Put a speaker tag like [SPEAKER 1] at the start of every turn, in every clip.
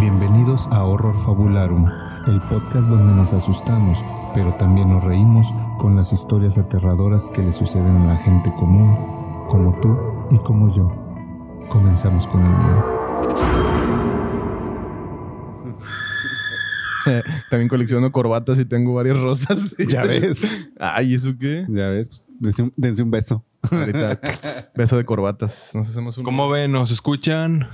[SPEAKER 1] Bienvenidos a Horror Fabularum, el podcast donde nos asustamos, pero también nos reímos con las historias aterradoras que le suceden a la gente común, como tú y como yo. Comenzamos con el miedo.
[SPEAKER 2] También colecciono corbatas y tengo varias rosas.
[SPEAKER 3] Ya ves,
[SPEAKER 2] Ay, ¿eso qué?
[SPEAKER 3] ya ves. pues, dense, un, dense un beso.
[SPEAKER 2] Ahorita, beso de corbatas. Nos hacemos un.
[SPEAKER 4] ¿Cómo ven? ¿Nos escuchan?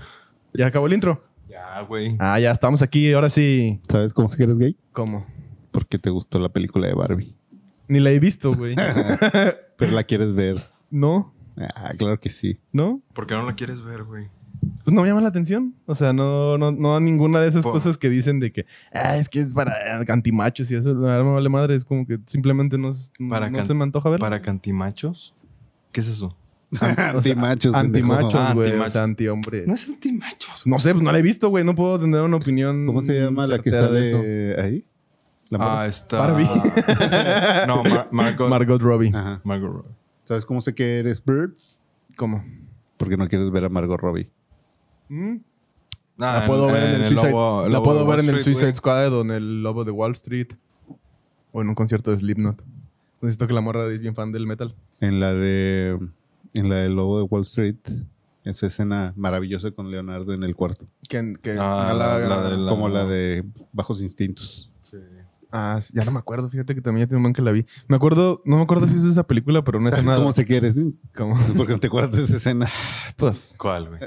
[SPEAKER 2] ¿Ya acabó el intro?
[SPEAKER 4] Ya, güey.
[SPEAKER 2] Ah, ya estamos aquí. Ahora sí.
[SPEAKER 3] ¿Sabes cómo sé que eres gay?
[SPEAKER 2] ¿Cómo?
[SPEAKER 3] Porque te gustó la película de Barbie.
[SPEAKER 2] Ni la he visto, güey.
[SPEAKER 3] Pero la quieres ver.
[SPEAKER 2] ¿No?
[SPEAKER 3] Ah, claro que sí.
[SPEAKER 2] ¿No?
[SPEAKER 4] ¿Por qué no lo quieres ver, güey?
[SPEAKER 2] Pues no me llama la atención. O sea, no, no, no a ninguna de esas
[SPEAKER 4] Por-
[SPEAKER 2] cosas que dicen de que ah, es que es para antimachos y eso. La verdad me vale madre. Es como que simplemente no, es- no-
[SPEAKER 4] Para
[SPEAKER 2] no
[SPEAKER 4] can-
[SPEAKER 2] se me antoja verla.
[SPEAKER 4] ¿Para cantimachos? ¿Qué es eso?
[SPEAKER 2] O sea,
[SPEAKER 3] Antimachos. pendejo.
[SPEAKER 2] Antimachos,
[SPEAKER 4] Ah,
[SPEAKER 2] güey. O
[SPEAKER 4] antimachos.
[SPEAKER 2] sea, antihombres.
[SPEAKER 4] No es antimachos.
[SPEAKER 2] No sé, pues no la he visto, güey. No puedo tener una opinión.
[SPEAKER 3] ¿Cómo se llama la que
[SPEAKER 2] certera de eso.
[SPEAKER 3] sale ahí? La morra.
[SPEAKER 4] Ah, está.
[SPEAKER 2] Barbie.
[SPEAKER 4] no, Mar- Margot.
[SPEAKER 2] Margot Robbie.
[SPEAKER 4] Ah.
[SPEAKER 3] Ajá.
[SPEAKER 4] Margot Robbie.
[SPEAKER 3] ¿Sabes cómo sé que eres Bird?
[SPEAKER 2] ¿Cómo?
[SPEAKER 3] Porque no quieres ver a Margot Robbie.
[SPEAKER 2] ¿Mm?
[SPEAKER 4] Ah,
[SPEAKER 2] La puedo ver en el, Suicide,
[SPEAKER 4] Lobo-
[SPEAKER 2] la
[SPEAKER 4] Lobo
[SPEAKER 2] puedo
[SPEAKER 4] de
[SPEAKER 2] ver en
[SPEAKER 4] Wall
[SPEAKER 2] el
[SPEAKER 4] Street,
[SPEAKER 2] Suicide Squad o en el Lobo de Wall Street o en un concierto de Slipknot. Necesito que la morra es bien fan del metal.
[SPEAKER 3] En la de. En la del lobo de Wall Street. Esa escena maravillosa con Leonardo en el cuarto.
[SPEAKER 2] Que, que
[SPEAKER 4] Ah,
[SPEAKER 2] la-
[SPEAKER 4] la- la de la-
[SPEAKER 3] Como la de Bajos Instintos.
[SPEAKER 4] güey. Sí.
[SPEAKER 2] Ah, sí, ya no me acuerdo. Fíjate que también ya tiene un man que la vi. Me acuerdo, no me acuerdo si es esa película, pero no es
[SPEAKER 3] ¿Sabes
[SPEAKER 2] nada.
[SPEAKER 3] cómo sé que eres?
[SPEAKER 2] Como,
[SPEAKER 3] Porque no te acuerdas de esa escena.
[SPEAKER 2] pues,
[SPEAKER 4] ¿Cuál, güey?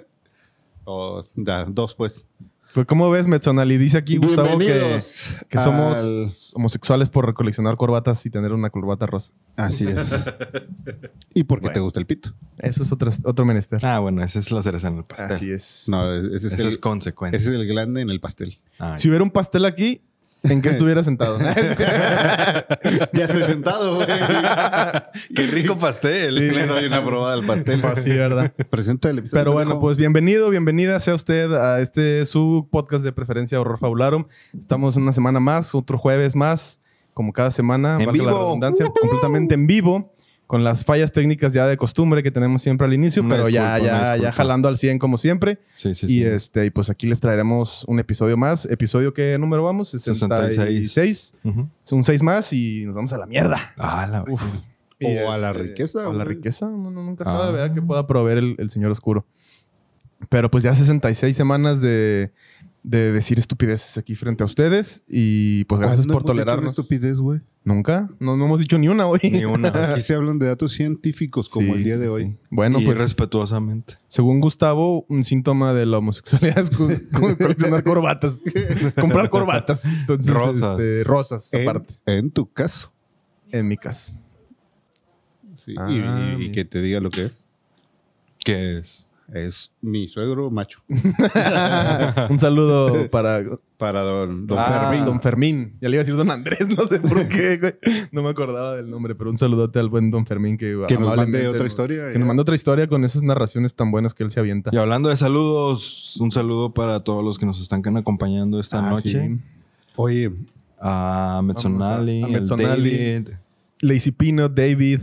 [SPEAKER 3] O da, dos, pues.
[SPEAKER 2] pues, ¿cómo ves, Metzonali? Dice aquí Gustavo que,
[SPEAKER 3] Bienvenidos
[SPEAKER 2] que somos
[SPEAKER 3] al-
[SPEAKER 2] homosexuales por coleccionar corbatas y tener una corbata rosa.
[SPEAKER 3] Así es. ¿Y por qué te gusta el pito?
[SPEAKER 2] Eso es otro, otro menester.
[SPEAKER 4] Ah, bueno, esa es la cereza en el pastel.
[SPEAKER 2] Así es.
[SPEAKER 3] No, ese es,
[SPEAKER 4] Esa
[SPEAKER 3] el,
[SPEAKER 4] es consecuencia.
[SPEAKER 3] ese es el glande en el pastel.
[SPEAKER 4] Ah,
[SPEAKER 2] Si hubiera un pastel aquí, ¿en qué estuviera sentado?
[SPEAKER 3] ya estoy sentado, güey.
[SPEAKER 4] ¡Qué rico pastel!
[SPEAKER 3] Le doy una probada al pastel.
[SPEAKER 2] Pues sí, ¿verdad?
[SPEAKER 3] Presenta el episodio.
[SPEAKER 2] Pero bueno,
[SPEAKER 3] pendejo.
[SPEAKER 2] pues bienvenido, bienvenida sea usted a este su podcast de preferencia Horror Fabularum. Estamos una semana más, otro jueves más, como cada semana,
[SPEAKER 4] En
[SPEAKER 2] valga la
[SPEAKER 4] vivo.
[SPEAKER 2] redundancia, completamente en vivo, con las fallas técnicas ya de costumbre que tenemos siempre al inicio,
[SPEAKER 4] Una
[SPEAKER 2] pero ya,
[SPEAKER 4] disculpa, una
[SPEAKER 2] ya, ya
[SPEAKER 4] disculpa.
[SPEAKER 2] jalando al 100 como siempre.
[SPEAKER 4] Sí, sí,
[SPEAKER 2] y
[SPEAKER 4] sí.
[SPEAKER 2] este, y pues aquí les traeremos un episodio más. Episodio qué número vamos?
[SPEAKER 4] 66.
[SPEAKER 2] 66.
[SPEAKER 4] Ujú.
[SPEAKER 2] Un 6 más y nos vamos a la mierda.
[SPEAKER 4] Ah, la
[SPEAKER 2] Uf.
[SPEAKER 3] O a la riqueza,
[SPEAKER 2] este, A la
[SPEAKER 3] güey.
[SPEAKER 2] riqueza. Uno nunca
[SPEAKER 4] Ah.
[SPEAKER 2] sabe, ¿verdad? Que pueda proveer el, el señor oscuro. Pero pues ya 66 semanas de, de decir estupideces aquí frente a ustedes. Y pues gracias
[SPEAKER 3] ¿Cuándo
[SPEAKER 2] por
[SPEAKER 3] hemos dicho una
[SPEAKER 2] tolerarnos.
[SPEAKER 3] estupidez, güey.
[SPEAKER 2] Nunca. No, no hemos dicho ni una hoy.
[SPEAKER 4] Ni una.
[SPEAKER 3] Aquí se hablan de datos científicos como
[SPEAKER 2] pues, Sí,
[SPEAKER 3] el día de
[SPEAKER 2] sí,
[SPEAKER 3] hoy.
[SPEAKER 2] sí. Bueno,
[SPEAKER 4] y
[SPEAKER 2] pues
[SPEAKER 4] respetuosamente.
[SPEAKER 2] según Gustavo, un síntoma de la homosexualidad es co- co- coleccionar corbatas. Comprar corbatas. Entonces,
[SPEAKER 4] Rosas.
[SPEAKER 2] este, rosas,
[SPEAKER 3] En,
[SPEAKER 2] aparte.
[SPEAKER 3] en tu caso.
[SPEAKER 2] En mi caso.
[SPEAKER 3] Sí.
[SPEAKER 2] Ah,
[SPEAKER 3] Y- y- y
[SPEAKER 2] mira.
[SPEAKER 3] que te diga lo que es.
[SPEAKER 4] ¿Qué es?
[SPEAKER 3] Es mi suegro macho.
[SPEAKER 2] un saludo para
[SPEAKER 3] Para don, don
[SPEAKER 4] Ah.
[SPEAKER 3] Fermín.
[SPEAKER 2] Don Fermín. Ya le iba a decir Don Andrés, no sé por qué, güey. No me acordaba del nombre, pero un saludote al buen Don Fermín que,
[SPEAKER 3] Que nos
[SPEAKER 2] amablemente
[SPEAKER 3] mande otra
[SPEAKER 2] nos-
[SPEAKER 3] historia.
[SPEAKER 2] Que nos
[SPEAKER 3] ya.
[SPEAKER 2] mandó otra historia con esas narraciones tan buenas que él se avienta.
[SPEAKER 4] Y hablando de saludos, un saludo para todos los que nos están acompañando esta
[SPEAKER 2] Ah,
[SPEAKER 4] noche.
[SPEAKER 2] sí.
[SPEAKER 3] Oye,
[SPEAKER 4] A Metzonali,
[SPEAKER 2] a
[SPEAKER 4] el
[SPEAKER 2] Mezzonali.
[SPEAKER 4] David,
[SPEAKER 2] Lazy Pino, David.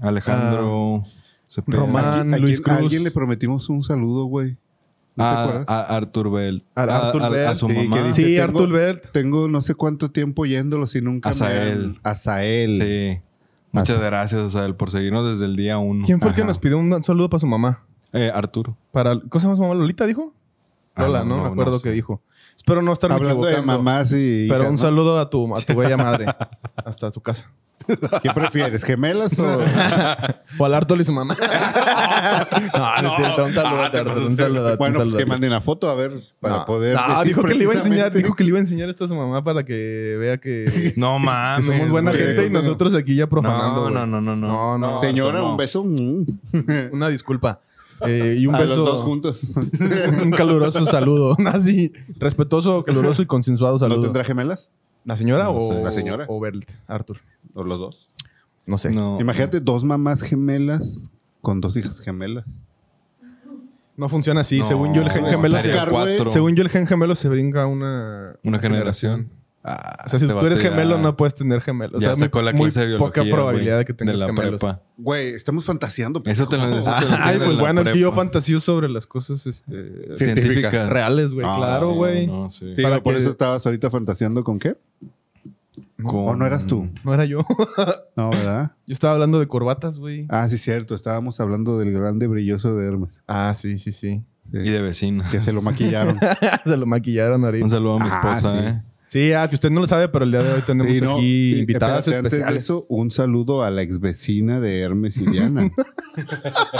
[SPEAKER 4] Alejandro, Cepeda.
[SPEAKER 2] Ah, Román.
[SPEAKER 3] ¿a
[SPEAKER 2] Luis
[SPEAKER 3] quién- a
[SPEAKER 2] Cruz.
[SPEAKER 3] alguien le prometimos un saludo, güey. ¿No te
[SPEAKER 4] a,
[SPEAKER 3] acuerdas?
[SPEAKER 4] Ah, a Artur Bell,
[SPEAKER 2] A Artur Bell,
[SPEAKER 4] Ah, a su
[SPEAKER 3] sí, que
[SPEAKER 4] mamá.
[SPEAKER 3] dice-
[SPEAKER 2] Sí,
[SPEAKER 3] tengo-
[SPEAKER 2] Artur Bert.
[SPEAKER 3] Tengo no sé cuánto tiempo yéndolos y nunca
[SPEAKER 4] Azael.
[SPEAKER 3] me... Azael.
[SPEAKER 4] Sí. Muchas gracias a él por seguirnos desde el día uno.
[SPEAKER 2] Ah, ¿Quién fue el que
[SPEAKER 3] Ajá.
[SPEAKER 2] nos pidió un saludo para su mamá?
[SPEAKER 4] Eh, Arturo.
[SPEAKER 2] Para, ¿Cómo se llama su mamá? ¿Lolita dijo?
[SPEAKER 4] Ah,
[SPEAKER 2] Lola,
[SPEAKER 4] no,
[SPEAKER 2] ¿no?
[SPEAKER 4] no,
[SPEAKER 2] Me acuerdo
[SPEAKER 4] no
[SPEAKER 2] que
[SPEAKER 4] sé.
[SPEAKER 2] dijo. Espero no estarme
[SPEAKER 3] Hablando de
[SPEAKER 2] equivocando.
[SPEAKER 3] mamás y
[SPEAKER 2] pero
[SPEAKER 3] hijas,
[SPEAKER 2] un
[SPEAKER 3] ¿no?
[SPEAKER 2] saludo a tu, a tu bella madre. Hasta tu casa.
[SPEAKER 3] ¿Qué prefieres, gemelas o...?
[SPEAKER 2] O al Artur y su mamá. no, no es cierto. Un saludo
[SPEAKER 3] Ah,
[SPEAKER 2] a Artur. Un saludo a
[SPEAKER 3] bueno, pues que manden la foto, a ver, para
[SPEAKER 2] No.
[SPEAKER 3] poder
[SPEAKER 2] No,
[SPEAKER 3] decir
[SPEAKER 2] Ah, dijo que le iba a enseñar,
[SPEAKER 3] precisamente-
[SPEAKER 2] dijo que le iba a enseñar esto a su mamá para que vea que,
[SPEAKER 4] No
[SPEAKER 2] que
[SPEAKER 4] mames.
[SPEAKER 2] somos buena
[SPEAKER 3] güey.
[SPEAKER 2] gente y
[SPEAKER 3] No,
[SPEAKER 2] nosotros aquí ya profanando.
[SPEAKER 4] No,
[SPEAKER 2] güey.
[SPEAKER 4] no, no, no, no.
[SPEAKER 2] No, no,
[SPEAKER 3] Señora,
[SPEAKER 4] Arturo, no.
[SPEAKER 3] un beso. mm.
[SPEAKER 2] Una disculpa. Eh, y un
[SPEAKER 3] A
[SPEAKER 2] beso.
[SPEAKER 3] los dos juntos.
[SPEAKER 2] un caluroso saludo. Así, respetuoso, caluroso y consensuado
[SPEAKER 3] ¿No
[SPEAKER 2] saludo.
[SPEAKER 3] tendrá gemelas?
[SPEAKER 2] ¿La señora
[SPEAKER 4] No
[SPEAKER 2] o
[SPEAKER 4] sé.
[SPEAKER 3] ¿La señora?
[SPEAKER 2] O Bert, Arthur.
[SPEAKER 3] ¿O los dos?
[SPEAKER 2] No sé. No,
[SPEAKER 4] No.
[SPEAKER 3] Imagínate dos mamás gemelas con dos hijas gemelas.
[SPEAKER 2] funciona así.
[SPEAKER 4] No,
[SPEAKER 2] según yo, el gen
[SPEAKER 3] no,
[SPEAKER 2] gemelo
[SPEAKER 3] sería
[SPEAKER 2] se,
[SPEAKER 4] cuatro.
[SPEAKER 2] según yo, el gen gemelo se brinca una,
[SPEAKER 4] Una generación.
[SPEAKER 2] O sea, si tú eres gemelo, no puedes tener gemelo. O sea,
[SPEAKER 4] ya
[SPEAKER 2] muy,
[SPEAKER 4] sacó la
[SPEAKER 2] muy
[SPEAKER 4] clase de biología,
[SPEAKER 2] poca probabilidad
[SPEAKER 4] güey,
[SPEAKER 2] de que tengas
[SPEAKER 4] la
[SPEAKER 2] gemelos.
[SPEAKER 4] prepa.
[SPEAKER 3] Güey, estamos fantaseando.
[SPEAKER 4] Eso te lo
[SPEAKER 3] pendejo.
[SPEAKER 4] eso te lo
[SPEAKER 2] Ay,
[SPEAKER 4] enseñan en
[SPEAKER 2] pues
[SPEAKER 4] la
[SPEAKER 2] bueno, es que yo
[SPEAKER 4] prepa.
[SPEAKER 2] fantasío sobre las cosas este,
[SPEAKER 4] Científicas.
[SPEAKER 2] científicas reales, güey.
[SPEAKER 3] Ah,
[SPEAKER 2] claro,
[SPEAKER 4] Sí,
[SPEAKER 2] güey.
[SPEAKER 4] No, sí.
[SPEAKER 3] Sí,
[SPEAKER 2] Para
[SPEAKER 3] no, por
[SPEAKER 2] que-
[SPEAKER 3] eso estabas ahorita fantaseando con qué? ¿O
[SPEAKER 4] Con-
[SPEAKER 3] no eras tú?
[SPEAKER 2] No era yo.
[SPEAKER 3] No, ¿verdad?
[SPEAKER 2] Yo estaba hablando de corbatas, güey.
[SPEAKER 3] Ah, sí, cierto. Estábamos hablando del grande brilloso de Hermes.
[SPEAKER 2] Ah, sí, sí, sí.
[SPEAKER 4] Y de vecina.
[SPEAKER 3] Que se lo maquillaron.
[SPEAKER 2] Se lo maquillaron ahorita.
[SPEAKER 4] Un saludo a mi
[SPEAKER 3] Ah,
[SPEAKER 4] esposa,
[SPEAKER 3] sí.
[SPEAKER 4] ¿eh?
[SPEAKER 2] Sí, ah, que usted no lo sabe, pero el día de hoy tenemos
[SPEAKER 3] Sí, no,
[SPEAKER 2] aquí
[SPEAKER 3] y-
[SPEAKER 2] invitadas
[SPEAKER 3] espérate, antes de
[SPEAKER 2] especiales.
[SPEAKER 3] eso, un saludo a la ex vecina de Hermes y Diana.
[SPEAKER 4] ¿eh?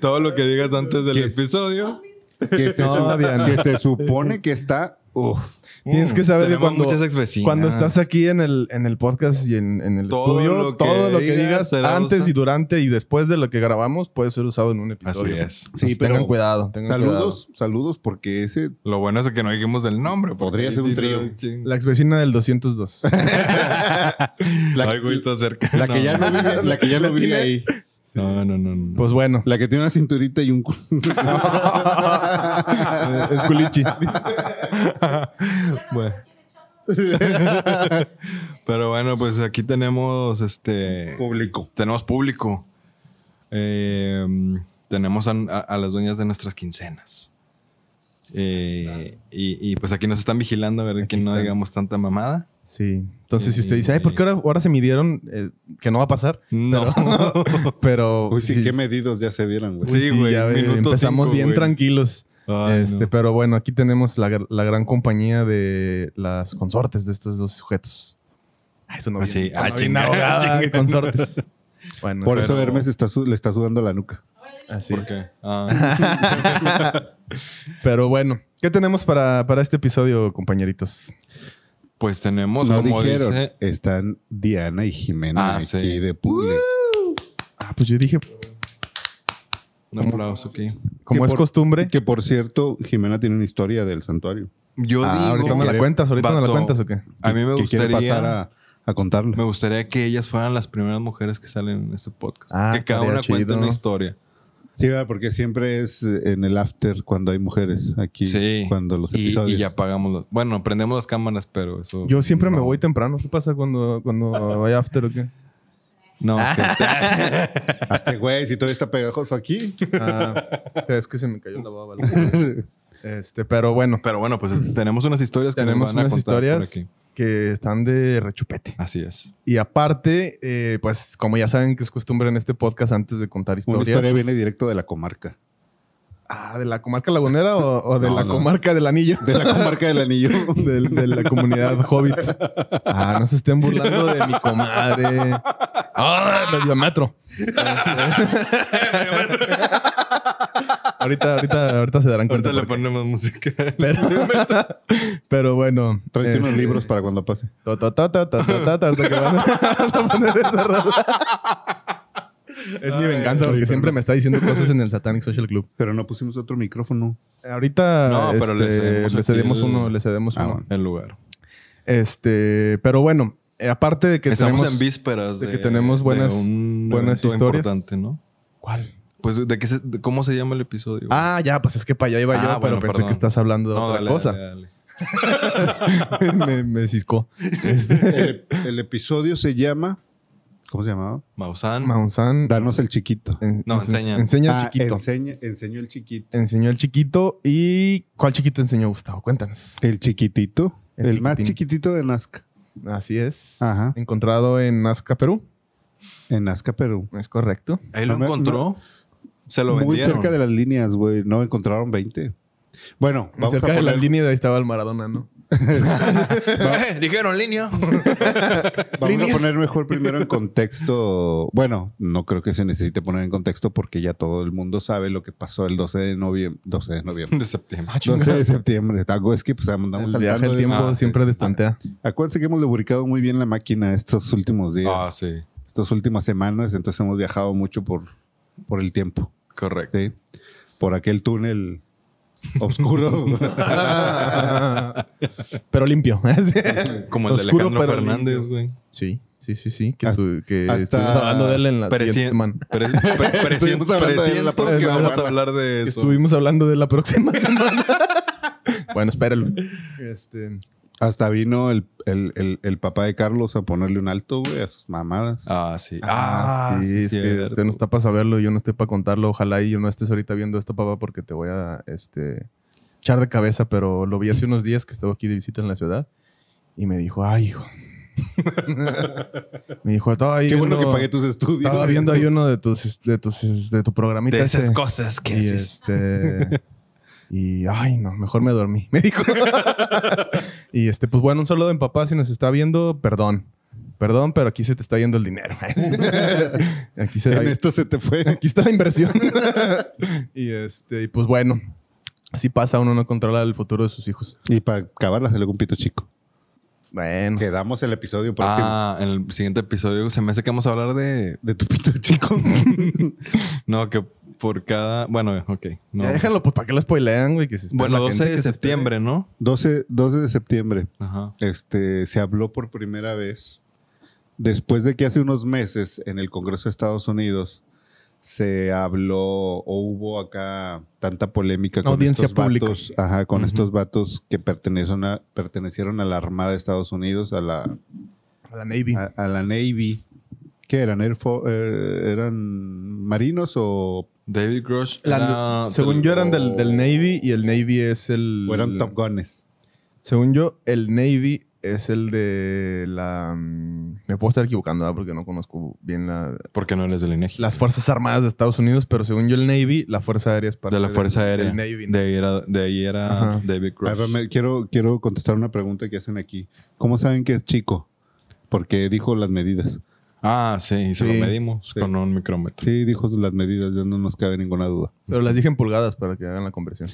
[SPEAKER 4] Todo lo que digas antes del
[SPEAKER 3] ¿Qué es?
[SPEAKER 4] episodio.
[SPEAKER 3] que, se,
[SPEAKER 2] No, Diana.
[SPEAKER 3] que se supone que está. Uf,
[SPEAKER 2] Tienes que saber que
[SPEAKER 4] Mm, Tenemos
[SPEAKER 2] cuando-
[SPEAKER 4] muchas exvecinas.
[SPEAKER 2] Cuando estás aquí en el, en el podcast y en, en el
[SPEAKER 4] Todo
[SPEAKER 2] estudio,
[SPEAKER 4] lo que
[SPEAKER 2] todo lo que
[SPEAKER 4] digas
[SPEAKER 2] digas
[SPEAKER 4] será
[SPEAKER 2] antes
[SPEAKER 4] usado.
[SPEAKER 2] y durante y después de lo que grabamos puede ser usado en un
[SPEAKER 4] Así
[SPEAKER 2] episodio.
[SPEAKER 4] es.
[SPEAKER 2] Sí,
[SPEAKER 3] Entonces,
[SPEAKER 2] pero Pues tengan
[SPEAKER 3] tengan
[SPEAKER 2] cuidado.
[SPEAKER 3] saludos, saludos, porque ese.
[SPEAKER 4] Lo bueno es que no dijimos el nombre. porque-
[SPEAKER 3] Podría ser un trío.
[SPEAKER 2] La ex vecina del 202.
[SPEAKER 3] La,
[SPEAKER 4] Ay, güey, está cerca.
[SPEAKER 3] la que ya no vive, la que ya no
[SPEAKER 2] La
[SPEAKER 3] vive
[SPEAKER 2] tiene-
[SPEAKER 3] ahí.
[SPEAKER 4] No, no, no. no.
[SPEAKER 2] pues bueno,
[SPEAKER 3] La que tiene una cinturita y un. cu-
[SPEAKER 2] eh, es culichi.
[SPEAKER 4] Bueno. Pero bueno, pues aquí tenemos este. Público. Tenemos público. Eh, tenemos a, a- a las dueñas de nuestras quincenas. Eh, y, y, pues aquí nos están vigilando a ver que no
[SPEAKER 2] están.
[SPEAKER 4] digamos tanta mamada.
[SPEAKER 2] Sí. Entonces, si usted
[SPEAKER 4] Sí.
[SPEAKER 2] dice, ay, ¿por qué ahora, ahora se midieron? Eh, que no va a pasar.
[SPEAKER 4] No.
[SPEAKER 2] Pero.
[SPEAKER 3] Uy, sí,
[SPEAKER 2] sí,
[SPEAKER 3] qué medidos ya se vieron, güey.
[SPEAKER 2] uy, sí,
[SPEAKER 4] Sí, güey,
[SPEAKER 2] ya ve,
[SPEAKER 4] minuto
[SPEAKER 2] empezamos
[SPEAKER 4] cinco,
[SPEAKER 2] bien
[SPEAKER 4] güey.
[SPEAKER 2] tranquilos.
[SPEAKER 4] Ay,
[SPEAKER 2] este,
[SPEAKER 4] no.
[SPEAKER 2] Pero bueno, aquí tenemos la, gr- la gran compañía de las consortes de estos dos sujetos. Ay, eso no
[SPEAKER 4] Ah, sí.
[SPEAKER 2] bien-
[SPEAKER 4] Ah,
[SPEAKER 2] suena bien
[SPEAKER 4] chinga,
[SPEAKER 2] abogada de
[SPEAKER 4] chinga.
[SPEAKER 2] consortes. Bueno,
[SPEAKER 3] Por eso
[SPEAKER 4] Pero-
[SPEAKER 3] Hermes está su- le está sudando la nuca.
[SPEAKER 2] así
[SPEAKER 4] ¿Por
[SPEAKER 2] es.
[SPEAKER 4] qué? Ah,
[SPEAKER 2] Pero bueno, ¿qué tenemos para, para este episodio, compañeritos?
[SPEAKER 4] pues tenemos,
[SPEAKER 3] No
[SPEAKER 4] como
[SPEAKER 3] dijeron.
[SPEAKER 4] dice.
[SPEAKER 3] Están Diana y Jimena
[SPEAKER 4] Ah,
[SPEAKER 3] aquí
[SPEAKER 4] sí.
[SPEAKER 3] de público.
[SPEAKER 2] Ah, pues yo dije,
[SPEAKER 4] Un aplauso aquí.
[SPEAKER 2] como
[SPEAKER 3] Que
[SPEAKER 2] es
[SPEAKER 3] por-
[SPEAKER 2] costumbre.
[SPEAKER 3] Que por cierto, Jimena tiene una historia del santuario.
[SPEAKER 4] Yo
[SPEAKER 2] Ah,
[SPEAKER 4] digo.
[SPEAKER 2] ahorita me la cuentas, ahorita me la
[SPEAKER 4] Vato,
[SPEAKER 2] cuentas o qué.
[SPEAKER 4] A mí me
[SPEAKER 3] que
[SPEAKER 4] gustaría.
[SPEAKER 3] quiere pasar a, a contarla.
[SPEAKER 4] Me gustaría que ellas fueran las primeras mujeres que salen en este podcast.
[SPEAKER 2] Ah,
[SPEAKER 4] que cada
[SPEAKER 2] estaría
[SPEAKER 4] una cuente
[SPEAKER 2] chido.
[SPEAKER 4] una historia.
[SPEAKER 3] Sí, ¿verdad? porque siempre es eh, en el after cuando hay mujeres aquí.
[SPEAKER 4] Sí.
[SPEAKER 3] Cuando los
[SPEAKER 4] Y,
[SPEAKER 3] episodios.
[SPEAKER 4] y ya apagamos los- Bueno, prendemos las cámaras, pero eso.
[SPEAKER 2] Yo siempre me
[SPEAKER 4] no.
[SPEAKER 2] voy temprano. ¿Qué pasa cuando, cuando hay after o qué?
[SPEAKER 4] No, es que-
[SPEAKER 3] Hasta, güey, si todavía está pegajoso aquí.
[SPEAKER 2] Ah, es que se me cayó la baba. la- Este, pero bueno,
[SPEAKER 4] pero bueno, pues tenemos unas historias que
[SPEAKER 2] tenemos
[SPEAKER 4] nos van a
[SPEAKER 2] unas
[SPEAKER 4] contar por
[SPEAKER 2] historias
[SPEAKER 4] aquí.
[SPEAKER 2] que están de rechupete.
[SPEAKER 4] Así es.
[SPEAKER 2] Y aparte, eh, pues como ya saben que es costumbre en este podcast antes de contar
[SPEAKER 3] Una
[SPEAKER 2] historias.
[SPEAKER 3] historia viene directo de la comarca.
[SPEAKER 2] Ah, ¿de la comarca lagunera o, o de
[SPEAKER 3] No,
[SPEAKER 2] la
[SPEAKER 3] no.
[SPEAKER 2] comarca del anillo?
[SPEAKER 3] De la comarca del anillo.
[SPEAKER 2] de, de la comunidad hobbit. Ah, no se estén burlando de mi comadre. Ah, me la metro. ahorita, ahorita, ahorita se darán cuenta.
[SPEAKER 4] Ahorita le
[SPEAKER 2] por qué.
[SPEAKER 4] ponemos música.
[SPEAKER 2] Pero, pero bueno.
[SPEAKER 3] Tráete
[SPEAKER 2] eh,
[SPEAKER 4] Este.
[SPEAKER 3] unos libros para cuando pase.
[SPEAKER 2] ta, ta, ta, ta, ta, ta, ta, ahorita que van a poner esa rola. Es mi venganza porque siempre me está diciendo cosas en el Satanic Social Club.
[SPEAKER 3] Pero no pusimos otro micrófono.
[SPEAKER 2] Ahorita
[SPEAKER 4] No, pero le
[SPEAKER 2] este,
[SPEAKER 4] cedemos
[SPEAKER 2] le
[SPEAKER 4] aquí
[SPEAKER 2] cedemos
[SPEAKER 4] el-
[SPEAKER 2] uno, le cedemos
[SPEAKER 3] Ah,
[SPEAKER 2] uno.
[SPEAKER 3] bueno.
[SPEAKER 4] El lugar.
[SPEAKER 2] Este, pero bueno, eh, aparte de que
[SPEAKER 4] Estamos
[SPEAKER 2] tenemos
[SPEAKER 4] en vísperas
[SPEAKER 2] de
[SPEAKER 4] de,
[SPEAKER 2] que tenemos buenas-
[SPEAKER 4] de un
[SPEAKER 2] buenas
[SPEAKER 4] evento
[SPEAKER 2] historias.
[SPEAKER 4] importante, ¿no?
[SPEAKER 2] ¿Cuál?
[SPEAKER 4] Pues de, qué se- de cómo se llama el episodio. güey?
[SPEAKER 2] Ah, ya, pues es que para allá iba
[SPEAKER 4] Ah,
[SPEAKER 2] yo, pero
[SPEAKER 4] bueno,
[SPEAKER 2] pensé
[SPEAKER 4] perdón.
[SPEAKER 2] que estás hablando de
[SPEAKER 4] No,
[SPEAKER 2] otra
[SPEAKER 4] dale,
[SPEAKER 2] cosa.
[SPEAKER 4] dale, dale.
[SPEAKER 2] me, me ciscó. Este,
[SPEAKER 3] El, el episodio se llama. ¿Cómo se llamaba?
[SPEAKER 4] Maussan.
[SPEAKER 2] Maussan.
[SPEAKER 3] Danos el chiquito.
[SPEAKER 2] en-
[SPEAKER 4] Mm. No,
[SPEAKER 2] ens-
[SPEAKER 4] enseña.
[SPEAKER 2] Enseña
[SPEAKER 3] Ah,
[SPEAKER 2] el chiquito.
[SPEAKER 3] enseña- enseñó el chiquito.
[SPEAKER 2] enseñó el chiquito. ¿Y cuál chiquito enseñó Gustavo? Cuéntanos.
[SPEAKER 3] El chiquitito.
[SPEAKER 2] El
[SPEAKER 3] El, más
[SPEAKER 2] chiquitín.
[SPEAKER 3] chiquitito de Nazca.
[SPEAKER 2] Así es.
[SPEAKER 3] Ajá.
[SPEAKER 2] Encontrado en Nazca, Perú.
[SPEAKER 3] En Nazca, Perú.
[SPEAKER 2] Es correcto.
[SPEAKER 4] Ahí lo
[SPEAKER 3] No me-
[SPEAKER 4] encontró. Se lo
[SPEAKER 3] Muy
[SPEAKER 4] vendieron.
[SPEAKER 3] cerca de las líneas, güey. No encontraron 20. Bueno, vamos
[SPEAKER 2] Cerca
[SPEAKER 3] a
[SPEAKER 2] de
[SPEAKER 3] poner...
[SPEAKER 2] la línea de ahí estaba el Maradona, ¿no?
[SPEAKER 4] Eh, dijeron línea.
[SPEAKER 3] Vamos a
[SPEAKER 2] Líneas.
[SPEAKER 3] poner mejor primero en contexto. Bueno, no creo que se necesite poner en contexto porque ya todo el mundo sabe lo que pasó el 12 de noviembre. 12 de noviembre.
[SPEAKER 4] de septiembre.
[SPEAKER 3] 12 de septiembre. Algo es que pues, andamos
[SPEAKER 2] El viaje
[SPEAKER 3] saltando
[SPEAKER 4] ¿eh?
[SPEAKER 2] el
[SPEAKER 3] de-
[SPEAKER 2] tiempo
[SPEAKER 3] Ah, sí.
[SPEAKER 2] siempre destantea.
[SPEAKER 3] Acuérdense que hemos lubricado muy bien la máquina estos últimos días,
[SPEAKER 4] Ah, sí.
[SPEAKER 3] estas últimas semanas. Entonces hemos viajado mucho por, por el tiempo.
[SPEAKER 4] Correcto.
[SPEAKER 3] ¿sí? Por aquel túnel oscuro.
[SPEAKER 2] pero limpio.
[SPEAKER 4] Como el de
[SPEAKER 2] Oscuro,
[SPEAKER 4] Alejandro
[SPEAKER 2] pero
[SPEAKER 4] Fernández,
[SPEAKER 2] limpio.
[SPEAKER 4] güey.
[SPEAKER 2] Sí, sí, sí, sí. Que,
[SPEAKER 3] Hasta-
[SPEAKER 2] estu- que
[SPEAKER 3] hasta-
[SPEAKER 2] estuvimos hablando de él en la
[SPEAKER 4] Pero
[SPEAKER 2] siguiente
[SPEAKER 4] sí-
[SPEAKER 2] semana.
[SPEAKER 4] Pero Estuvimos hablando de la
[SPEAKER 2] próxima
[SPEAKER 4] que vamos a
[SPEAKER 2] semana.
[SPEAKER 4] hablar de eso.
[SPEAKER 2] Estuvimos hablando de la próxima semana. bueno, espéralo. Este,
[SPEAKER 3] Hasta vino el, el- el- el papá de Carlos a ponerle un alto, güey, a sus mamadas.
[SPEAKER 4] Ah, sí.
[SPEAKER 2] Ah, sí, es que
[SPEAKER 4] cierto.
[SPEAKER 2] usted no está para saberlo, yo no estoy para contarlo. Ojalá y no estés ahorita viendo esto, papá, porque te voy a este, echar de cabeza. Pero lo vi hace unos días que estaba aquí de visita en la ciudad y me dijo, ay, hijo. me dijo, estaba ahí
[SPEAKER 3] Qué bueno que
[SPEAKER 2] viendo-
[SPEAKER 3] pagué tus estudios.
[SPEAKER 2] Estaba viendo ahí uno de tus, de tus, de tu programita.
[SPEAKER 4] De esas
[SPEAKER 2] ese.
[SPEAKER 4] cosas que
[SPEAKER 2] y
[SPEAKER 4] haces.
[SPEAKER 2] este y ay no mejor me dormí me dijo y este pues bueno un saludo en papá si nos está viendo perdón perdón pero aquí se te está yendo el dinero aquí se
[SPEAKER 3] En
[SPEAKER 2] ahí-
[SPEAKER 3] esto se te fue.
[SPEAKER 2] aquí está la inversión y este y pues bueno así pasa uno no controla el futuro de sus hijos
[SPEAKER 3] Y para acabarla salió un pito chico.
[SPEAKER 2] bueno
[SPEAKER 3] Quedamos el episodio próximo.
[SPEAKER 4] Ah, en el siguiente episodio se me hace que vamos a hablar de.
[SPEAKER 3] De tu pito chico.
[SPEAKER 4] No, que por cada. Bueno, ok. no.
[SPEAKER 2] Ya déjalo pues para que lo spoilean güey que se espere
[SPEAKER 4] Bueno,
[SPEAKER 2] la gente
[SPEAKER 4] 12 de
[SPEAKER 2] que se
[SPEAKER 4] septiembre, ¿no?
[SPEAKER 3] 12, 12 de septiembre.
[SPEAKER 4] Ajá.
[SPEAKER 3] este, se habló por primera vez después de que hace unos meses en el Congreso de Estados Unidos se habló o hubo acá tanta polémica con
[SPEAKER 2] Audiencia
[SPEAKER 3] estos
[SPEAKER 2] pública.
[SPEAKER 3] vatos, ajá, con
[SPEAKER 4] Ujú.
[SPEAKER 3] estos vatos que pertenecen a- pertenecieron a la Armada de Estados Unidos, a la,
[SPEAKER 2] espere. a la Navy
[SPEAKER 3] a, a la Navy. ¿Qué eran? Air Fo- eh, ¿Eran marinos o,
[SPEAKER 4] David Grush.
[SPEAKER 2] La-
[SPEAKER 4] era-
[SPEAKER 2] según yo eran del, del Navy y el Navy es el
[SPEAKER 3] ah, o eran Top Guns?
[SPEAKER 2] Según yo, el Navy es el de la... mm, Me puedo estar equivocando, ¿verdad? Porque no conozco bien la-
[SPEAKER 4] Porque no eres del INEGI.
[SPEAKER 2] las Fuerzas Armadas de Estados Unidos, pero según yo el Navy, la Fuerza Aérea es parte
[SPEAKER 4] de la
[SPEAKER 2] del-
[SPEAKER 4] Fuerza Aérea.
[SPEAKER 2] del Navy.
[SPEAKER 4] De ahí era, de ahí era
[SPEAKER 2] Ajá.
[SPEAKER 4] David
[SPEAKER 3] A ver,
[SPEAKER 4] Grush.
[SPEAKER 3] me- quiero, quiero contestar una pregunta que hacen aquí. ¿Cómo saben que es chico? Porque dijo las medidas.
[SPEAKER 4] Ah, sí, y se
[SPEAKER 2] Sí.
[SPEAKER 4] lo medimos
[SPEAKER 3] Sí.
[SPEAKER 4] con un micrómetro.
[SPEAKER 3] Sí, dijo las medidas, ya no nos cabe ninguna duda.
[SPEAKER 2] Pero las dije en pulgadas para que hagan la conversión.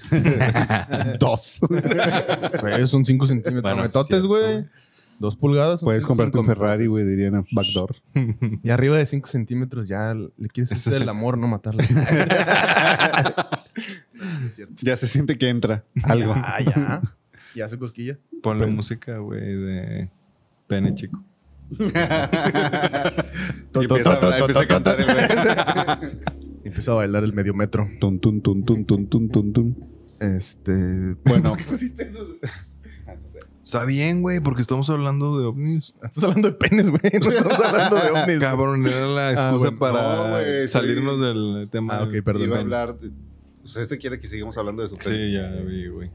[SPEAKER 3] Dos.
[SPEAKER 2] Güey, son 5 centímetros.
[SPEAKER 4] Bueno, sí es
[SPEAKER 2] metotes,
[SPEAKER 4] cierto,
[SPEAKER 2] güey.
[SPEAKER 4] güey.
[SPEAKER 2] Dos pulgadas. son
[SPEAKER 3] Puedes comprarte un
[SPEAKER 2] cinco.
[SPEAKER 3] Ferrari, güey, dirían a Backdoor.
[SPEAKER 2] Y arriba de 5 centímetros ya le quieres hacer el amor, no matarla.
[SPEAKER 3] Ya se siente que entra algo.
[SPEAKER 2] ah, ya. Ya hace cosquilla.
[SPEAKER 4] Ponle música, güey, de pene chico.
[SPEAKER 3] Y empieza a- empieza a cantar el güey.
[SPEAKER 2] Y Empieza a bailar el medio metro.
[SPEAKER 3] Tun, tun, tun, tun, tun, tun, tun, tun.
[SPEAKER 2] Este...
[SPEAKER 3] Bueno,
[SPEAKER 4] Está bien, güey, porque estamos hablando de ovnis.
[SPEAKER 2] Estás hablando de penes, güey. No estamos hablando de ovnis.
[SPEAKER 4] Cabrón, era la excusa
[SPEAKER 2] Pues, Ah, bueno.
[SPEAKER 4] para
[SPEAKER 3] No, güey,
[SPEAKER 4] salirnos
[SPEAKER 3] sí.
[SPEAKER 4] del tema.
[SPEAKER 2] Ah, ok, perdón.
[SPEAKER 3] iba a
[SPEAKER 2] ven.
[SPEAKER 3] hablar. de- o sea, este quiere que sigamos hablando de su pene.
[SPEAKER 4] Sí, ya vi, güey.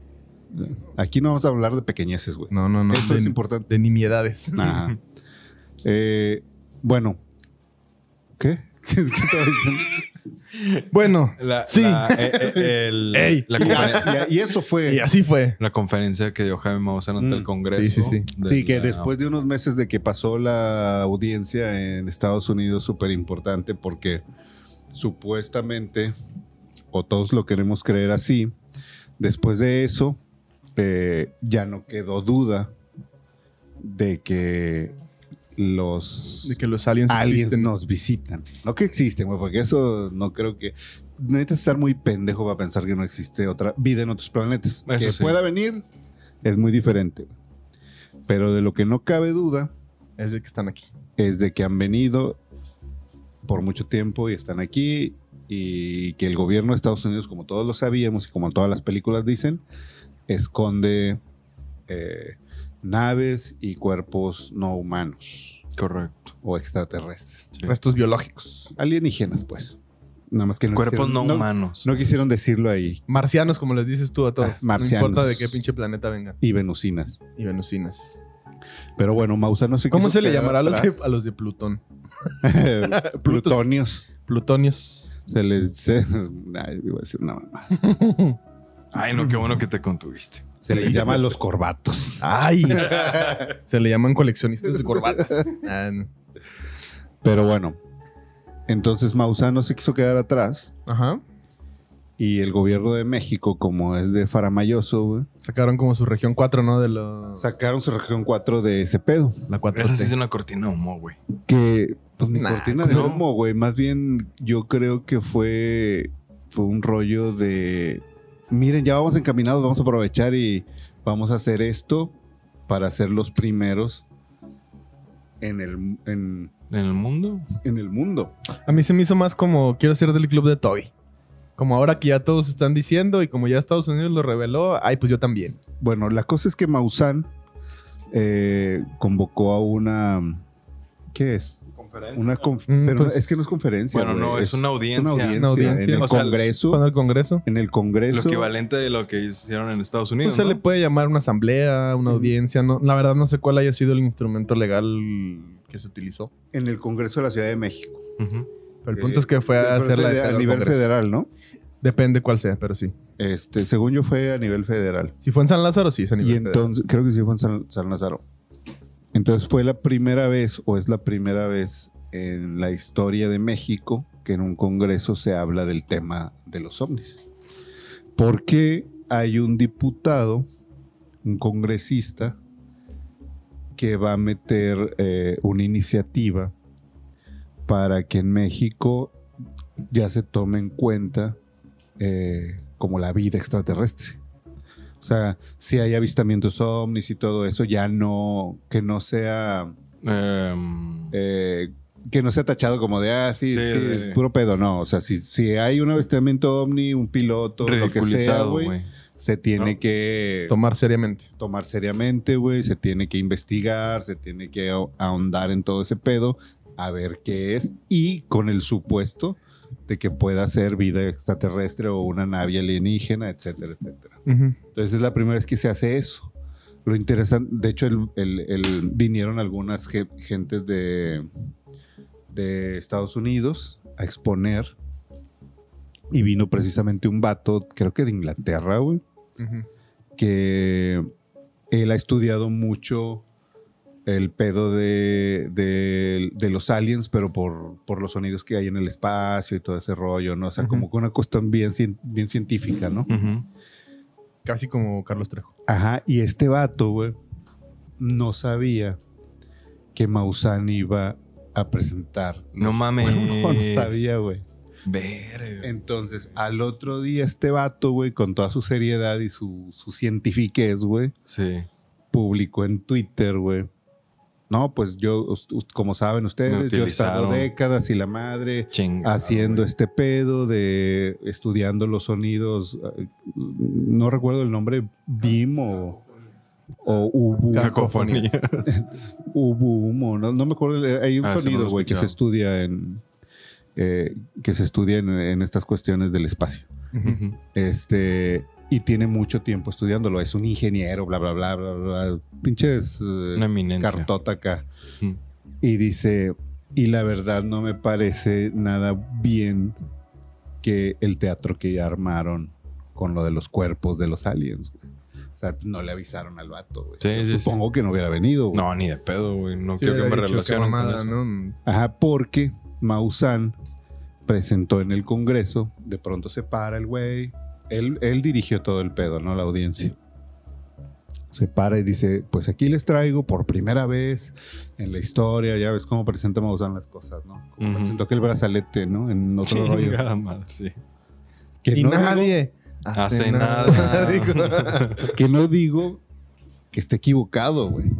[SPEAKER 3] Aquí no vamos a hablar de pequeñeces, güey.
[SPEAKER 2] No, no, no.
[SPEAKER 3] Esto
[SPEAKER 2] de,
[SPEAKER 3] es importante.
[SPEAKER 2] de nimiedades.
[SPEAKER 3] Ajá. Eh, bueno. ¿Qué? ¿Qué es que estaba diciendo?
[SPEAKER 2] Bueno,
[SPEAKER 4] La,
[SPEAKER 2] Sí.
[SPEAKER 4] La, eh, eh, el-
[SPEAKER 2] Ey.
[SPEAKER 4] la,
[SPEAKER 3] Y
[SPEAKER 4] conferen-
[SPEAKER 3] así- y, y eso fue.
[SPEAKER 2] y así fue.
[SPEAKER 4] la conferencia que dio Jaime Maussan ante
[SPEAKER 3] Mm,
[SPEAKER 4] el Congreso.
[SPEAKER 2] sí, sí, sí.
[SPEAKER 4] de
[SPEAKER 3] Sí, que
[SPEAKER 4] la-
[SPEAKER 3] después de unos meses de que pasó la audiencia en Estados Unidos, súper importante porque supuestamente, o todos lo queremos creer así, después de eso eh, ya no quedó duda de que los
[SPEAKER 2] De que los aliens,
[SPEAKER 3] aliens
[SPEAKER 2] existen.
[SPEAKER 3] nos visitan. No que existen, güey, porque eso no creo que... Necesitas estar muy pendejo para pensar que no existe otra vida en otros planetas.
[SPEAKER 4] Eso
[SPEAKER 3] que
[SPEAKER 4] sí.
[SPEAKER 3] pueda venir es muy diferente. güey. Pero de lo que no cabe duda
[SPEAKER 2] Es de que están aquí.
[SPEAKER 3] es de que han venido por mucho tiempo y están aquí y que el gobierno de Estados Unidos, como todos lo sabíamos y como en todas las películas dicen, esconde eh, naves y cuerpos no humanos
[SPEAKER 4] Correcto.
[SPEAKER 3] o extraterrestres.
[SPEAKER 4] sí.
[SPEAKER 2] Restos biológicos.
[SPEAKER 3] Alienígenas, pues. Nada más que no
[SPEAKER 4] Cuerpos
[SPEAKER 3] quisieron-
[SPEAKER 4] no, humanos.
[SPEAKER 3] No quisieron decirlo ahí.
[SPEAKER 2] Marcianos, como les dices tú a todos.
[SPEAKER 3] Ah, marcianos.
[SPEAKER 2] No importa de qué pinche planeta vengan.
[SPEAKER 3] Y venusinas.
[SPEAKER 2] Y venusinas.
[SPEAKER 3] Pero bueno, Mausa no sé
[SPEAKER 2] ¿Cómo se le llamará a los, de, a los de Plutón?
[SPEAKER 3] Plutonios.
[SPEAKER 2] Plutonios.
[SPEAKER 3] Se les. se- Ay, iba a decir una mamá.
[SPEAKER 4] Ay, no, qué bueno que te contuviste.
[SPEAKER 3] Se les llama los corbatos.
[SPEAKER 2] ¡Ay! se le llaman coleccionistas de corbatas. Ah, no.
[SPEAKER 3] Pero bueno. Entonces Mausa no se quiso quedar atrás.
[SPEAKER 2] Ajá.
[SPEAKER 3] Y el gobierno de México, como es de faramayoso, güey,
[SPEAKER 2] Sacaron como su región 4, ¿no? De lo,
[SPEAKER 3] sacaron su región 4 de ese pedo.
[SPEAKER 2] la 4
[SPEAKER 4] Esa sí es una cortina de humo, güey.
[SPEAKER 3] Que, pues ni
[SPEAKER 2] Nah,
[SPEAKER 3] cortina de
[SPEAKER 4] no.
[SPEAKER 3] humo, güey. Más bien, yo creo que fue, fue un rollo de. Miren, ya vamos encaminados, vamos a aprovechar y vamos a hacer esto para ser los primeros en el, en,
[SPEAKER 4] ¿En el mundo?
[SPEAKER 3] en el mundo.
[SPEAKER 2] A mí se me hizo más como quiero ser del club de Toby. Como ahora que ya todos están diciendo y como ya Estados Unidos lo reveló, ay, pues yo también.
[SPEAKER 3] Bueno, la cosa es que Maussan eh, convocó a una. ¿Qué es? Una conf-
[SPEAKER 2] Mm,
[SPEAKER 3] pero
[SPEAKER 2] pues-
[SPEAKER 3] es que no es conferencia.
[SPEAKER 4] Bueno,
[SPEAKER 3] güey,
[SPEAKER 4] no, es una audiencia.
[SPEAKER 3] audiencia,
[SPEAKER 2] Una audiencia.
[SPEAKER 3] En el
[SPEAKER 4] O sea,
[SPEAKER 3] Congreso.
[SPEAKER 2] Cuando el Congreso.
[SPEAKER 3] en el Congreso.
[SPEAKER 4] Lo equivalente de lo que hicieron en Estados
[SPEAKER 2] No
[SPEAKER 4] Unidos.
[SPEAKER 2] Pues se
[SPEAKER 4] ¿no?
[SPEAKER 2] le puede llamar una asamblea, una audiencia. No, la verdad no sé cuál haya sido el instrumento legal que se utilizó.
[SPEAKER 3] En el Congreso de la Ciudad de México.
[SPEAKER 4] Ujú.
[SPEAKER 2] Pero el
[SPEAKER 3] Eh,
[SPEAKER 2] punto es que fue a
[SPEAKER 3] Pero
[SPEAKER 2] hacer la de
[SPEAKER 3] fede-
[SPEAKER 2] pedo
[SPEAKER 3] a
[SPEAKER 2] al
[SPEAKER 3] nivel
[SPEAKER 2] Congreso.
[SPEAKER 3] federal, ¿no?
[SPEAKER 2] Depende cuál sea, pero sí.
[SPEAKER 3] Este, según yo fue a nivel federal.
[SPEAKER 2] Si fue en San Lázaro, sí, es a nivel
[SPEAKER 3] Y
[SPEAKER 2] federal.
[SPEAKER 3] entonces, creo que sí fue en San, San Lázaro. Entonces fue la primera vez, o es la primera vez en la historia de México que en un congreso se habla del tema de los ovnis. Porque hay un diputado, un congresista, que va a meter eh, una iniciativa para que en México ya se tome en cuenta eh, como la vida extraterrestre. O sea, si hay avistamientos ovnis y todo eso, ya no, que no sea,
[SPEAKER 4] Em,
[SPEAKER 3] eh, que no sea tachado como de, ah, sí,
[SPEAKER 4] Sí,
[SPEAKER 3] sí,
[SPEAKER 4] de-
[SPEAKER 3] puro pedo, no. O sea, si, si hay un avistamiento ovni, un piloto, lo que sea,
[SPEAKER 4] ridiculizado,
[SPEAKER 3] güey,
[SPEAKER 4] güey.
[SPEAKER 3] se tiene
[SPEAKER 4] ¿No?
[SPEAKER 3] que
[SPEAKER 2] Tomar seriamente.
[SPEAKER 3] tomar seriamente, güey, se tiene que investigar, se tiene que ah- ahondar en todo ese pedo, a ver qué es, y con el supuesto de que pueda ser vida extraterrestre o una nave alienígena, etcétera, etcétera.
[SPEAKER 2] Ujú.
[SPEAKER 3] Entonces es la primera vez que se hace eso. Lo interesante, de hecho, el- el- el- vinieron algunas ge- gentes de, de Estados Unidos a exponer y vino precisamente un vato, creo que de Inglaterra, güey,
[SPEAKER 2] Ujú.
[SPEAKER 3] que él ha estudiado mucho el pedo de, de- de los aliens, pero por, por los sonidos que hay en el espacio y todo ese rollo, ¿no? O sea,
[SPEAKER 2] Ujú.
[SPEAKER 3] como que una cuestión bien, cien- bien científica, ¿no?
[SPEAKER 4] Ujú.
[SPEAKER 2] Casi como Carlos Trejo.
[SPEAKER 3] Ajá, y este vato, güey, no sabía que Maussan iba a presentar.
[SPEAKER 4] No mames.
[SPEAKER 3] No,
[SPEAKER 4] Pues.
[SPEAKER 3] no sabía, güey.
[SPEAKER 4] Ver, güey.
[SPEAKER 3] Entonces, al otro día, este vato, güey, con toda su seriedad y su, su cientifiquez, güey,
[SPEAKER 4] Sí.
[SPEAKER 3] publicó en Twitter, güey. No, pues yo, us- us- como saben ustedes, yo he estado
[SPEAKER 4] utilizaron.
[SPEAKER 3] décadas y la madre
[SPEAKER 4] Chingado,
[SPEAKER 3] haciendo
[SPEAKER 4] güey.
[SPEAKER 3] este pedo de estudiando los sonidos, eh, no recuerdo el nombre, BIM o, o UBU,
[SPEAKER 4] Cacofonía.
[SPEAKER 3] Ubumo, no, no me acuerdo, eh, hay un
[SPEAKER 4] Ah, ese no
[SPEAKER 3] sonido,
[SPEAKER 4] lo he
[SPEAKER 3] güey, que se
[SPEAKER 4] escuchado.
[SPEAKER 3] estudia en eh, que se estudia en, en estas cuestiones del espacio.
[SPEAKER 4] Ujú.
[SPEAKER 3] Este, y tiene mucho tiempo estudiándolo, es un ingeniero, bla bla bla bla bla, pinches eh,
[SPEAKER 4] Una eminencia.
[SPEAKER 3] cartota acá.
[SPEAKER 4] Ujú.
[SPEAKER 3] Y dice, y la verdad no me parece nada bien que el teatro que armaron con lo de los cuerpos de los aliens, güey. O sea, no le avisaron al vato, güey.
[SPEAKER 4] Sí, sí, sí.
[SPEAKER 3] Supongo que no hubiera venido, güey.
[SPEAKER 4] No, ni de pedo, güey. No
[SPEAKER 2] Sí,
[SPEAKER 4] quiero que
[SPEAKER 2] hubiera
[SPEAKER 4] me
[SPEAKER 2] dicho,
[SPEAKER 4] relacionen
[SPEAKER 2] "Qué
[SPEAKER 4] con
[SPEAKER 2] mamada,
[SPEAKER 4] eso.
[SPEAKER 2] ¿no?
[SPEAKER 3] Ajá, porque Maussan presentó en el Congreso, de pronto se para el güey. Él, él dirigió todo el pedo, ¿no? La audiencia. Se para y dice, pues aquí les traigo por primera vez en la historia, ya ves cómo presenta Maussan las cosas, ¿no? Como
[SPEAKER 4] Ujú.
[SPEAKER 3] Presentó aquel brazalete, ¿no? En otro rollo.
[SPEAKER 4] Chingada madre, sí.
[SPEAKER 3] Que
[SPEAKER 2] y
[SPEAKER 3] no, digo,
[SPEAKER 2] nadie
[SPEAKER 4] Hace nada.
[SPEAKER 2] digo.
[SPEAKER 3] que no digo que esté equivocado, güey.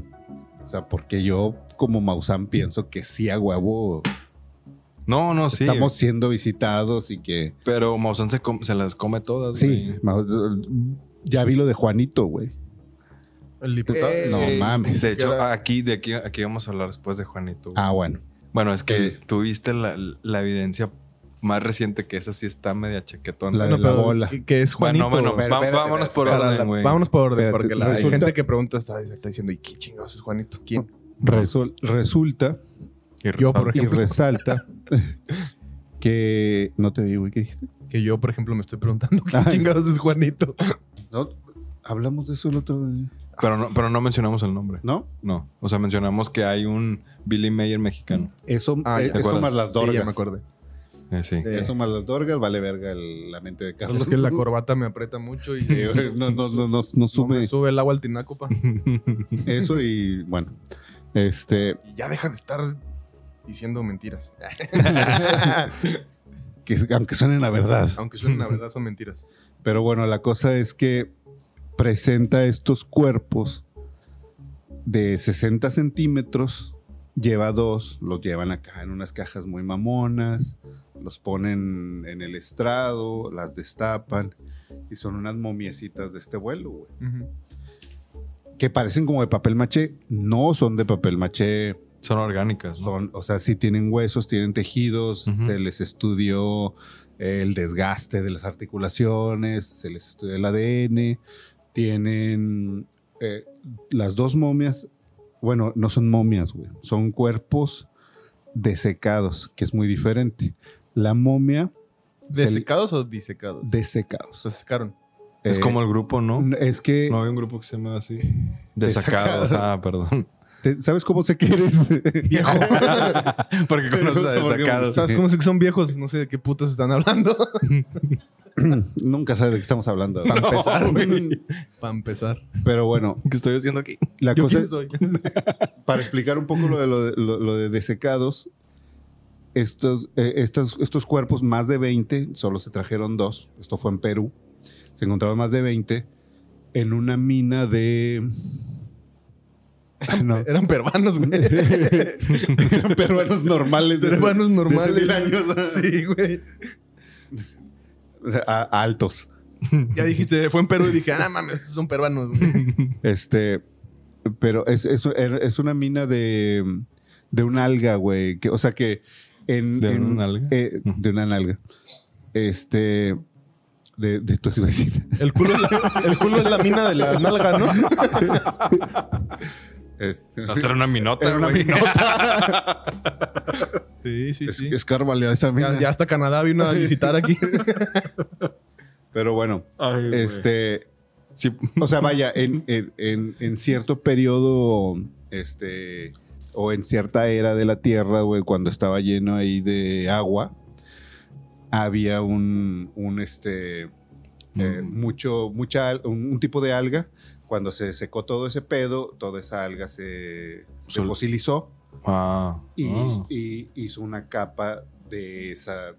[SPEAKER 3] O sea, porque yo como Maussan pienso que sí a huevo
[SPEAKER 4] No, no, sí.
[SPEAKER 3] estamos siendo visitados y que...
[SPEAKER 4] Pero Maussan se, com- se las come todas,
[SPEAKER 3] Sí,
[SPEAKER 4] güey.
[SPEAKER 3] ma- ya vi lo de Juanito, güey.
[SPEAKER 2] El diputado.
[SPEAKER 3] Eh, No mames.
[SPEAKER 4] De hecho, aquí, de aquí, aquí vamos a hablar después de Juanito. güey.
[SPEAKER 3] Ah, bueno.
[SPEAKER 4] Bueno, es que tuviste la, la evidencia más reciente que esa sí está media chaquetona.
[SPEAKER 3] La
[SPEAKER 2] Bueno,
[SPEAKER 3] de la
[SPEAKER 2] pero
[SPEAKER 3] bola.
[SPEAKER 2] que- Que es
[SPEAKER 4] Bueno,
[SPEAKER 2] Juanito.
[SPEAKER 4] bueno,
[SPEAKER 2] güey.
[SPEAKER 4] va-
[SPEAKER 3] espérate,
[SPEAKER 4] vámonos por
[SPEAKER 2] Para la-
[SPEAKER 4] orden, güey.
[SPEAKER 2] vámonos por orden,
[SPEAKER 3] Espérate,
[SPEAKER 2] porque la, hay
[SPEAKER 3] resulta-
[SPEAKER 2] gente que pregunta está, está diciendo, ¿y qué chingados es Juanito? ¿Quién?
[SPEAKER 3] Resul- resulta
[SPEAKER 4] Y
[SPEAKER 2] Yo, por
[SPEAKER 4] resolver.
[SPEAKER 3] y
[SPEAKER 2] ejemplo,
[SPEAKER 3] resalta que no te vi, güey, ¿qué dijiste?
[SPEAKER 2] que yo, por ejemplo, me estoy preguntando, ¿qué
[SPEAKER 3] Ah, es-
[SPEAKER 2] chingados es Juanito?
[SPEAKER 3] No, hablamos de eso el otro día.
[SPEAKER 4] Pero no, pero no mencionamos el nombre.
[SPEAKER 3] ¿No?
[SPEAKER 4] No. O sea, mencionamos que hay un Billy Mayer mexicano.
[SPEAKER 3] Eso,
[SPEAKER 2] Ah, ya.
[SPEAKER 3] eh,
[SPEAKER 2] ¿Te
[SPEAKER 3] eso
[SPEAKER 4] acuerdas?
[SPEAKER 3] más las
[SPEAKER 2] Sí,
[SPEAKER 3] dorgas.
[SPEAKER 2] ya me acordé.
[SPEAKER 3] Mm.
[SPEAKER 4] Eh, sí.
[SPEAKER 2] Eh,
[SPEAKER 3] Eso más las dorgas, vale verga el- la mente de Carlos.
[SPEAKER 2] es que la corbata me aprieta mucho y
[SPEAKER 3] Sí, güey, no, no, no, no, no
[SPEAKER 2] no me
[SPEAKER 3] sube
[SPEAKER 2] sube el agua al tinaco, pa.
[SPEAKER 3] eso y bueno. Este,
[SPEAKER 2] Y ya deja de estar diciendo mentiras.
[SPEAKER 3] que, aunque suene la verdad.
[SPEAKER 2] Aunque suenen la verdad, son mentiras.
[SPEAKER 3] Pero bueno, la cosa es que presenta estos cuerpos de 60 centímetros, lleva dos, los llevan acá en unas cajas muy mamonas, los ponen en el estrado, las destapan y son unas momiecitas de este vuelo, güey. que parecen como de papel maché, no son de papel maché.
[SPEAKER 4] Son orgánicas, ¿no?
[SPEAKER 3] Son, o sea, sí tienen huesos, tienen tejidos,
[SPEAKER 4] Ujú.
[SPEAKER 3] se les estudió el desgaste de las articulaciones, se les estudió el ADN, tienen eh, las dos momias, bueno, no son momias, güey, son cuerpos desecados, que es muy diferente. La momia
[SPEAKER 2] ¿Desecados o disecados?
[SPEAKER 3] desecados.
[SPEAKER 2] Se secaron.
[SPEAKER 4] es
[SPEAKER 3] Eh,
[SPEAKER 4] como el grupo, ¿no?
[SPEAKER 3] es que
[SPEAKER 4] No había un grupo que se llama así. Desacados. Ah, perdón.
[SPEAKER 3] te- ¿sabes cómo sé que eres viejo?
[SPEAKER 4] Porque conoces a
[SPEAKER 3] Porque-
[SPEAKER 4] desacados.
[SPEAKER 2] ¿Sabes cómo sé que son viejos? No sé de qué putas están hablando.
[SPEAKER 3] Nunca sabes de qué estamos hablando.
[SPEAKER 2] Para
[SPEAKER 4] No,
[SPEAKER 2] empezar,
[SPEAKER 4] güey.
[SPEAKER 2] Para empezar.
[SPEAKER 3] Pero bueno,
[SPEAKER 4] ¿Qué estoy haciendo aquí?
[SPEAKER 3] la
[SPEAKER 2] ¿Yo
[SPEAKER 3] cosa
[SPEAKER 2] quién
[SPEAKER 3] es,
[SPEAKER 2] soy?
[SPEAKER 3] para explicar un poco lo de, lo de- lo- lo de desecados, estos, eh, estas- estos cuerpos, más de 20, solo se trajeron dos, esto fue en Perú, se encontraron más de 20 en una mina de... Ay, no.
[SPEAKER 2] Eran peruanos, güey.
[SPEAKER 3] Eran peruanos normales. de-
[SPEAKER 2] Peruanos normales.
[SPEAKER 3] mil años.
[SPEAKER 2] Sí, güey.
[SPEAKER 3] o sea, a- altos.
[SPEAKER 2] Ya dijiste, fue en Perú y dije, ah, mames, son peruanos. güey".
[SPEAKER 3] Este, pero es, es, er, es una mina de, de un alga, güey. que- o sea que en.
[SPEAKER 4] ¿De
[SPEAKER 3] en-
[SPEAKER 4] una nalga?
[SPEAKER 3] eh, de una alga. Este. De, de tu ex vecina.
[SPEAKER 2] El culo, es la- el culo es la mina de la nalga, ¿no?
[SPEAKER 3] Este,
[SPEAKER 4] Hasta era una minota,
[SPEAKER 3] Era una
[SPEAKER 4] güey.
[SPEAKER 2] Sí, sí,
[SPEAKER 3] es-
[SPEAKER 2] sí.
[SPEAKER 3] escárvale a esa mina.
[SPEAKER 2] Ya, ya hasta Canadá vino a visitar aquí.
[SPEAKER 3] Pero bueno,
[SPEAKER 4] Ay, güey.
[SPEAKER 3] este.
[SPEAKER 4] Sí.
[SPEAKER 3] O sea, vaya, en, en- en- en cierto periodo, este, o en cierta era de la Tierra, güey, cuando estaba lleno ahí de agua, había un, un, este, eh,
[SPEAKER 4] Mm.
[SPEAKER 3] mucho, mucha, al- un, un tipo de alga. Cuando se secó todo ese pedo, toda esa alga se, se
[SPEAKER 4] Sol-
[SPEAKER 3] fosilizó
[SPEAKER 4] Ah.
[SPEAKER 3] y,
[SPEAKER 4] ah.
[SPEAKER 3] y hizo una capa de esa,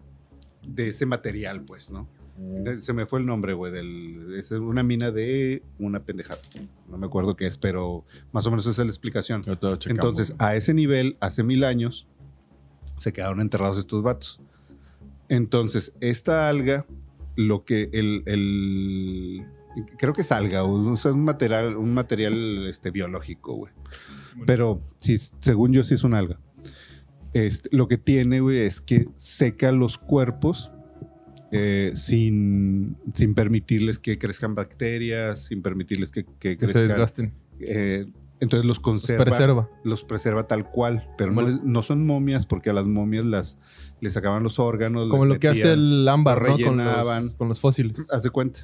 [SPEAKER 3] de ese material, pues, ¿no? Eh, Se me fue el nombre, güey, del, es una mina de una pendejada. No me acuerdo qué es, pero más o menos esa es la explicación.
[SPEAKER 4] Ahorita lo checamos.
[SPEAKER 3] Entonces, ah, a ese nivel, hace mil años, se quedaron enterrados estos vatos. Entonces, esta alga, lo que el, el- creo que es alga, o sea, es un material, un material este, biológico, güey. Pero sí, según yo sí es un alga. Este, lo que tiene, güey, es que seca los cuerpos eh, sin, sin permitirles que crezcan bacterias, sin permitirles que, que
[SPEAKER 2] Que se
[SPEAKER 3] crezcan.
[SPEAKER 2] desgasten.
[SPEAKER 3] eh, entonces los
[SPEAKER 2] Se
[SPEAKER 3] conserva,
[SPEAKER 2] preserva.
[SPEAKER 3] los preserva tal cual, pero
[SPEAKER 2] Como
[SPEAKER 3] no,
[SPEAKER 2] el-
[SPEAKER 3] les- no son momias porque a las momias las, les sacaban los órganos.
[SPEAKER 2] Como
[SPEAKER 3] les
[SPEAKER 2] lo que hace
[SPEAKER 3] metían-
[SPEAKER 2] el ámbar, ¿no? Con
[SPEAKER 3] rellenaban.
[SPEAKER 2] los, con los fósiles.
[SPEAKER 3] Haz de cuenta,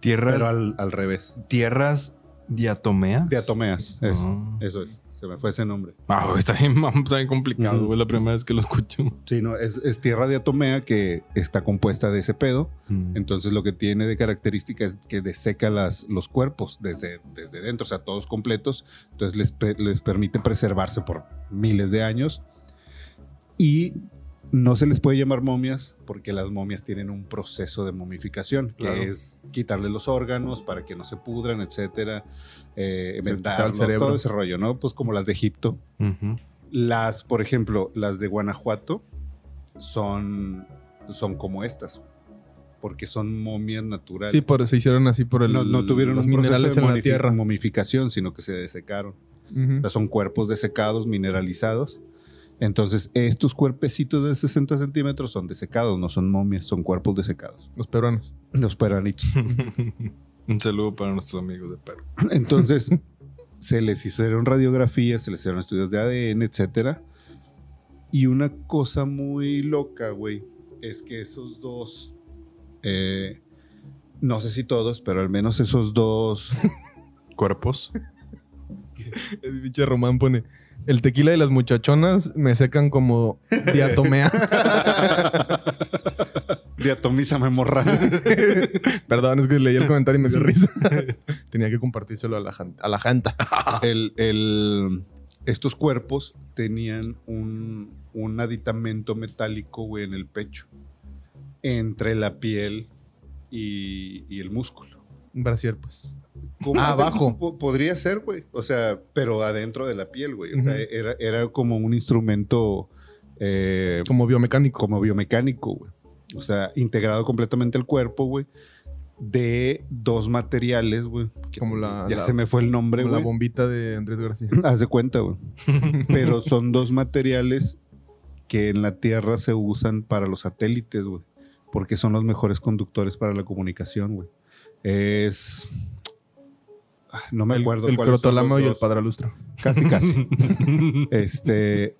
[SPEAKER 4] Tierras,
[SPEAKER 3] pero al, al revés.
[SPEAKER 4] tierras diatomeas.
[SPEAKER 3] Diatomeas, eso,
[SPEAKER 4] Ah.
[SPEAKER 3] eso es. Se me fue ese nombre.
[SPEAKER 4] Ah, güey, está bien, mam- está bien complicado,
[SPEAKER 3] Ujú.
[SPEAKER 4] güey. Es la primera vez que lo escucho.
[SPEAKER 3] Sí, no, es, es tierra diatomea que está compuesta de ese pedo.
[SPEAKER 2] Mm.
[SPEAKER 4] Ent-
[SPEAKER 3] Entonces lo que tiene de característica es que deseca las, los cuerpos desde, desde dentro, o sea, todos completos. Entonces les, pe- les permite preservarse por miles de años. Y no se les puede llamar momias porque las momias tienen un proceso de momificación, que
[SPEAKER 4] Claro.
[SPEAKER 3] es quitarle los órganos para que no se pudran, etcétera, eh,
[SPEAKER 2] Se les quita el
[SPEAKER 3] vendarlos,
[SPEAKER 2] cerebro.
[SPEAKER 3] todo ese rollo, ¿no? Pues como las de Egipto.
[SPEAKER 4] Ujú.
[SPEAKER 3] Las, por ejemplo, las de Guanajuato son, son como estas, porque son momias naturales.
[SPEAKER 2] Sí, por, se hicieron así por el.
[SPEAKER 3] no, no tuvieron
[SPEAKER 2] los
[SPEAKER 3] un
[SPEAKER 2] minerales
[SPEAKER 3] proceso de
[SPEAKER 2] en la
[SPEAKER 3] momifi-
[SPEAKER 2] tierra.
[SPEAKER 3] momificación, sino que se desecaron. O
[SPEAKER 2] Ujú.
[SPEAKER 3] sea, son cuerpos desecados, mineralizados. Entonces, estos cuerpecitos de 60 centímetros son desecados, no son momias, son cuerpos desecados.
[SPEAKER 2] Los peruanos.
[SPEAKER 3] Los peranitos.
[SPEAKER 4] Un saludo para nuestros amigos de Perú.
[SPEAKER 3] Entonces, se les hicieron radiografías, se les hicieron estudios de ADN, etcétera. Y una cosa muy loca, güey, es que esos dos, eh, no sé si todos, pero al menos esos dos,
[SPEAKER 4] ¿Cuerpos?
[SPEAKER 2] El pinche Román pone. El tequila y las muchachonas me secan como diatomea.
[SPEAKER 3] diatomízame morra.
[SPEAKER 2] Perdón, es que leí el comentario y me dio risa. Tenía que compartírselo a la, jan- a la janta.
[SPEAKER 3] El- el- estos cuerpos tenían un, un aditamento metálico, güey, en el pecho, entre la piel y- y el músculo.
[SPEAKER 2] Un brasier, pues.
[SPEAKER 3] Como
[SPEAKER 2] Ah,
[SPEAKER 3] haz de-
[SPEAKER 2] abajo.
[SPEAKER 3] po- podría ser, güey. O sea, pero adentro de la piel, güey. O sea,
[SPEAKER 2] Ujú.
[SPEAKER 3] era, era como un instrumento eh,
[SPEAKER 2] Como biomecánico.
[SPEAKER 3] como biomecánico, güey. O sea, integrado completamente al cuerpo, güey. de dos materiales, güey. que
[SPEAKER 2] Como la-
[SPEAKER 3] ya
[SPEAKER 2] la-
[SPEAKER 3] se me fue el nombre,
[SPEAKER 2] Como la
[SPEAKER 3] güey.
[SPEAKER 2] bombita de Andrés García.
[SPEAKER 3] Haz de cuenta, güey. Pero son dos materiales que en la Tierra se usan para los satélites, güey. Porque son los mejores conductores para la comunicación, güey. Es. Ah, No me
[SPEAKER 2] El-
[SPEAKER 3] acuerdo.
[SPEAKER 2] El,
[SPEAKER 3] cuáles son
[SPEAKER 2] crotolamo
[SPEAKER 3] los
[SPEAKER 2] y el
[SPEAKER 3] dos.
[SPEAKER 2] padralustro.
[SPEAKER 3] Casi, casi. este.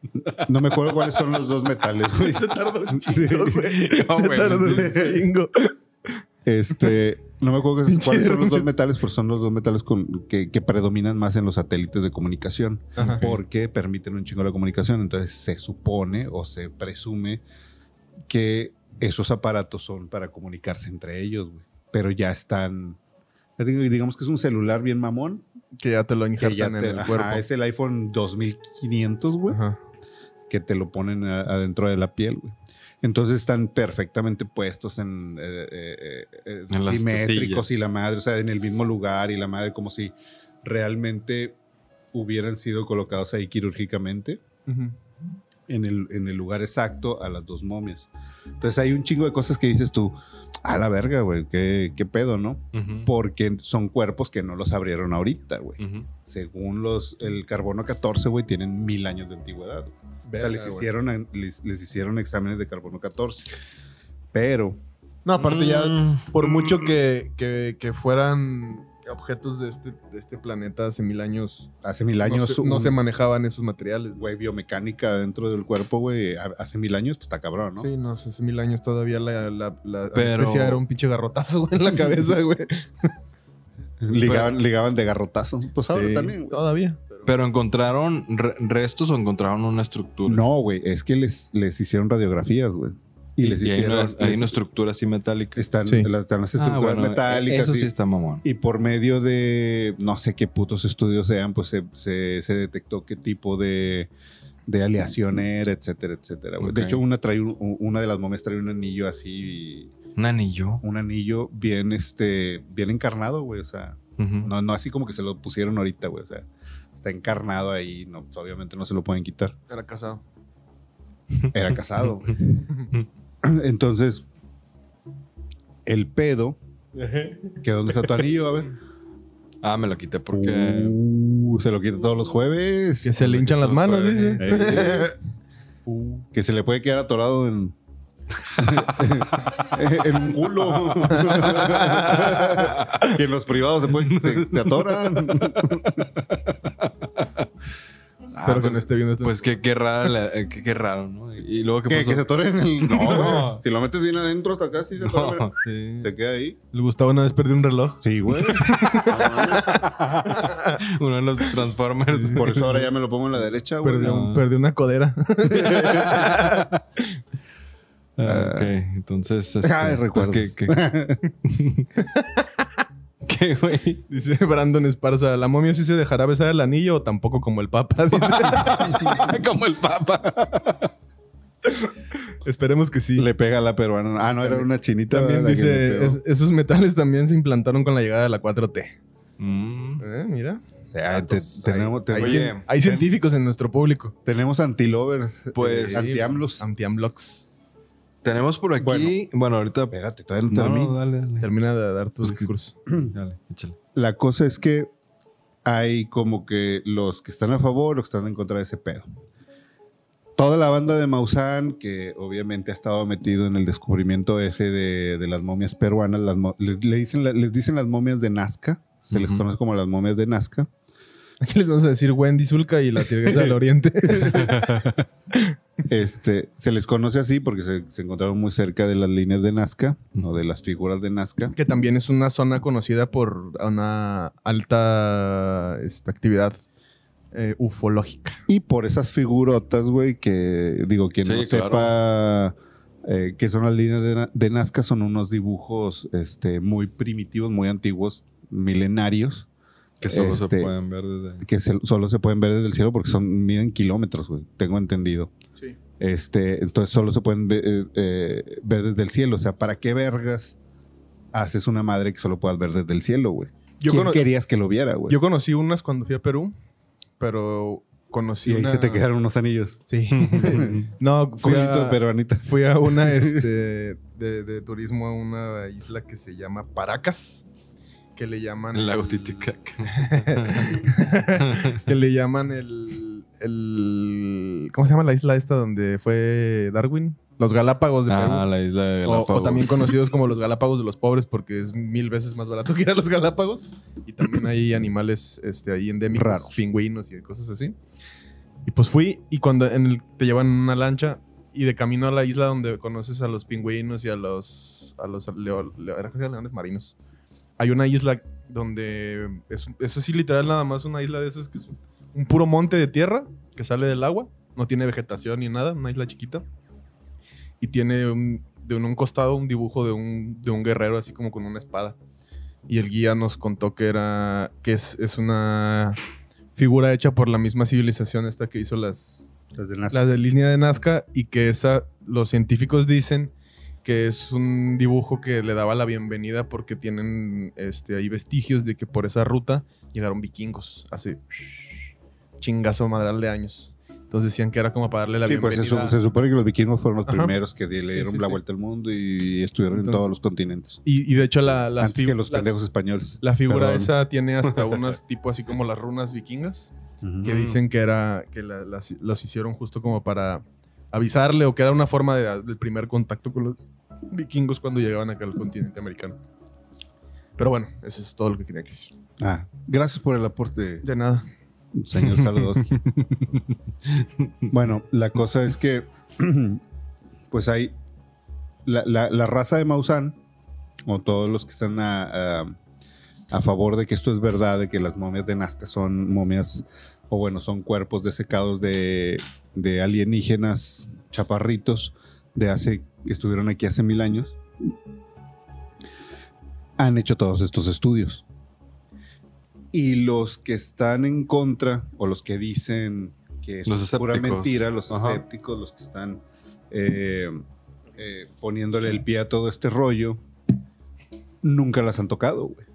[SPEAKER 3] No me acuerdo cuáles son los dos metales, güey. Sí.
[SPEAKER 4] No,
[SPEAKER 2] Se
[SPEAKER 4] güey.
[SPEAKER 2] tardó un chingo.
[SPEAKER 3] Este, no me acuerdo
[SPEAKER 2] Pinche
[SPEAKER 3] cuáles son los
[SPEAKER 2] Hermes.
[SPEAKER 3] dos metales, pero son los dos metales con- que, que predominan más en los satélites de comunicación,
[SPEAKER 2] Ajá.
[SPEAKER 3] porque permiten un chingo la comunicación. Entonces se supone o se presume que esos aparatos son para comunicarse entre ellos, güey. pero ya están. ya digo- Digamos que es un celular bien mamón.
[SPEAKER 2] Que ya te lo
[SPEAKER 3] Que ya
[SPEAKER 2] injertan en
[SPEAKER 3] te-
[SPEAKER 2] el
[SPEAKER 3] ajá,
[SPEAKER 2] cuerpo.
[SPEAKER 3] es el iPhone 2500, güey
[SPEAKER 2] Ajá.
[SPEAKER 3] que te lo ponen a- adentro de la piel, güey. Entonces están perfectamente puestos en, eh, eh, eh,
[SPEAKER 4] En las
[SPEAKER 3] simétricos
[SPEAKER 4] tetillas.
[SPEAKER 3] y la madre, o sea, en el mismo lugar y la madre, como si realmente hubieran sido colocados ahí quirúrgicamente
[SPEAKER 2] Ujú.
[SPEAKER 3] en el, en el lugar exacto a las dos momias. Entonces hay un chingo de cosas que dices tú, a la verga, güey, qué, qué pedo, ¿no?
[SPEAKER 4] Ujú.
[SPEAKER 3] Porque son cuerpos que no los abrieron ahorita, güey.
[SPEAKER 4] Ujú.
[SPEAKER 3] Según los, el carbono 14, güey, tienen mil años de antigüedad. güey. O sea, les,
[SPEAKER 2] Verga, güey.
[SPEAKER 3] hicieron, les, les hicieron exámenes de carbono 14. Pero,
[SPEAKER 2] No, aparte ya,
[SPEAKER 4] Mm.
[SPEAKER 2] por mucho que, que, que fueran objetos de este, de este planeta hace mil años,
[SPEAKER 3] hace mil
[SPEAKER 2] no
[SPEAKER 3] años,
[SPEAKER 2] se- no, se,
[SPEAKER 3] un-
[SPEAKER 2] manejaban esos materiales. güey.
[SPEAKER 3] güey, biomecánica dentro del cuerpo, güey, ha- hace mil años, pues está cabrón, ¿no?
[SPEAKER 2] Sí, no, hace mil años todavía la, la, la
[SPEAKER 4] Pero-
[SPEAKER 2] anestesia era un pinche garrotazo güey, en la cabeza, güey.
[SPEAKER 3] Ligaban, ligaban de garrotazo. Pues ahora
[SPEAKER 2] Sí,
[SPEAKER 3] también, güey.
[SPEAKER 2] Todavía.
[SPEAKER 4] Pero encontraron re- restos o encontraron una estructura.
[SPEAKER 3] No, güey, es que les, les hicieron radiografías, güey. Y les
[SPEAKER 4] hay
[SPEAKER 3] hicieron.
[SPEAKER 4] una, hay
[SPEAKER 3] les-
[SPEAKER 4] una estructura así metálica.
[SPEAKER 3] están,
[SPEAKER 2] Sí.
[SPEAKER 3] las, están las
[SPEAKER 4] Ah,
[SPEAKER 3] estructuras
[SPEAKER 4] bueno,
[SPEAKER 3] metálicas.
[SPEAKER 4] Eso sí
[SPEAKER 3] y-
[SPEAKER 4] está mamón.
[SPEAKER 3] Y por medio de no sé qué putos estudios sean, pues se, se- se detectó qué tipo de, de aleación era, etcétera, etcétera. güey. De
[SPEAKER 4] Ok.
[SPEAKER 3] hecho, una, trae un- una de las momias trae un anillo así,
[SPEAKER 4] Nani yo.
[SPEAKER 3] un anillo bien, este, bien encarnado, güey. O sea, no, no así como que se lo pusieron ahorita, güey. O sea, está encarnado ahí, no, pues, obviamente no se lo pueden quitar.
[SPEAKER 2] Era casado.
[SPEAKER 3] Era casado, güey.
[SPEAKER 4] Ah,
[SPEAKER 3] Entonces, el pedo, que dónde está tu anillo, a ver.
[SPEAKER 4] Ah, me lo quité porque.
[SPEAKER 3] Uh, se lo quita todos los jueves.
[SPEAKER 2] Que se le hinchan las manos, dice.
[SPEAKER 3] Eh, que se le puede quedar atorado en. en un culo. que en los privados se, pueden, se, se atoran. Uh,
[SPEAKER 4] Ah,
[SPEAKER 2] Espero que
[SPEAKER 4] pues,
[SPEAKER 3] este
[SPEAKER 2] no esté viendo esto.
[SPEAKER 4] pues qué, qué raro, la- eh, qué, qué raro, ¿no? Y luego qué
[SPEAKER 3] Que, que se
[SPEAKER 4] pasó.
[SPEAKER 3] atore en el. No, güey.
[SPEAKER 4] No.
[SPEAKER 3] Si lo metes bien adentro hasta acá, sí se atora.
[SPEAKER 4] No.
[SPEAKER 2] Sí.
[SPEAKER 3] güey. Se queda ahí.
[SPEAKER 2] El Gustavo una vez perdió un reloj.
[SPEAKER 3] Sí, güey.
[SPEAKER 4] Uno de los Transformers.
[SPEAKER 3] Ah, Por eso ahora ya me lo pongo en la derecha, güey.
[SPEAKER 2] Perdió,
[SPEAKER 4] no.
[SPEAKER 2] un- perdió una codera.
[SPEAKER 4] Ah, ok, entonces. este,
[SPEAKER 2] Ah,
[SPEAKER 3] Ay,
[SPEAKER 4] pues,
[SPEAKER 3] recuerdos.
[SPEAKER 4] ¿qué- qué- qué, güey?
[SPEAKER 2] Dice Brandon Esparza, ¿la momia sí se dejará besar el anillo o tampoco como el papa? Dice,
[SPEAKER 4] Como el Papa.
[SPEAKER 2] esperemos que sí.
[SPEAKER 3] Le pega a la peruana. Ah, no, era una chinita.
[SPEAKER 2] También
[SPEAKER 3] la que le
[SPEAKER 2] dice,
[SPEAKER 3] pegó.
[SPEAKER 2] "Es- esos metales también se implantaron con la llegada de la 4T.
[SPEAKER 4] Mm.
[SPEAKER 2] Eh, Mira.
[SPEAKER 3] O sea, te- tenemos,
[SPEAKER 2] Hay,
[SPEAKER 3] tenemos,
[SPEAKER 4] Oye, ¿eh?
[SPEAKER 2] cien- hay científicos en nuestro público.
[SPEAKER 3] tenemos antilovers.
[SPEAKER 4] Pues-
[SPEAKER 3] eh, antiamlos.
[SPEAKER 2] Antiamblocks.
[SPEAKER 4] Tenemos por aquí. Bueno,
[SPEAKER 3] Bueno.
[SPEAKER 4] ahorita.
[SPEAKER 3] Espérate, todavía no
[SPEAKER 4] No,
[SPEAKER 3] termino.
[SPEAKER 4] no, dale, dale.
[SPEAKER 2] Termina de dar tu
[SPEAKER 4] Pues que-
[SPEAKER 2] discurso.
[SPEAKER 4] Dale, échale.
[SPEAKER 3] La cosa es que hay como que los que están a favor, los que están en contra de ese pedo. Toda la banda de Maussan, que obviamente ha estado metido en el descubrimiento ese de, de las momias peruanas, las mo- les, le dicen, la- les dicen las momias de Nazca, se les
[SPEAKER 4] Ujú.
[SPEAKER 3] conoce como las momias de Nazca.
[SPEAKER 2] Aquí les vamos a decir Wendy Zulka y la Tirguesa del Oriente.
[SPEAKER 3] Este, se les conoce así porque se, se encontraron muy cerca de las líneas de Nazca, o de las figuras de Nazca.
[SPEAKER 2] que también es una zona conocida por una alta esta, actividad eh, ufológica.
[SPEAKER 3] Y por esas figurotas, güey, que digo, quien
[SPEAKER 4] Sí,
[SPEAKER 3] no
[SPEAKER 4] claro.
[SPEAKER 3] sepa eh, qué son las líneas de, Na- de Nazca, son unos dibujos este, muy primitivos, muy antiguos, milenarios,
[SPEAKER 4] Que solo se
[SPEAKER 3] Este-
[SPEAKER 4] pueden ver desde.
[SPEAKER 3] que se- solo se pueden ver desde el cielo porque son miden kilómetros, güey, tengo entendido.
[SPEAKER 2] Sí.
[SPEAKER 3] Este, entonces solo se pueden ve- eh, eh, ver desde el cielo. O sea, ¿para qué vergas haces una madre que solo puedas ver desde el cielo, güey?
[SPEAKER 2] Yo,
[SPEAKER 3] ¿Quién
[SPEAKER 2] cono-
[SPEAKER 3] querías que lo viera, güey?
[SPEAKER 2] yo conocí unas cuando fui a Perú, pero conocí
[SPEAKER 3] y ahí
[SPEAKER 2] una-
[SPEAKER 3] se te quedaron unos anillos.
[SPEAKER 2] Sí. no, fui
[SPEAKER 3] Culito
[SPEAKER 2] a,
[SPEAKER 3] de peruanita.
[SPEAKER 2] fui a una este, de, de turismo a una isla que se llama Paracas, que le llaman...
[SPEAKER 4] El lago
[SPEAKER 2] el-
[SPEAKER 4] Titicaca.
[SPEAKER 2] que le llaman el, el... ¿Cómo se llama la isla esta donde fue Darwin? Los Galápagos de Perú.
[SPEAKER 4] Ah, la isla de
[SPEAKER 2] O- O,
[SPEAKER 4] Galápagos.
[SPEAKER 2] también conocidos como los Galápagos de los pobres porque es mil veces más barato que ir a los Galápagos. Y también hay animales este, ahí endémicos,
[SPEAKER 3] Raro.
[SPEAKER 2] pingüinos y cosas así. Y pues fui y cuando en el- te llevan en una lancha y de camino a la isla donde conoces a los pingüinos y a los, a los leo- leo- era que eran leones marinos. Hay una isla donde es- eso sí literal nada más una isla de esas que es un puro monte de tierra que sale del agua, no tiene vegetación ni nada, una isla chiquita y tiene un- de un, un costado un dibujo de un, de un guerrero así como con una espada. Y el guía nos contó que era que es, es una figura hecha por la misma civilización esta que hizo las,
[SPEAKER 3] Las de Nazca.
[SPEAKER 2] las de línea de Nazca y que esa los científicos dicen que es un dibujo que le daba la bienvenida porque tienen este ahí vestigios de que por esa ruta llegaron vikingos hace chingazo madral de años. Entonces decían que era como para darle la
[SPEAKER 3] Sí, pues
[SPEAKER 2] bienvenida.
[SPEAKER 3] se, su- se supone que los vikingos fueron los
[SPEAKER 2] Ajá.
[SPEAKER 3] primeros que di- le
[SPEAKER 2] Sí,
[SPEAKER 3] dieron
[SPEAKER 2] sí,
[SPEAKER 3] la
[SPEAKER 2] sí.
[SPEAKER 3] vuelta al mundo y estuvieron en
[SPEAKER 2] Entonces-
[SPEAKER 3] todos los continentes.
[SPEAKER 2] Y, y de hecho la, las
[SPEAKER 3] Antes
[SPEAKER 2] fib-
[SPEAKER 3] que los
[SPEAKER 2] las-
[SPEAKER 3] pendejos españoles.
[SPEAKER 2] La figura
[SPEAKER 3] Perdón.
[SPEAKER 2] esa tiene hasta unas tipo así como las runas vikingas
[SPEAKER 3] Ujú.
[SPEAKER 2] que dicen que era que la- las, los hicieron justo como para avisarle o que era una forma de- del primer contacto con los vikingos cuando llegaban acá al continente americano. Pero bueno, eso es todo lo que quería que decir.
[SPEAKER 3] Ah, gracias por el aporte,
[SPEAKER 2] De nada.
[SPEAKER 3] señor Saludos. bueno, la cosa es que, pues hay la, la- la raza de Maussan, o todos los que están a, a- a favor de que esto es verdad, de que las momias de Nazca son momias, o bueno, son cuerpos desecados de, de alienígenas chaparritos de hace que estuvieron aquí hace mil años, han hecho todos estos estudios. Y los que están en contra, o los que dicen que es
[SPEAKER 4] Los
[SPEAKER 3] pura
[SPEAKER 4] escépticos.
[SPEAKER 3] mentira, los
[SPEAKER 4] Ajá.
[SPEAKER 3] escépticos, los que están eh, eh, poniéndole el pie a todo este rollo, nunca las han tocado, güey.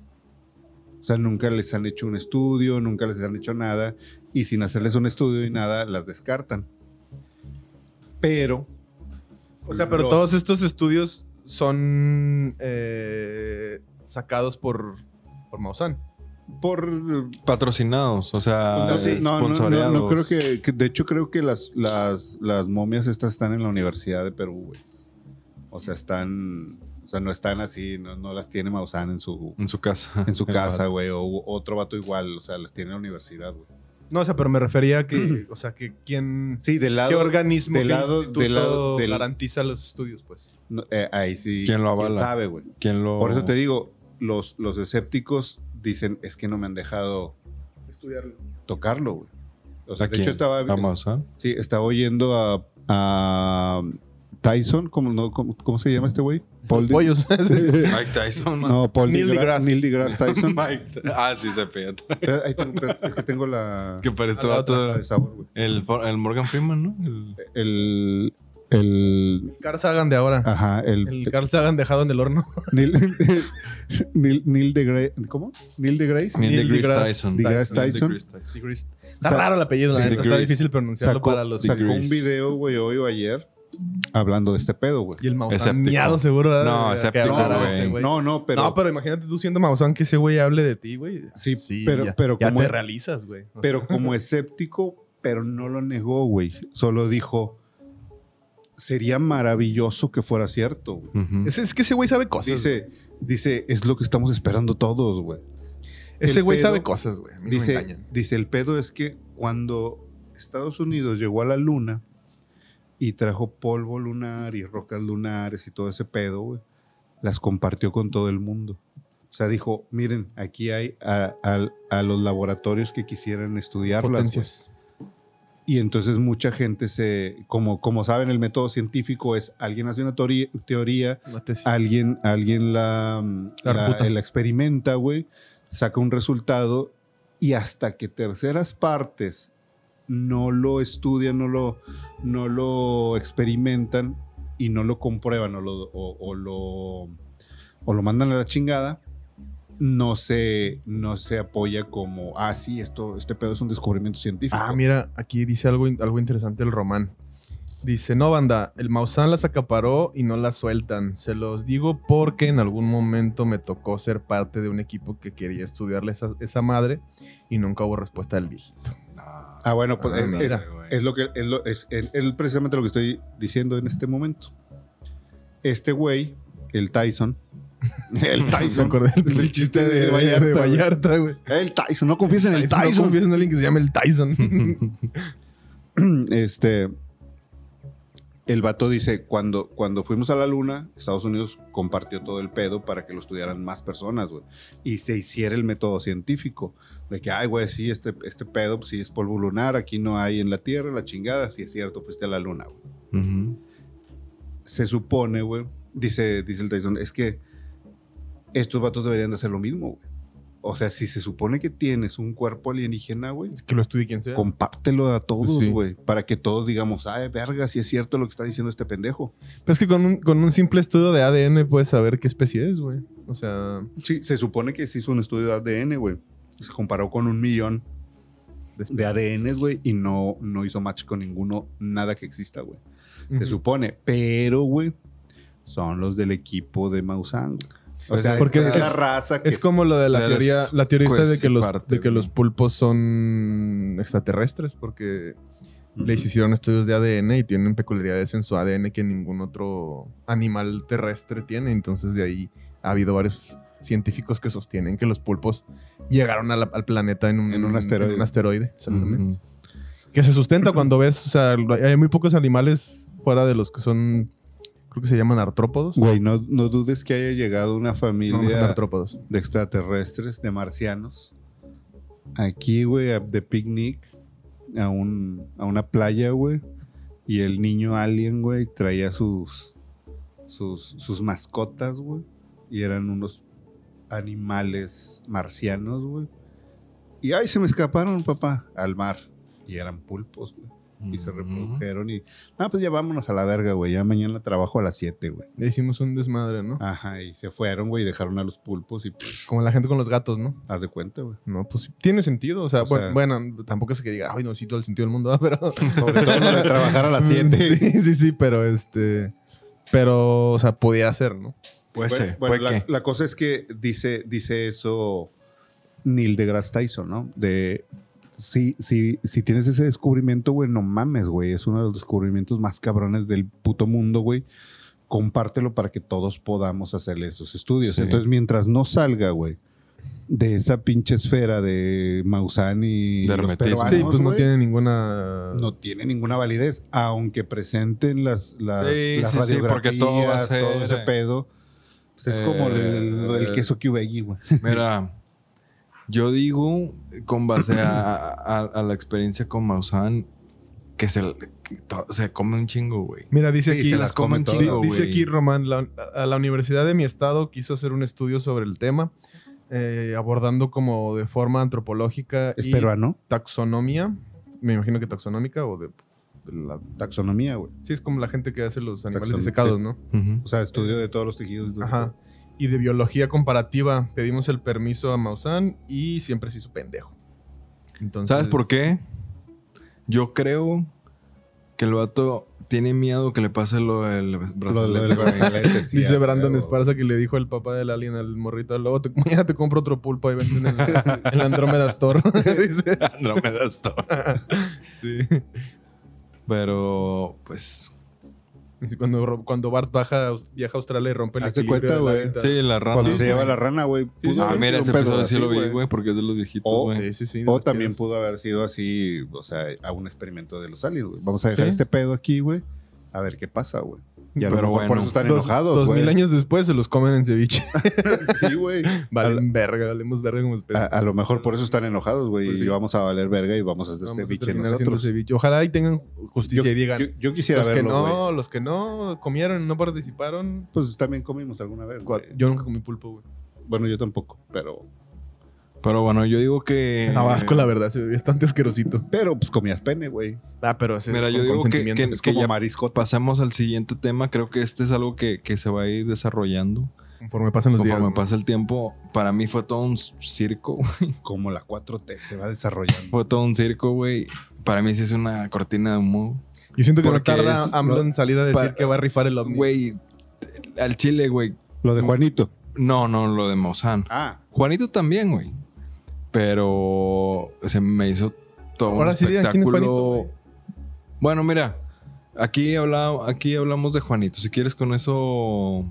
[SPEAKER 3] O sea, nunca les han hecho un estudio, nunca les han hecho nada, y sin hacerles un estudio y nada, las descartan. Pero.
[SPEAKER 2] O sea, pero
[SPEAKER 3] los-
[SPEAKER 2] todos estos estudios son eh, sacados por, por Maussan.
[SPEAKER 3] Por
[SPEAKER 4] Patrocinados, o sea,
[SPEAKER 3] Pues no, sí, no, no, no, no,
[SPEAKER 4] sponsoreados.
[SPEAKER 3] creo que, que- De hecho, creo que las, las, las momias estas están en la Universidad de Perú, güey. O sea, están. O sea, no están así, no, no las tiene Maussan en su,
[SPEAKER 4] En su casa.
[SPEAKER 3] en su casa, güey. O u- otro vato igual, o sea, las tiene en la universidad, güey.
[SPEAKER 2] No, o sea, pero me refería a que, o sea, que quién...
[SPEAKER 3] Sí, del lado.
[SPEAKER 2] ¿Qué organismo,
[SPEAKER 3] del
[SPEAKER 2] qué
[SPEAKER 3] lado-
[SPEAKER 2] instituto
[SPEAKER 3] del lado- del-
[SPEAKER 2] garantiza los estudios, pues?
[SPEAKER 3] no, eh, ahí sí.
[SPEAKER 4] ¿Quién lo avala? Oh.
[SPEAKER 3] sabe, güey.
[SPEAKER 4] ¿Quién lo...
[SPEAKER 3] Por eso te digo, los, los escépticos dicen, es que no me han dejado
[SPEAKER 2] Estudiarlo.
[SPEAKER 3] tocarlo, güey. O sea,
[SPEAKER 4] ¿A
[SPEAKER 3] de
[SPEAKER 4] quién?
[SPEAKER 3] hecho, estaba.
[SPEAKER 4] ¿A Maussan?
[SPEAKER 3] Sí, estaba oyendo a, a Tyson, ¿cómo, no, cómo, cómo se llama este güey? Paul Di-
[SPEAKER 2] Pollos.
[SPEAKER 4] Mike Tyson.
[SPEAKER 3] No, Paul
[SPEAKER 2] Neil
[SPEAKER 3] Neil
[SPEAKER 2] deGrasse. Oh
[SPEAKER 3] deGrasse. Neil deGrasse Tyson.
[SPEAKER 4] Mike. Ah, sí, se pega.
[SPEAKER 3] Pero ahí tengo- pero es que tengo la,
[SPEAKER 4] Es que para este
[SPEAKER 2] A la
[SPEAKER 4] vato...
[SPEAKER 3] la de sabor, güey.
[SPEAKER 4] El, For- el Morgan Freeman, ¿no? El-
[SPEAKER 3] El, el,
[SPEAKER 2] Carl Sagan de ahora.
[SPEAKER 3] ajá, el,
[SPEAKER 2] El Carl Sagan dejado en el horno.
[SPEAKER 3] Neil, Neil, Neil deGrasse, ¿cómo? Neil deGrasse.
[SPEAKER 2] Neil
[SPEAKER 4] Neil deGrasse
[SPEAKER 2] deGrasse
[SPEAKER 4] Tyson.
[SPEAKER 3] deGrasse
[SPEAKER 4] Neil
[SPEAKER 3] Tyson.
[SPEAKER 4] deGrasse Tyson.
[SPEAKER 2] Está
[SPEAKER 3] Sa-
[SPEAKER 2] raro el apellido, la
[SPEAKER 4] Sí,
[SPEAKER 2] neta. Está
[SPEAKER 4] DeGrasse.
[SPEAKER 2] difícil pronunciarlo
[SPEAKER 3] Sacó-
[SPEAKER 2] para los...
[SPEAKER 3] Sacó un
[SPEAKER 4] deGrasse.
[SPEAKER 3] video, güey, hoy o ayer hablando de este pedo, güey.
[SPEAKER 2] Y el mausaneado seguro. ¿verdad?
[SPEAKER 4] No,
[SPEAKER 2] Que
[SPEAKER 4] escéptico,
[SPEAKER 2] hablara
[SPEAKER 4] güey.
[SPEAKER 2] ese
[SPEAKER 3] No, no, pero,
[SPEAKER 2] no, pero imagínate tú siendo Maussan que ese güey hable de ti, güey.
[SPEAKER 3] Sí, pero-
[SPEAKER 2] ya,
[SPEAKER 3] pero
[SPEAKER 2] ya
[SPEAKER 3] como-
[SPEAKER 2] te realizas, güey. O sea,
[SPEAKER 3] pero como escéptico, pero no lo negó, güey. Solo dijo, sería maravilloso que fuera cierto, güey.
[SPEAKER 4] Ujú.
[SPEAKER 2] es, es que ese güey sabe cosas. güey.
[SPEAKER 3] Dice, dice, es lo que estamos esperando todos, güey.
[SPEAKER 2] ese
[SPEAKER 3] el
[SPEAKER 2] güey
[SPEAKER 3] pedo-
[SPEAKER 2] sabe cosas, güey. A mí no me
[SPEAKER 3] Dice,
[SPEAKER 2] engañan.
[SPEAKER 3] dice, el pedo es que cuando Estados Unidos llegó a la luna y trajo polvo lunar y rocas lunares y todo ese pedo, güey, las compartió con todo el mundo. O sea, dijo, miren, aquí hay a, a- a los laboratorios que quisieran estudiarlas. güey".
[SPEAKER 2] Potencias.
[SPEAKER 3] Y entonces mucha gente se, como, como saben, el método científico es alguien hace una teoría- teoría
[SPEAKER 2] No te-
[SPEAKER 3] alguien, alguien la, mm,
[SPEAKER 2] La
[SPEAKER 3] la-
[SPEAKER 2] refuta.
[SPEAKER 3] la experimenta, güey, saca un resultado y hasta que terceras partes no lo estudian, no lo, no lo experimentan y no lo comprueban o lo, o, o lo, o lo mandan a la chingada, no se, no se apoya como, ah, sí, esto, este pedo es un descubrimiento científico.
[SPEAKER 2] Ah, mira, aquí dice algo, in- algo interesante el Román. Dice, no, banda, el Maussan las acaparó y no las sueltan. Se los digo porque en algún momento me tocó ser parte de un equipo que quería estudiarle esa, esa madre y nunca hubo respuesta del viejito.
[SPEAKER 3] Ah, bueno, pues
[SPEAKER 2] Ah,
[SPEAKER 3] es,
[SPEAKER 2] mira.
[SPEAKER 3] es- es lo que es, lo- es- es- es precisamente lo que estoy diciendo en este momento. Este güey, el Tyson, el
[SPEAKER 2] Me
[SPEAKER 3] Tyson,
[SPEAKER 2] acordé del
[SPEAKER 3] el chiste de
[SPEAKER 2] de
[SPEAKER 3] Vallarta, güey.
[SPEAKER 2] Vallarta, güey.
[SPEAKER 3] el Tyson, no confíes en el
[SPEAKER 2] Tyson, No
[SPEAKER 3] Tyson.
[SPEAKER 2] confías en alguien que se llame el Tyson.
[SPEAKER 3] este el vato dice cuando cuando fuimos a la luna Estados Unidos compartió todo el pedo para que lo estudiaran más personas güey y se hiciera el método científico de que ay güey sí este este pedo pues, sí es polvo lunar aquí no hay en la tierra la chingada sí es cierto fuiste a la luna güey
[SPEAKER 4] Ujú.
[SPEAKER 3] se supone güey dice dice el Tyson es que estos vatos deberían de hacer lo mismo güey o sea si se supone que tienes un cuerpo alienígena güey
[SPEAKER 2] que lo estudie quien sea.
[SPEAKER 3] compártelo a todos,
[SPEAKER 2] Pues Sí.
[SPEAKER 3] güey, para que todos digamos, ay, verga, si es cierto lo que está diciendo este pendejo.
[SPEAKER 2] Pero es que con un, con un simple estudio de ADN puedes saber qué especie es, güey. O sea,
[SPEAKER 3] Sí, se supone que se hizo un estudio de ADN, güey. Se comparó con un millón
[SPEAKER 2] de
[SPEAKER 3] de
[SPEAKER 2] especies.
[SPEAKER 3] ADNs, güey, y no, no hizo match con ninguno, nada que exista, güey.
[SPEAKER 2] Ujú.
[SPEAKER 3] Se supone, pero, güey, son los del equipo de Maussan. güey. O
[SPEAKER 4] Pues
[SPEAKER 3] sea,
[SPEAKER 4] es-
[SPEAKER 2] porque
[SPEAKER 3] es,
[SPEAKER 2] es-
[SPEAKER 3] la raza que...
[SPEAKER 2] Es como lo de la
[SPEAKER 4] Pero
[SPEAKER 2] teoría,
[SPEAKER 4] es
[SPEAKER 2] la teoría esta de que, los,
[SPEAKER 4] parte,
[SPEAKER 2] de que los
[SPEAKER 4] güey.
[SPEAKER 2] pulpos son extraterrestres, porque les hicieron estudios de ADN y tienen peculiaridades en su ADN que ningún otro animal terrestre tiene. Entonces, de ahí ha habido varios científicos que sostienen que los pulpos llegaron a la- al planeta en un,
[SPEAKER 3] En un asteroide.
[SPEAKER 2] en un asteroide, exactamente. Que se sustenta cuando ves, o sea, hay muy pocos animales fuera de los que son, creo que se llaman artrópodos.
[SPEAKER 3] Güey, no, no dudes que haya llegado una
[SPEAKER 2] No, no son
[SPEAKER 3] familia
[SPEAKER 2] artrópodos.
[SPEAKER 3] de extraterrestres, de marcianos. Aquí, güey, a- de picnic, a, un, a una playa, güey. Y el niño alien, güey, traía sus, sus, sus mascotas, güey. Y eran unos animales marcianos, güey. Y ay, se me escaparon, papá, al mar. Y eran pulpos, güey. Y se
[SPEAKER 4] Ujú.
[SPEAKER 3] reprodujeron. Y, no, pues ya vámonos a la verga, güey. Ya mañana trabajo a las 7, güey.
[SPEAKER 2] Le hicimos un desmadre, ¿no?
[SPEAKER 3] Ajá, y se fueron, güey, y dejaron a los pulpos y pff,
[SPEAKER 2] Como la gente con los gatos, ¿no?
[SPEAKER 3] haz de cuenta, güey.
[SPEAKER 2] No, pues sí, tiene sentido. O sea,
[SPEAKER 3] O
[SPEAKER 2] bueno,
[SPEAKER 3] sea-
[SPEAKER 2] bueno, tampoco es que diga, ay, no, sí, todo el sentido del mundo, ah, pero.
[SPEAKER 3] Sobre todo lo de trabajar a las 7.
[SPEAKER 2] Sí, sí, sí, pero este. Pero, o sea, podía ser, ¿no?
[SPEAKER 4] Puede
[SPEAKER 3] Bueno,
[SPEAKER 4] ser,
[SPEAKER 3] bueno,
[SPEAKER 4] puede
[SPEAKER 3] la,
[SPEAKER 4] Pues que.
[SPEAKER 3] la cosa es que dice, dice eso Neil deGrasse Tyson, ¿no? De si, si, si tienes ese descubrimiento, güey, no mames, güey. Es uno de los descubrimientos más cabrones del puto mundo, güey. Compártelo para que todos podamos hacerle esos estudios.
[SPEAKER 4] Sí.
[SPEAKER 3] Entonces, mientras no salga, güey, de esa pinche esfera de Maussan y
[SPEAKER 4] De
[SPEAKER 3] los
[SPEAKER 4] hermetismo.
[SPEAKER 3] peruanos,
[SPEAKER 2] sí, pues no
[SPEAKER 3] güey,
[SPEAKER 2] tiene ninguna.
[SPEAKER 3] no tiene ninguna validez, aunque presenten las, las,
[SPEAKER 4] Sí,
[SPEAKER 3] las
[SPEAKER 4] sí, sí, porque todo va a
[SPEAKER 3] radiografías, todo
[SPEAKER 4] ser,
[SPEAKER 3] ese
[SPEAKER 4] eh,
[SPEAKER 3] pedo. Pues es como
[SPEAKER 4] eh,
[SPEAKER 3] el- lo del queso Kyubegi, güey.
[SPEAKER 4] Mira, yo digo, con base a, a- a la experiencia con Maussan, que se, que to- se come un chingo, güey.
[SPEAKER 2] Mira, dice
[SPEAKER 4] Sí,
[SPEAKER 2] aquí.
[SPEAKER 4] se las come un
[SPEAKER 2] di-
[SPEAKER 4] chingo,
[SPEAKER 2] dice
[SPEAKER 4] güey.
[SPEAKER 2] aquí, Román, la, a la universidad de mi estado quiso hacer un estudio sobre el tema, eh, abordando como de forma antropológica
[SPEAKER 3] Es
[SPEAKER 2] y
[SPEAKER 3] peruano,
[SPEAKER 2] taxonomía. Me imagino que taxonómica o de. de la-
[SPEAKER 3] taxonomía, güey.
[SPEAKER 2] sí, es como la gente que hace los animales
[SPEAKER 3] Taxon-
[SPEAKER 2] disecados, ¿no?
[SPEAKER 4] Ujú.
[SPEAKER 3] O sea, estudio de todos los tejidos. güey.
[SPEAKER 2] Ajá. Y de biología comparativa pedimos el permiso a Maussan y siempre se hizo pendejo. Entonces,
[SPEAKER 4] ¿Sabes por qué? Yo creo que el vato tiene miedo que le pase lo del
[SPEAKER 3] Lo, lo
[SPEAKER 4] brazalete,
[SPEAKER 3] del
[SPEAKER 4] güey.
[SPEAKER 3] brazalete, sí,
[SPEAKER 2] Dice
[SPEAKER 3] a
[SPEAKER 2] Brandon
[SPEAKER 3] huevo.
[SPEAKER 2] Esparza que le dijo el papá del alien al morrito del lobo, te, mañana te compro otro pulpo ahí venden en la, en la Andrómeda Store. Dice.
[SPEAKER 4] No me das todo.
[SPEAKER 2] Sí.
[SPEAKER 4] Pero, pues.
[SPEAKER 2] Dice, Cuando, Ro- cuando Bart baja, viaja a Australia y rompe el
[SPEAKER 3] Haz de
[SPEAKER 2] equilibrio
[SPEAKER 3] cuenta,
[SPEAKER 2] de la
[SPEAKER 3] güey.
[SPEAKER 2] vida.
[SPEAKER 4] Sí, la rana.
[SPEAKER 3] Cuando
[SPEAKER 4] Sí,
[SPEAKER 3] se lleva
[SPEAKER 4] güey.
[SPEAKER 3] la rana, güey.
[SPEAKER 2] sí,
[SPEAKER 3] pudo
[SPEAKER 2] sí.
[SPEAKER 4] Ah,
[SPEAKER 3] haber
[SPEAKER 4] mira,
[SPEAKER 3] sido
[SPEAKER 4] ese
[SPEAKER 3] un pedo
[SPEAKER 4] episodio sí
[SPEAKER 3] así,
[SPEAKER 4] lo vi,
[SPEAKER 3] güey. Oh,
[SPEAKER 4] güey, porque es de los viejitos,
[SPEAKER 3] O-
[SPEAKER 4] güey.
[SPEAKER 2] Sí, sí, sí, de
[SPEAKER 3] O
[SPEAKER 2] los
[SPEAKER 3] también
[SPEAKER 2] tiros.
[SPEAKER 3] pudo haber sido así, o sea, a un experimento de los aliens, güey. Vamos a dejar
[SPEAKER 2] Sí.
[SPEAKER 3] este pedo aquí, güey. A ver qué pasa, güey. Y a lo
[SPEAKER 4] Pero
[SPEAKER 3] mejor por
[SPEAKER 4] bueno.
[SPEAKER 3] eso están
[SPEAKER 2] Dos-
[SPEAKER 3] enojados,
[SPEAKER 2] Dos
[SPEAKER 3] güey.
[SPEAKER 2] mil años después se los comen en ceviche.
[SPEAKER 3] Sí, güey.
[SPEAKER 2] Valen verga, valemos verga como especie.
[SPEAKER 3] A, a lo mejor por eso están enojados, güey.
[SPEAKER 2] Pues sí.
[SPEAKER 3] Y vamos a valer verga y vamos a hacer
[SPEAKER 2] Vamos a
[SPEAKER 3] pues ceviche
[SPEAKER 2] terminar haciendo
[SPEAKER 3] nosotros.
[SPEAKER 2] ceviche. Ojalá ahí tengan justicia
[SPEAKER 3] Yo,
[SPEAKER 2] y digan.
[SPEAKER 3] yo- yo quisiera
[SPEAKER 2] los que
[SPEAKER 3] verlo,
[SPEAKER 2] no,
[SPEAKER 3] güey.
[SPEAKER 2] los que no comieron, no participaron.
[SPEAKER 3] Pues también comimos alguna vez.
[SPEAKER 2] cua-
[SPEAKER 3] güey.
[SPEAKER 2] Yo nunca comí pulpo, güey.
[SPEAKER 3] Bueno, yo tampoco, pero...
[SPEAKER 4] Pero bueno, yo digo que.
[SPEAKER 2] En Tabasco, la verdad, se ve bastante asquerosito.
[SPEAKER 3] Pero pues comías pene, güey.
[SPEAKER 2] Ah, pero ese es
[SPEAKER 4] Mira, yo
[SPEAKER 2] con
[SPEAKER 4] digo que-
[SPEAKER 2] consentimiento.
[SPEAKER 4] que-
[SPEAKER 3] Es como
[SPEAKER 4] ya-
[SPEAKER 3] marisco.
[SPEAKER 4] Pasamos al siguiente tema. Creo que este es algo que, que se va a ir desarrollando.
[SPEAKER 2] Conforme pasan los
[SPEAKER 4] Conforme
[SPEAKER 2] días. ¿no?
[SPEAKER 4] pasa el tiempo, para mí fue todo un circo, güey.
[SPEAKER 3] Como la 4T se va desarrollando.
[SPEAKER 4] Fue todo un circo, güey. Para mí sí es una cortina de humo.
[SPEAKER 2] Yo siento que no
[SPEAKER 4] Porque
[SPEAKER 2] tarda
[SPEAKER 4] es-
[SPEAKER 2] AMLO en salir a decir
[SPEAKER 4] para-
[SPEAKER 2] que va a rifar el ovni.
[SPEAKER 4] Güey, al Chile, güey.
[SPEAKER 3] Lo de Juanito.
[SPEAKER 4] No, no, lo de Maussan.
[SPEAKER 3] Ah,
[SPEAKER 4] Juanito también, güey. Pero se me hizo todo
[SPEAKER 2] Ahora
[SPEAKER 4] un
[SPEAKER 2] sí digan quién es
[SPEAKER 4] espectáculo.
[SPEAKER 2] Juanito,
[SPEAKER 4] bueno, mira, aquí, habla, aquí hablamos de Juanito. Si quieres con eso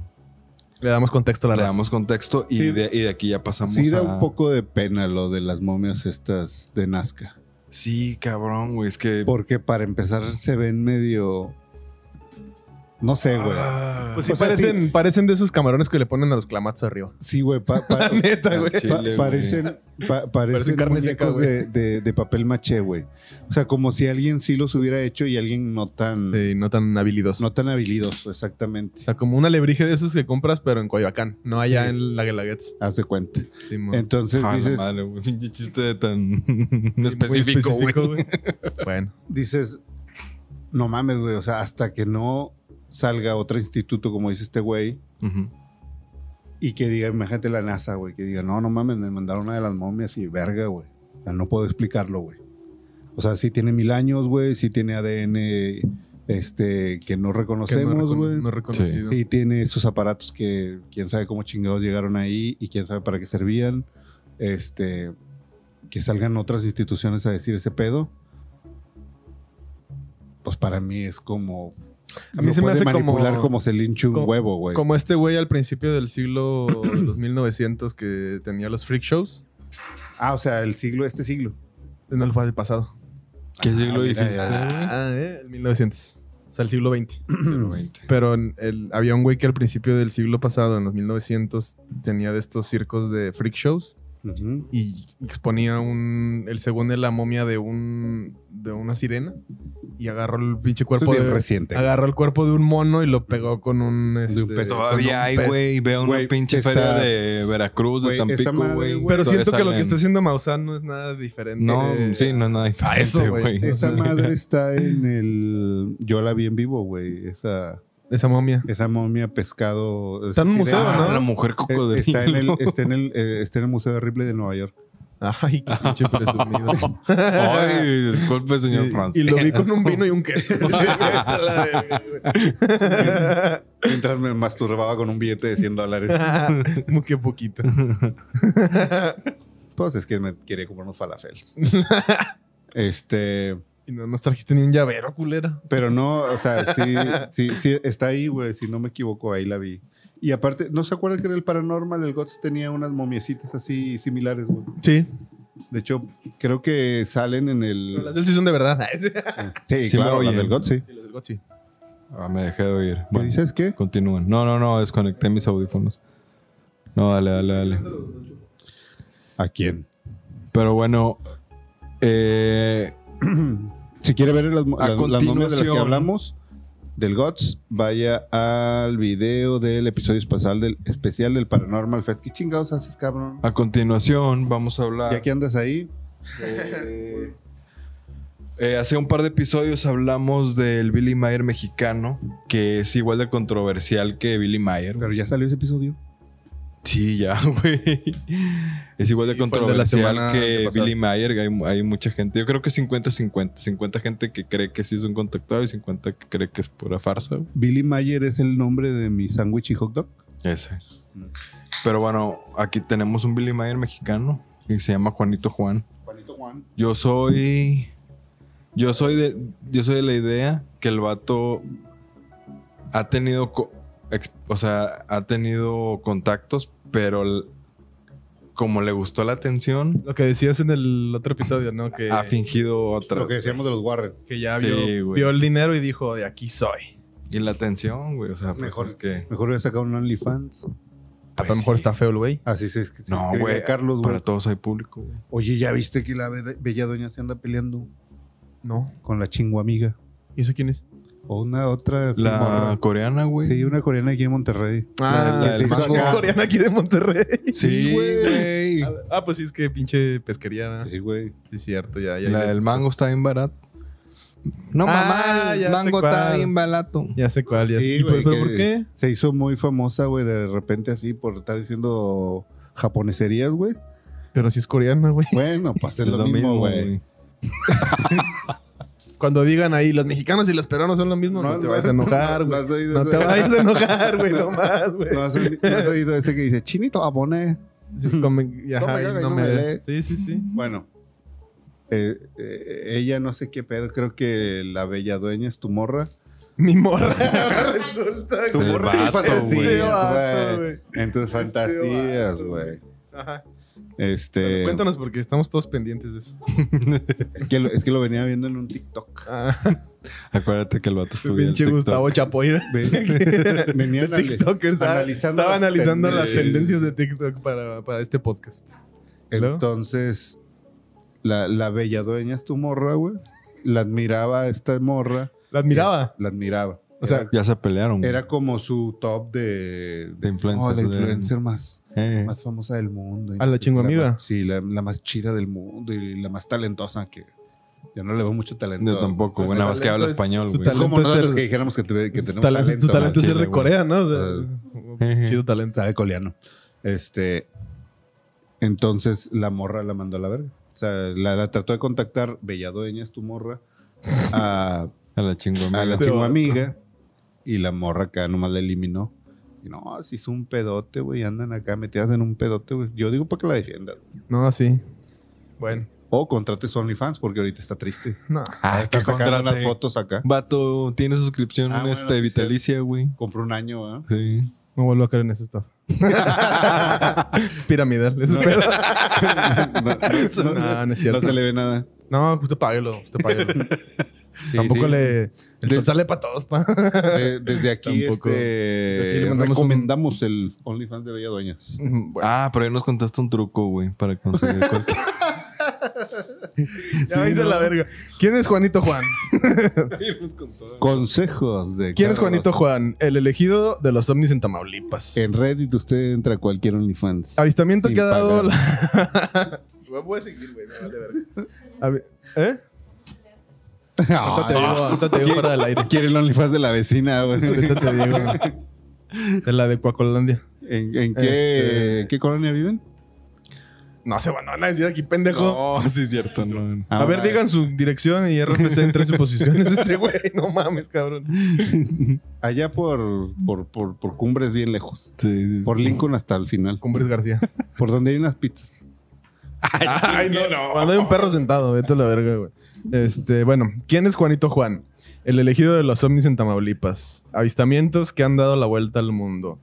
[SPEAKER 2] Le damos contexto a la
[SPEAKER 4] le
[SPEAKER 2] raza.
[SPEAKER 4] damos contexto y,
[SPEAKER 3] Sí.
[SPEAKER 4] de, y de aquí ya pasamos
[SPEAKER 3] sí da
[SPEAKER 4] a...
[SPEAKER 3] un poco de pena lo de las momias estas de Nazca.
[SPEAKER 4] Sí, cabrón, güey. Es que...
[SPEAKER 3] Porque para empezar se ven medio... No sé, güey.
[SPEAKER 4] Ah,
[SPEAKER 2] Pues sí,
[SPEAKER 3] O sea,
[SPEAKER 2] parecen, parecen de esos camarones que le ponen a los clamatos arriba.
[SPEAKER 3] Sí, güey. pa-
[SPEAKER 2] La
[SPEAKER 3] pa-
[SPEAKER 2] neta,
[SPEAKER 4] al
[SPEAKER 2] güey.
[SPEAKER 4] chile,
[SPEAKER 3] Pa-
[SPEAKER 4] güey.
[SPEAKER 3] parecen pa- parecen
[SPEAKER 2] Parecen carne seca,
[SPEAKER 3] muñecos de, de- de papel maché, güey. O sea, como si alguien sí los hubiera hecho y alguien no tan,
[SPEAKER 2] Sí, no tan habilidosos.
[SPEAKER 3] no tan habilidoso,
[SPEAKER 2] O
[SPEAKER 3] exactamente.
[SPEAKER 2] sea, como una lebrige de esos que compras, pero en Coyoacán, no allá
[SPEAKER 3] Sí.
[SPEAKER 2] en la Guelaguetz.
[SPEAKER 3] Haz de cuenta.
[SPEAKER 2] Sí, mo-
[SPEAKER 3] Entonces
[SPEAKER 4] ah, la
[SPEAKER 3] dices,
[SPEAKER 4] madre, güey. Pinche chiste tan
[SPEAKER 2] muy
[SPEAKER 4] específico, güey.
[SPEAKER 2] güey. bueno,
[SPEAKER 3] dices, no mames, güey. O sea, hasta que no salga otro instituto, como dice este güey,
[SPEAKER 4] Ujú.
[SPEAKER 3] y que diga, imagínate la NASA, güey, que diga, no, no mames, me mandaron una de las momias y verga, güey. O sea, no puedo explicarlo, güey. O sea, sí tiene mil años, güey, sí tiene ADN este,
[SPEAKER 2] que
[SPEAKER 3] que no
[SPEAKER 2] no
[SPEAKER 3] reconocemos,
[SPEAKER 2] recono-
[SPEAKER 3] güey.
[SPEAKER 2] No reconocido.
[SPEAKER 3] Sí, tiene esos aparatos que quién sabe cómo chingados llegaron ahí y quién sabe para qué servían. Este, que salgan otras instituciones a decir ese pedo. Pues para mí es como.
[SPEAKER 2] A mí
[SPEAKER 3] lo
[SPEAKER 2] se me
[SPEAKER 3] puede
[SPEAKER 2] hace
[SPEAKER 3] manipular
[SPEAKER 2] como-
[SPEAKER 3] como, se lincha un
[SPEAKER 2] como-
[SPEAKER 3] huevo, güey.
[SPEAKER 2] Como este güey al principio del siglo de los 1900 que tenía los freak shows.
[SPEAKER 3] Ah, o sea, el siglo, este siglo.
[SPEAKER 2] No lo fue del pasado.
[SPEAKER 4] ¿Qué
[SPEAKER 3] Ah,
[SPEAKER 4] siglo
[SPEAKER 3] mira,
[SPEAKER 4] dijiste?
[SPEAKER 3] ya.
[SPEAKER 2] Ah, eh, el 1900. O sea, el siglo XX.
[SPEAKER 4] Siglo XX.
[SPEAKER 2] Pero en el- había un güey que al principio del siglo pasado, en los 1900, tenía de estos circos de freak shows.
[SPEAKER 3] Ujú.
[SPEAKER 2] y exponía un el según de la momia de un de una sirena y agarró el pinche cuerpo
[SPEAKER 3] Esto es
[SPEAKER 2] de
[SPEAKER 3] bien reciente.
[SPEAKER 2] agarró el cuerpo de un mono y lo pegó con un este,
[SPEAKER 3] un peso.
[SPEAKER 2] con un
[SPEAKER 4] Todavía hay,
[SPEAKER 2] pez.
[SPEAKER 4] güey. Veo una
[SPEAKER 3] Güey,
[SPEAKER 4] pinche
[SPEAKER 3] esa-
[SPEAKER 4] feria de Veracruz, de
[SPEAKER 3] Güey, esa
[SPEAKER 4] Tampico,
[SPEAKER 3] madre,
[SPEAKER 4] güey.
[SPEAKER 3] güey.
[SPEAKER 2] Pero
[SPEAKER 4] Todavía
[SPEAKER 2] siento que lo que
[SPEAKER 4] salen-
[SPEAKER 2] está haciendo Maussan no es nada diferente.
[SPEAKER 4] No,
[SPEAKER 2] de-
[SPEAKER 4] sí, no es nada diferente,
[SPEAKER 2] eso, güey.
[SPEAKER 4] güey.
[SPEAKER 3] Esa madre está en el. Yo la vi en vivo, güey. Esa,
[SPEAKER 2] esa momia.
[SPEAKER 3] esa momia pescado.
[SPEAKER 2] Está en un museo,
[SPEAKER 4] Ah,
[SPEAKER 2] ¿no?
[SPEAKER 4] La mujer cocodrilo.
[SPEAKER 3] Eh, Está en, el, está, en el, eh, está en el Museo de Ripley de Nueva York.
[SPEAKER 2] Ay, qué pinche presumido.
[SPEAKER 4] Ay, disculpe,
[SPEAKER 2] Y-
[SPEAKER 4] señor Franz.
[SPEAKER 2] y, lo vi con un vino y un queso. Sí, güey, está la de-
[SPEAKER 3] Mientras me masturbaba con un billete de 100 dólares.
[SPEAKER 2] güey. Muy que poquito.
[SPEAKER 3] Pues es que me quería comprar unos falafels. este.
[SPEAKER 2] Y no nos trajiste ni un llavero, culera.
[SPEAKER 3] Pero no, o sea, sí, sí, sí, está ahí, güey. Si no me equivoco, ahí la vi. Y aparte, ¿no se acuerdan que en el Paranormal el Gots tenía unas momiecitas así similares, güey?
[SPEAKER 2] Sí.
[SPEAKER 3] De hecho, creo que salen en
[SPEAKER 2] Pero las
[SPEAKER 3] el.
[SPEAKER 2] del sí son de verdad.
[SPEAKER 3] Sí,
[SPEAKER 4] Sí,
[SPEAKER 3] claro,
[SPEAKER 4] me
[SPEAKER 3] las
[SPEAKER 4] oyen.
[SPEAKER 3] del Gots, sí.
[SPEAKER 2] Sí, los del Gotchi.
[SPEAKER 4] Ah, me dejé de oír.
[SPEAKER 3] ¿Me
[SPEAKER 4] Bueno,
[SPEAKER 3] dices qué?
[SPEAKER 4] continúen. No, no, no, desconecté mis audífonos. No, dale, dale, dale.
[SPEAKER 3] ¿A quién?
[SPEAKER 4] Pero bueno, eh,
[SPEAKER 3] si quiere ver las,
[SPEAKER 4] A
[SPEAKER 3] las, las momias de las
[SPEAKER 4] continuación.
[SPEAKER 3] que hablamos del GOTS, vaya al video del episodio especial del, especial del Paranormal Fest. ¿Qué chingados haces, cabrón?
[SPEAKER 4] a continuación vamos a hablar.
[SPEAKER 3] Ya que andas ahí,
[SPEAKER 4] de- Eh, hace un par de episodios hablamos del Billy Mayer mexicano, que es igual de controversial que Billy Mayer. güey.
[SPEAKER 3] pero ya salió ese episodio.
[SPEAKER 4] Sí, ya, güey. Es igual
[SPEAKER 2] Sí, fue el de
[SPEAKER 4] de
[SPEAKER 2] la
[SPEAKER 4] controversial
[SPEAKER 2] semana
[SPEAKER 4] que
[SPEAKER 2] antepasada.
[SPEAKER 4] Billy Mayer. Hay, hay mucha gente. Yo creo que 50-50. 50 gente que cree que sí es un contactado y 50 que cree que es pura farsa. güey.
[SPEAKER 3] Billy Mayer es el nombre de mi sándwich y hot dog.
[SPEAKER 4] Ese. Pero bueno, aquí tenemos un Billy Mayer mexicano que se llama Juanito Juan.
[SPEAKER 3] Juanito Juan.
[SPEAKER 4] Yo soy. Yo soy de. Yo soy de la idea que el vato ha tenido. co- ex- O sea, ha tenido contactos, pero l- como le gustó la atención,
[SPEAKER 2] Lo que decías en el otro episodio, ¿no? Que,
[SPEAKER 4] ha fingido otra.
[SPEAKER 3] Lo que decíamos de los Warren.
[SPEAKER 2] que ya
[SPEAKER 4] Ah, Sí,
[SPEAKER 2] vio,
[SPEAKER 4] güey.
[SPEAKER 2] vio el dinero y dijo, de aquí soy. Pues
[SPEAKER 4] Y la atención, güey. O sea, pues
[SPEAKER 3] Mejor.
[SPEAKER 4] es que.
[SPEAKER 3] Mejor hubiera sacado un OnlyFans.
[SPEAKER 2] A
[SPEAKER 4] Pues
[SPEAKER 2] lo mejor
[SPEAKER 4] sí.
[SPEAKER 2] está feo el güey.
[SPEAKER 3] Así se es que se
[SPEAKER 4] No,
[SPEAKER 3] escribe
[SPEAKER 4] güey.
[SPEAKER 3] eh, Carlos, güey.
[SPEAKER 4] Para todos hay público, güey.
[SPEAKER 3] Oye, ¿ya viste que la be- bella doña se anda peleando
[SPEAKER 2] No.
[SPEAKER 3] con la chingua amiga?
[SPEAKER 2] ¿Y eso quién es?
[SPEAKER 3] O una otra. sí,
[SPEAKER 4] La
[SPEAKER 3] morra.
[SPEAKER 4] coreana, güey.
[SPEAKER 3] Sí, una coreana aquí en Monterrey.
[SPEAKER 2] Ah,
[SPEAKER 3] La- la
[SPEAKER 2] la,
[SPEAKER 3] del mango.
[SPEAKER 2] coreana aquí de Monterrey.
[SPEAKER 4] Sí, güey.
[SPEAKER 2] Ah, pues sí, es que pinche pesquería. ¿verdad?
[SPEAKER 3] Sí, güey.
[SPEAKER 2] Sí, cierto, ya. ya
[SPEAKER 4] La
[SPEAKER 2] ya-
[SPEAKER 4] del mango está bien barata. No,
[SPEAKER 2] Ah,
[SPEAKER 4] mamá,
[SPEAKER 2] ya
[SPEAKER 4] el
[SPEAKER 2] sé
[SPEAKER 4] mango está
[SPEAKER 2] cuál.
[SPEAKER 4] bien barato.
[SPEAKER 2] Ya sé cuál, ya sé.
[SPEAKER 3] Sí,
[SPEAKER 2] ¿Y por-
[SPEAKER 3] güey,
[SPEAKER 2] pero
[SPEAKER 3] que
[SPEAKER 2] por qué?
[SPEAKER 3] Se hizo muy famosa, güey, de repente así por estar diciendo japoneserías, güey.
[SPEAKER 2] Pero si es coreana, güey.
[SPEAKER 3] Bueno, pues es lo mismo, güey.
[SPEAKER 2] Cuando digan ahí, los mexicanos y los peruanos son lo mismo, no, te
[SPEAKER 3] no,
[SPEAKER 2] vayas a enojar,
[SPEAKER 3] no
[SPEAKER 2] güey.
[SPEAKER 3] has oído
[SPEAKER 2] No, te
[SPEAKER 3] ese-
[SPEAKER 2] vayas a enojar, güey, no más, güey.
[SPEAKER 3] no has oído- no has oído ese que dice chinito japonés.
[SPEAKER 2] Sí, come-
[SPEAKER 3] No me
[SPEAKER 2] ajá, y
[SPEAKER 3] cagas,
[SPEAKER 2] no
[SPEAKER 3] no
[SPEAKER 2] me
[SPEAKER 3] me
[SPEAKER 2] des. Sí, sí, sí.
[SPEAKER 3] Bueno, eh, eh, ella no sé qué pedo, creo que la bella dueña es tu morra.
[SPEAKER 2] Mi morra ahora resulta,
[SPEAKER 3] Tu
[SPEAKER 2] güey.
[SPEAKER 3] morra
[SPEAKER 4] vato,
[SPEAKER 3] es
[SPEAKER 2] Este
[SPEAKER 4] güey.
[SPEAKER 2] vato,
[SPEAKER 3] fantasías, güey.
[SPEAKER 2] güey.
[SPEAKER 3] En tus fantasías,
[SPEAKER 2] vato,
[SPEAKER 3] güey.
[SPEAKER 2] Ajá.
[SPEAKER 3] Este,
[SPEAKER 2] Cuéntanos porque estamos todos pendientes de eso.
[SPEAKER 3] es, que lo, es que lo venía viendo en un TikTok.
[SPEAKER 2] Ah,
[SPEAKER 4] Acuérdate que el vato estudia el
[SPEAKER 2] pinche
[SPEAKER 4] TikTok.
[SPEAKER 2] Gustavo Chapoida.
[SPEAKER 3] Venían
[SPEAKER 2] El TikToker estaba
[SPEAKER 3] analizando
[SPEAKER 2] estaba
[SPEAKER 3] las
[SPEAKER 2] analizando las tendencias
[SPEAKER 3] tendencias.
[SPEAKER 2] de TikTok para, para este podcast. ¿No?
[SPEAKER 3] Entonces, la, la bella dueña es tu morra, güey. La admiraba esta morra.
[SPEAKER 2] La admiraba.
[SPEAKER 3] La admiraba.
[SPEAKER 2] O sea,
[SPEAKER 3] Era-
[SPEAKER 4] Ya se pelearon. güey.
[SPEAKER 3] era, como su top de...
[SPEAKER 4] De influencer,
[SPEAKER 3] Oh, la
[SPEAKER 4] de-
[SPEAKER 3] influencer más,
[SPEAKER 4] Eh,
[SPEAKER 3] más famosa del mundo.
[SPEAKER 2] ¿A la chingüamiga?
[SPEAKER 3] más- Sí, la, la más chida del mundo y la más talentosa que... Yo no le veo mucho talento.
[SPEAKER 4] yo tampoco,
[SPEAKER 2] Pues
[SPEAKER 4] güey. Nada más que habla
[SPEAKER 2] talento es
[SPEAKER 4] español,
[SPEAKER 2] su
[SPEAKER 3] Es
[SPEAKER 4] güey.
[SPEAKER 3] como
[SPEAKER 2] Talento es
[SPEAKER 3] nosotros
[SPEAKER 2] el-
[SPEAKER 3] que dijéramos que, tuve- que
[SPEAKER 2] su
[SPEAKER 3] tenemos
[SPEAKER 2] talento,
[SPEAKER 3] talento.
[SPEAKER 2] su talento es ser de
[SPEAKER 4] güey.
[SPEAKER 2] Corea, ¿no? O sea,
[SPEAKER 4] Eh.
[SPEAKER 2] chido talento.
[SPEAKER 3] Sabe coleano. Este. Entonces la morra la mandó a la verga. O sea, la, la trató de contactar, Belladueña es tu morra, a,
[SPEAKER 4] A la chingón.
[SPEAKER 3] a la
[SPEAKER 2] Este
[SPEAKER 3] chingua
[SPEAKER 2] vato.
[SPEAKER 3] amiga. Y la morra acá nomás la eliminó. Y no, si es un pedote, güey. Andan acá metidas en un pedote, güey. Yo digo para que la defiendas. güey.
[SPEAKER 2] No, sí. Bueno.
[SPEAKER 3] O contrates OnlyFans porque ahorita está triste.
[SPEAKER 2] No.
[SPEAKER 4] Ah,
[SPEAKER 3] está
[SPEAKER 4] que
[SPEAKER 3] sacando
[SPEAKER 4] contrate.
[SPEAKER 3] unas fotos acá.
[SPEAKER 4] Vato, tiene suscripción
[SPEAKER 3] Ah, bueno,
[SPEAKER 4] este,
[SPEAKER 3] sí,
[SPEAKER 4] vitalicia, güey.
[SPEAKER 3] Compró un año, ¿eh?
[SPEAKER 4] Sí.
[SPEAKER 2] No vuelvo a caer en esa estafa. es piramidal. Es un
[SPEAKER 3] No.
[SPEAKER 2] pedo.
[SPEAKER 3] no, no,
[SPEAKER 2] No, no es
[SPEAKER 3] no
[SPEAKER 2] cierto.
[SPEAKER 3] se le ve nada.
[SPEAKER 2] No, usted páguelo. Usted páguelo.
[SPEAKER 3] Sí,
[SPEAKER 2] Tampoco
[SPEAKER 3] sí.
[SPEAKER 2] le. El
[SPEAKER 3] De-
[SPEAKER 2] sol sale para todos, pa.
[SPEAKER 3] Eh, desde aquí,
[SPEAKER 2] Tampoco.
[SPEAKER 3] este,
[SPEAKER 2] Desde aquí le mandamos
[SPEAKER 3] recomendamos el OnlyFans de Bella Dueñas.
[SPEAKER 2] Bueno,
[SPEAKER 4] Ah, pero ahí nos contaste un truco, güey, para conseguir cualquier...
[SPEAKER 3] Ah,
[SPEAKER 2] ya me hice la verga. ¿Quién es Juanito Juan?
[SPEAKER 3] Consejos de
[SPEAKER 2] ¿Quién es
[SPEAKER 3] Carlos.
[SPEAKER 2] Juanito Juan? El elegido de los ovnis en Tamaulipas.
[SPEAKER 3] En Reddit usted entra a cualquier OnlyFans.
[SPEAKER 2] Avistamiento
[SPEAKER 3] Eh, Sin
[SPEAKER 2] que ha dado
[SPEAKER 3] pagar.
[SPEAKER 2] la... Voy a seguir, güey. Me vale verga. A ver, ¿Eh?
[SPEAKER 3] Ah,
[SPEAKER 2] Ahorita te digo, ahorita te digo fuera del aire.
[SPEAKER 3] Quiere el OnlyFans de la vecina, güey.
[SPEAKER 2] Ahorita te digo. De la de Coacolandia.
[SPEAKER 3] ¿En, en qué,
[SPEAKER 2] Este-
[SPEAKER 3] qué colonia viven?
[SPEAKER 2] No se van a decir aquí, pendejo.
[SPEAKER 4] No, sí es cierto, no.
[SPEAKER 2] A ver, digan
[SPEAKER 3] digan
[SPEAKER 2] su dirección y RFC en tres suposiciones. Este güey, no mames, cabrón.
[SPEAKER 3] Allá por, por, por, por cumbres bien lejos.
[SPEAKER 4] Sí, sí, sí.
[SPEAKER 3] Por Lincoln hasta el final.
[SPEAKER 2] Cumbres García.
[SPEAKER 3] Por donde hay unas pizzas.
[SPEAKER 2] Ay, no, no. Cuando hay un perro sentado, vete a la verga, güey. Este, bueno, ¿quién es Juanito Juan? El elegido de los ovnis en Tamaulipas. Avistamientos que han dado la vuelta al mundo.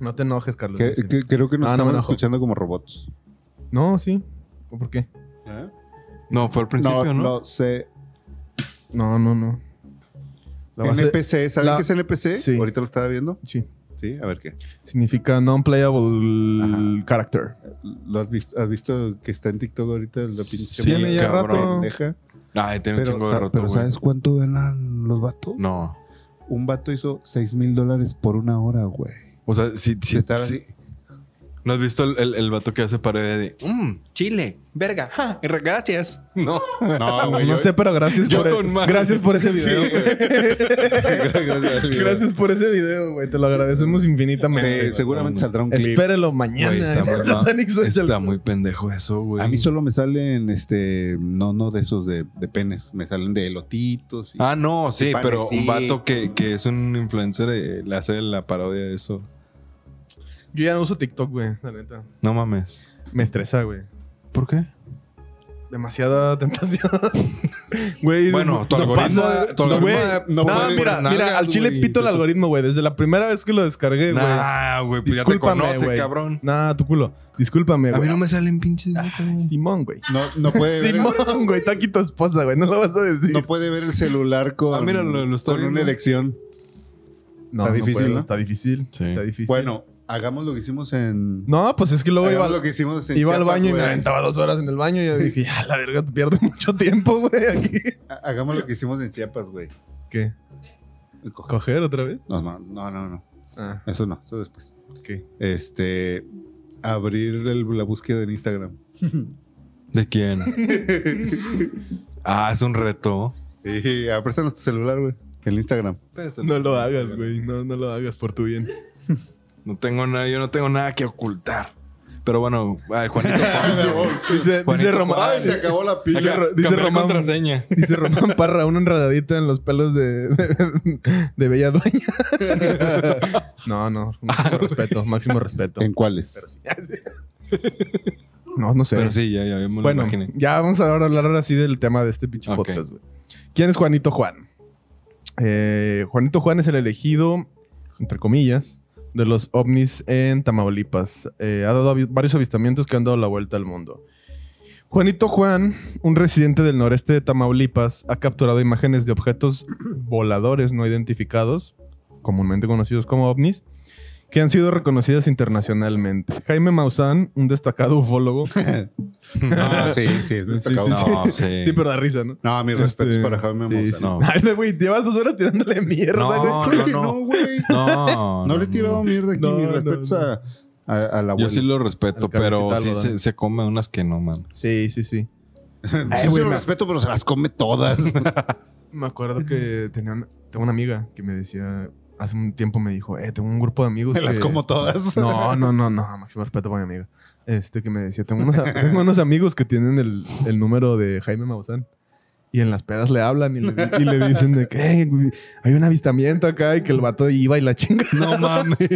[SPEAKER 2] No te enojes, Carlos.
[SPEAKER 3] Que-
[SPEAKER 2] Messi.
[SPEAKER 3] que- creo que nos
[SPEAKER 2] Ah, no me
[SPEAKER 3] estamos
[SPEAKER 2] enojo.
[SPEAKER 3] escuchando como robots.
[SPEAKER 2] No, sí. ¿Por qué? ¿Eh?
[SPEAKER 4] No, fue al
[SPEAKER 3] No,
[SPEAKER 4] principio, ¿no?
[SPEAKER 3] no sé.
[SPEAKER 2] No, no, no. La base-
[SPEAKER 3] NPC, ¿saben
[SPEAKER 2] la-
[SPEAKER 3] qué es NPC?
[SPEAKER 2] Sí.
[SPEAKER 3] Ahorita lo estaba viendo.
[SPEAKER 2] Sí.
[SPEAKER 3] Sí, a ver qué.
[SPEAKER 2] Significa non-playable
[SPEAKER 3] Ajá.
[SPEAKER 2] character.
[SPEAKER 3] ¿Lo has visto, has visto que está en TikTok ahorita la pinche
[SPEAKER 4] Sí,
[SPEAKER 3] morra
[SPEAKER 4] ya
[SPEAKER 2] rato.
[SPEAKER 3] pendeja?
[SPEAKER 4] Ay, tiene un
[SPEAKER 3] Pero,
[SPEAKER 4] chingo de
[SPEAKER 3] sa-
[SPEAKER 4] roto,
[SPEAKER 3] pero
[SPEAKER 4] güey.
[SPEAKER 3] ¿sabes cuánto ganan los vatos?
[SPEAKER 4] No.
[SPEAKER 3] Un vato hizo 6 mil dólares por una hora, güey.
[SPEAKER 4] O sea, sí, sí,
[SPEAKER 3] De estar
[SPEAKER 4] sí.
[SPEAKER 3] así.
[SPEAKER 4] ¿No has visto el, el, el vato que hace parodia de... Mmm, chile, verga, ja, r- gracias. No.
[SPEAKER 3] No,
[SPEAKER 2] No sé, pero gracias,
[SPEAKER 4] Ah, yo
[SPEAKER 2] por,
[SPEAKER 4] con madre.
[SPEAKER 2] gracias por ese video,
[SPEAKER 4] Sí,
[SPEAKER 2] güey.
[SPEAKER 3] Gracias al video.
[SPEAKER 2] Gracias por ese video, güey. Te lo agradecemos infinitamente.
[SPEAKER 3] Sí,
[SPEAKER 2] güey.
[SPEAKER 3] seguramente saldrá un clip.
[SPEAKER 2] Espérelo mañana.
[SPEAKER 4] Güey, está
[SPEAKER 2] en el
[SPEAKER 4] muy-
[SPEAKER 2] Satanic Social.
[SPEAKER 4] Está muy pendejo eso, güey.
[SPEAKER 3] A mí solo me salen, este, no, no de esos de, de penes, me salen de elotitos. y-
[SPEAKER 4] Ah, no,
[SPEAKER 3] Y
[SPEAKER 4] sí,
[SPEAKER 3] panes,
[SPEAKER 4] pero un
[SPEAKER 3] sí.
[SPEAKER 4] vato que, que es un influencer eh, le hace la parodia de eso.
[SPEAKER 2] Yo ya no uso TikTok, güey. La neta.
[SPEAKER 4] No mames.
[SPEAKER 2] Me estresa, güey.
[SPEAKER 4] ¿Por qué?
[SPEAKER 2] Demasiada tentación. Güey,
[SPEAKER 4] Bueno, tu algoritmo-
[SPEAKER 2] pasa-
[SPEAKER 4] tu algoritmo
[SPEAKER 2] güey, no,
[SPEAKER 4] no puede
[SPEAKER 2] mira,
[SPEAKER 4] con
[SPEAKER 2] mira,
[SPEAKER 4] nalgas,
[SPEAKER 2] al chile
[SPEAKER 4] güey.
[SPEAKER 2] pito el algoritmo, güey. Desde la primera vez que lo descargué, güey.
[SPEAKER 4] Nah, güey, pues ya te
[SPEAKER 2] Discúlpame,
[SPEAKER 4] conoce,
[SPEAKER 2] güey.
[SPEAKER 4] cabrón.
[SPEAKER 2] Nah, tu culo. Discúlpame,
[SPEAKER 4] A mí
[SPEAKER 2] güey.
[SPEAKER 4] no me salen pinches.
[SPEAKER 2] Simón, güey.
[SPEAKER 3] No, no puede ver,
[SPEAKER 2] Simón, güey. Está aquí tu esposa, güey. No lo vas a decir.
[SPEAKER 3] no puede ver el celular con,
[SPEAKER 4] Ah, mira, lo- lo está
[SPEAKER 3] con una
[SPEAKER 4] viendo.
[SPEAKER 3] erección.
[SPEAKER 2] No,
[SPEAKER 3] Está
[SPEAKER 2] no
[SPEAKER 3] difícil,
[SPEAKER 2] puedo,
[SPEAKER 3] ¿no?
[SPEAKER 2] Está difícil.
[SPEAKER 4] Sí.
[SPEAKER 2] Está difícil.
[SPEAKER 3] Bueno, hagamos lo que hicimos en...
[SPEAKER 2] No, pues es que luego iba,
[SPEAKER 3] hagamos lo que hicimos en
[SPEAKER 2] iba al
[SPEAKER 3] Chiapas,
[SPEAKER 2] baño y me
[SPEAKER 3] güey.
[SPEAKER 2] aventaba dos horas en el baño y yo dije, ya, la verga, te pierdes mucho tiempo, güey, aquí.
[SPEAKER 3] Ha- Hagamos lo que hicimos en Chiapas, güey.
[SPEAKER 2] ¿Qué?
[SPEAKER 3] Coge-
[SPEAKER 2] ¿Coger otra vez?
[SPEAKER 3] No, no, no, no, no.
[SPEAKER 2] Ah,
[SPEAKER 3] Eso no, eso después.
[SPEAKER 2] ok.
[SPEAKER 3] Este, abrir el- la búsqueda en Instagram.
[SPEAKER 4] ¿De quién? ah, es un reto.
[SPEAKER 3] Sí, ah, préstanos tu celular, güey. El Instagram.
[SPEAKER 2] No lo hagas, güey. No, no lo hagas por tu bien.
[SPEAKER 4] No tengo nada, yo no tengo nada que ocultar. Pero bueno, ay, Juanito. Juan,
[SPEAKER 2] Dice, dice
[SPEAKER 4] Juanito,
[SPEAKER 2] Román.
[SPEAKER 3] Ay, se acabó la
[SPEAKER 2] Dice,
[SPEAKER 3] pizza.
[SPEAKER 2] Ro- dice
[SPEAKER 4] Cambiar
[SPEAKER 2] Román.
[SPEAKER 4] contraseña.
[SPEAKER 2] Dice Román Parra, una enredadita en los pelos de, de, de Bella Dueña. No, no. Máximo respeto, máximo respeto.
[SPEAKER 3] ¿En cuáles?
[SPEAKER 2] No, no sé.
[SPEAKER 4] Pero sí, ya, ya, ya me lo
[SPEAKER 2] bueno,
[SPEAKER 4] imaginé.
[SPEAKER 2] ya vamos a ahora hablar así del tema de este pinche
[SPEAKER 4] Ok.
[SPEAKER 2] podcast, güey. ¿Quién es Juanito Juan? Eh, Juanito Juan es el elegido, entre comillas, de los ovnis en Tamaulipas. Eh, ha dado avi- varios avistamientos que han dado la vuelta al mundo. Juanito Juan, un residente del noreste de Tamaulipas, ha capturado imágenes de objetos voladores no identificados, comúnmente conocidos como ovnis, que han sido reconocidas internacionalmente. Jaime Maussan, un destacado ufólogo,
[SPEAKER 3] No, sí, sí, es destacado.
[SPEAKER 2] Sí, sí, sí.
[SPEAKER 4] No, sí.
[SPEAKER 2] Sí, pero da risa, ¿no?
[SPEAKER 3] No, mis respetos
[SPEAKER 2] Este,
[SPEAKER 3] para Jaime
[SPEAKER 2] sí,
[SPEAKER 3] Maussan.
[SPEAKER 2] sí.
[SPEAKER 4] No.
[SPEAKER 2] Ay, güey, llevas dos horas tirándole mierda,
[SPEAKER 4] No,
[SPEAKER 2] güey.
[SPEAKER 4] no, no.
[SPEAKER 3] güey.
[SPEAKER 4] No,
[SPEAKER 3] No le he tirado mierda aquí.
[SPEAKER 2] No,
[SPEAKER 3] mis
[SPEAKER 2] no,
[SPEAKER 3] respetos
[SPEAKER 2] no.
[SPEAKER 3] a, a, a la
[SPEAKER 4] Yo
[SPEAKER 3] abuela.
[SPEAKER 4] sí lo
[SPEAKER 2] Al
[SPEAKER 4] respeto,
[SPEAKER 2] cabecita
[SPEAKER 4] pero sí
[SPEAKER 2] algodón.
[SPEAKER 4] se, se come unas que no, man.
[SPEAKER 2] Sí, sí, sí.
[SPEAKER 3] Yo
[SPEAKER 2] Ay,
[SPEAKER 3] sí
[SPEAKER 2] güey,
[SPEAKER 3] lo
[SPEAKER 2] me-
[SPEAKER 3] respeto, pero se las come todas.
[SPEAKER 2] Me acuerdo que tenía una, tengo una amiga que me decía, hace un tiempo me dijo, eh, tengo un grupo de amigos.
[SPEAKER 3] Se las
[SPEAKER 2] que-
[SPEAKER 3] como todas.
[SPEAKER 2] No, no, no, no, máximo respeto para mi amiga. Este que me decía, tengo unos, a- tengo unos amigos que tienen el, el número de Jaime Maussan. Y en las pedas le hablan y le, y le dicen de que "Hey, güey, hay un avistamiento acá y que el vato iba y la chinga.
[SPEAKER 4] No mames.
[SPEAKER 2] Y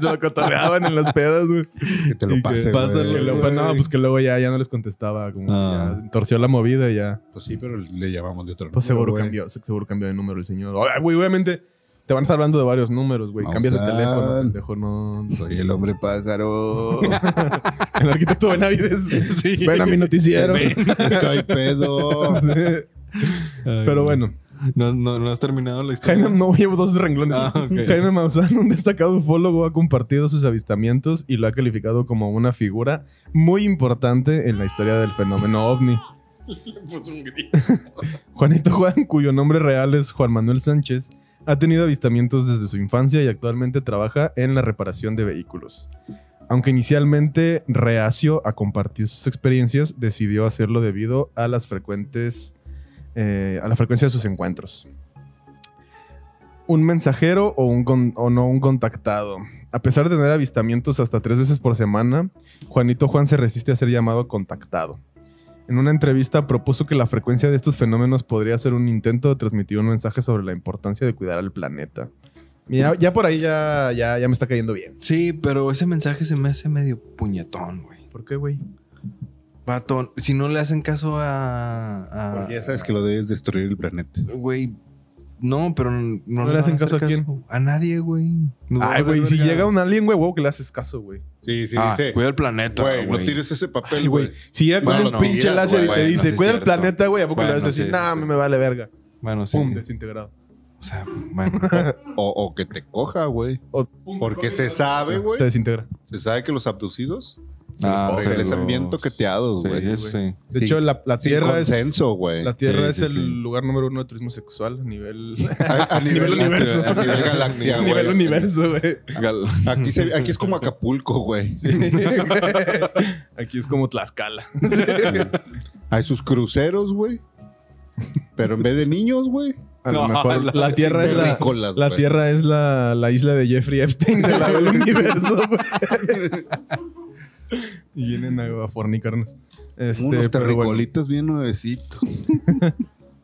[SPEAKER 2] se lo cotorreaban en las pedas, güey.
[SPEAKER 3] Que te lo
[SPEAKER 2] Y
[SPEAKER 3] pase,
[SPEAKER 2] que, pásale,
[SPEAKER 3] güey.
[SPEAKER 2] luego, pues, no, pues que luego ya, ya no les contestaba. Como que
[SPEAKER 4] Ah.
[SPEAKER 2] ya torció la movida y ya.
[SPEAKER 3] Pues sí, pero le llamamos de otro
[SPEAKER 2] Pues
[SPEAKER 3] número,
[SPEAKER 2] seguro
[SPEAKER 3] güey.
[SPEAKER 2] cambió, seguro cambió de número el señor. Ay, güey, obviamente te van a estar hablando de varios números, güey.
[SPEAKER 3] Vamos
[SPEAKER 2] Cambias de
[SPEAKER 3] a-
[SPEAKER 2] teléfono, pendejo, no.
[SPEAKER 3] Soy el hombre pájaro.
[SPEAKER 2] El arquitecto Benavides.
[SPEAKER 4] Sí.
[SPEAKER 2] Ven a mi noticiero.
[SPEAKER 3] Estoy pedo.
[SPEAKER 2] Pero bueno,
[SPEAKER 4] No, no, no has terminado la historia.
[SPEAKER 2] Jaime, no llevo dos renglones.
[SPEAKER 4] Ah, ok.
[SPEAKER 2] Jaime Maussan, un destacado ufólogo, ha compartido sus avistamientos y lo ha calificado como una figura muy importante en la historia del fenómeno ovni. Juanito Juan, cuyo nombre real es Juan Manuel Sánchez, ha tenido avistamientos desde su infancia y actualmente trabaja en la reparación de vehículos. Aunque inicialmente reacio a compartir sus experiencias, decidió hacerlo debido a las frecuentes eh, a la frecuencia de sus encuentros. Un mensajero o, un con- o no un contactado. A pesar de tener avistamientos hasta tres veces por semana, Juanito Juan se resiste a ser llamado contactado. En una entrevista propuso que la frecuencia de estos fenómenos podría ser un intento de transmitir un mensaje sobre la importancia de cuidar al planeta. Ya, ya por ahí ya, ya, ya me está cayendo bien.
[SPEAKER 4] Sí, pero ese mensaje se me hace medio puñetón, güey.
[SPEAKER 2] ¿Por qué, güey?
[SPEAKER 4] Vato, si no le hacen caso a. a-
[SPEAKER 3] Porque Ah, ya sabes que lo debes destruir el planeta.
[SPEAKER 4] Güey. No, pero no,
[SPEAKER 2] le
[SPEAKER 4] van
[SPEAKER 2] hacen
[SPEAKER 4] hacer
[SPEAKER 2] caso a quién?
[SPEAKER 4] A nadie, güey. Me va a
[SPEAKER 2] Ay, güey,
[SPEAKER 4] valer
[SPEAKER 2] si
[SPEAKER 4] verga.
[SPEAKER 2] llega un alien, güey, wow, que le haces caso, güey.
[SPEAKER 3] Sí, sí,
[SPEAKER 4] Ah,
[SPEAKER 3] dice.
[SPEAKER 4] cuida el planeta,
[SPEAKER 3] Güey,
[SPEAKER 4] güey.
[SPEAKER 3] no tires ese papel,
[SPEAKER 2] Ay, güey.
[SPEAKER 3] güey.
[SPEAKER 2] Si llega con
[SPEAKER 4] Pues, Bueno,
[SPEAKER 2] un
[SPEAKER 4] no,
[SPEAKER 2] pinche
[SPEAKER 3] digas,
[SPEAKER 2] láser y
[SPEAKER 4] güey,
[SPEAKER 2] te
[SPEAKER 4] no,
[SPEAKER 2] dice,
[SPEAKER 4] sí es
[SPEAKER 2] cuida el
[SPEAKER 4] cierto.
[SPEAKER 2] planeta, güey, ¿a poco le
[SPEAKER 4] Bueno,
[SPEAKER 2] vas a decir,
[SPEAKER 4] sí,
[SPEAKER 2] nah,
[SPEAKER 4] sí.
[SPEAKER 2] me vale verga?
[SPEAKER 4] Bueno, sí.
[SPEAKER 2] Pum, desintegrado.
[SPEAKER 4] O sea, bueno.
[SPEAKER 3] O, o que te coja, güey.
[SPEAKER 2] O-
[SPEAKER 3] Porque se sabe, güey.
[SPEAKER 2] Te desintegra.
[SPEAKER 3] Se sabe que los abducidos
[SPEAKER 4] Ah,
[SPEAKER 3] regresan
[SPEAKER 4] seguro.
[SPEAKER 3] bien toqueteados,
[SPEAKER 4] Sí,
[SPEAKER 3] güey.
[SPEAKER 4] eso sí.
[SPEAKER 2] De
[SPEAKER 3] Sí.
[SPEAKER 2] hecho, la, la
[SPEAKER 3] Sin
[SPEAKER 2] Tierra es...
[SPEAKER 3] consenso, güey.
[SPEAKER 2] La Tierra
[SPEAKER 4] Sí,
[SPEAKER 2] es
[SPEAKER 4] sí,
[SPEAKER 2] el
[SPEAKER 4] sí.
[SPEAKER 2] lugar número uno de turismo sexual a nivel...
[SPEAKER 3] A, a nivel,
[SPEAKER 2] Nivel universo.
[SPEAKER 3] A nivel galaxia,
[SPEAKER 2] a
[SPEAKER 3] güey.
[SPEAKER 2] nivel universo, güey.
[SPEAKER 4] Gal-
[SPEAKER 3] Aquí, se- aquí es como Acapulco, güey.
[SPEAKER 2] Aquí es como Tlaxcala.
[SPEAKER 3] Hay sus cruceros, güey. Pero en vez de niños, güey.
[SPEAKER 2] A lo
[SPEAKER 4] No,
[SPEAKER 2] mejor la,
[SPEAKER 4] la
[SPEAKER 2] Tierra es la...
[SPEAKER 3] terrícolas,
[SPEAKER 2] La
[SPEAKER 3] güey.
[SPEAKER 2] Tierra es la, la isla de Jeffrey Epstein de la del universo, güey. Y vienen a, a fornicarnos. Este,
[SPEAKER 3] Unos
[SPEAKER 2] pero bueno,
[SPEAKER 3] terricolitas bien nuevecitos.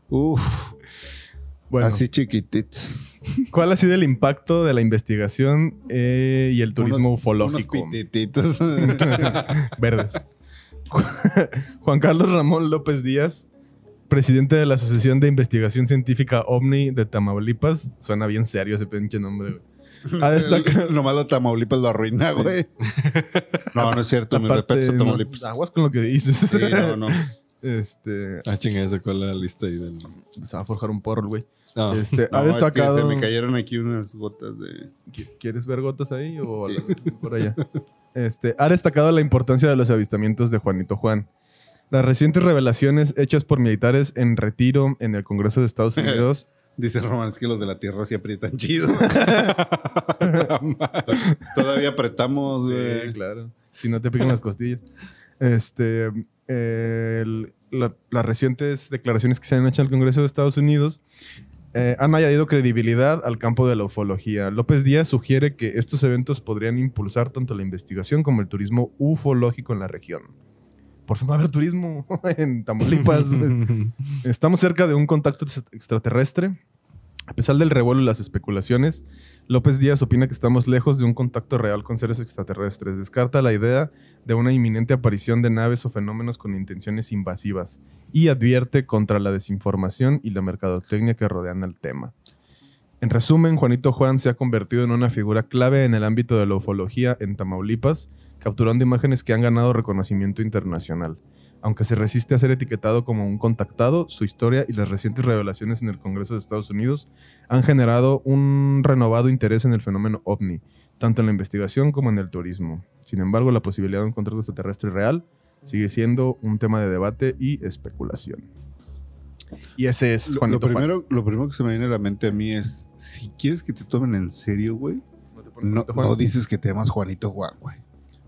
[SPEAKER 3] Uf,
[SPEAKER 2] bueno,
[SPEAKER 3] así chiquititos.
[SPEAKER 2] ¿cuál ha sido el impacto de la investigación eh, y el turismo
[SPEAKER 3] Unos-
[SPEAKER 2] ufológico?
[SPEAKER 3] Unos pitititos.
[SPEAKER 2] Verdes. Juan Carlos Ramón López Díaz, presidente de la Asociación de Investigación Científica OVNI de Tamaulipas. Suena bien serio ese pinche nombre, güey. Ha destacado-
[SPEAKER 3] Nomás lo Tamaulipas lo arruina, güey. No, no es cierto. Mi
[SPEAKER 2] Aparte,
[SPEAKER 3] respeto,
[SPEAKER 2] no, Ah,
[SPEAKER 3] Tamaulipas.
[SPEAKER 2] aguas con lo que dices.
[SPEAKER 3] Sí, no, no.
[SPEAKER 2] Este,
[SPEAKER 4] Ah, chinga, sacó la lista ahí del.
[SPEAKER 2] se va a forjar un porro, el güey.
[SPEAKER 4] Ah,
[SPEAKER 2] Este, ha
[SPEAKER 3] No, es que
[SPEAKER 2] destacado.
[SPEAKER 3] se me cayeron aquí unas gotas de.
[SPEAKER 2] ¿Qui- ¿Quieres ver gotas ahí o
[SPEAKER 3] Sí.
[SPEAKER 2] la- por allá? Este, ha destacado la importancia de los avistamientos de Juanito Juan. Las recientes revelaciones hechas por militares en retiro en el Congreso de Estados Unidos.
[SPEAKER 3] Dice Román, es que los de la tierra sí aprietan chido. Todavía apretamos,
[SPEAKER 2] Sí,
[SPEAKER 3] güey.
[SPEAKER 2] claro. Si no te pican las costillas. Este, eh, el- la- las recientes declaraciones que se han hecho al Congreso de Estados Unidos eh, han añadido credibilidad al campo de la ufología. López Díaz sugiere que estos eventos podrían impulsar tanto la investigación como el turismo ufológico en la región. Por fin va a haber turismo en Tamaulipas. eh, Estamos cerca de un contacto ex- extraterrestre. A pesar del revuelo y las especulaciones, López Díaz opina que estamos lejos de un contacto real con seres extraterrestres. Descarta la idea de una inminente aparición de naves o fenómenos con intenciones invasivas y advierte contra la desinformación y la mercadotecnia que rodean al tema. En resumen, Juanito Juan se ha convertido en una figura clave en el ámbito de la ufología en Tamaulipas, capturando imágenes que han ganado reconocimiento internacional. Aunque se resiste a ser etiquetado como un contactado, su historia y las recientes revelaciones en el Congreso de Estados Unidos han generado un renovado interés en el fenómeno ovni, tanto en la investigación como en el turismo. Sin embargo, la posibilidad de un contrato extraterrestre real sigue siendo un tema de debate y especulación. Y ese es
[SPEAKER 3] Lo,
[SPEAKER 2] Juanito
[SPEAKER 3] lo primero, lo primero que se me viene a la mente a mí es, si quieres que te tomen en serio, güey,
[SPEAKER 2] Juan. te pones
[SPEAKER 3] no,
[SPEAKER 2] Juanito Juan?
[SPEAKER 3] no dices que te llamas Juanito Juan, güey.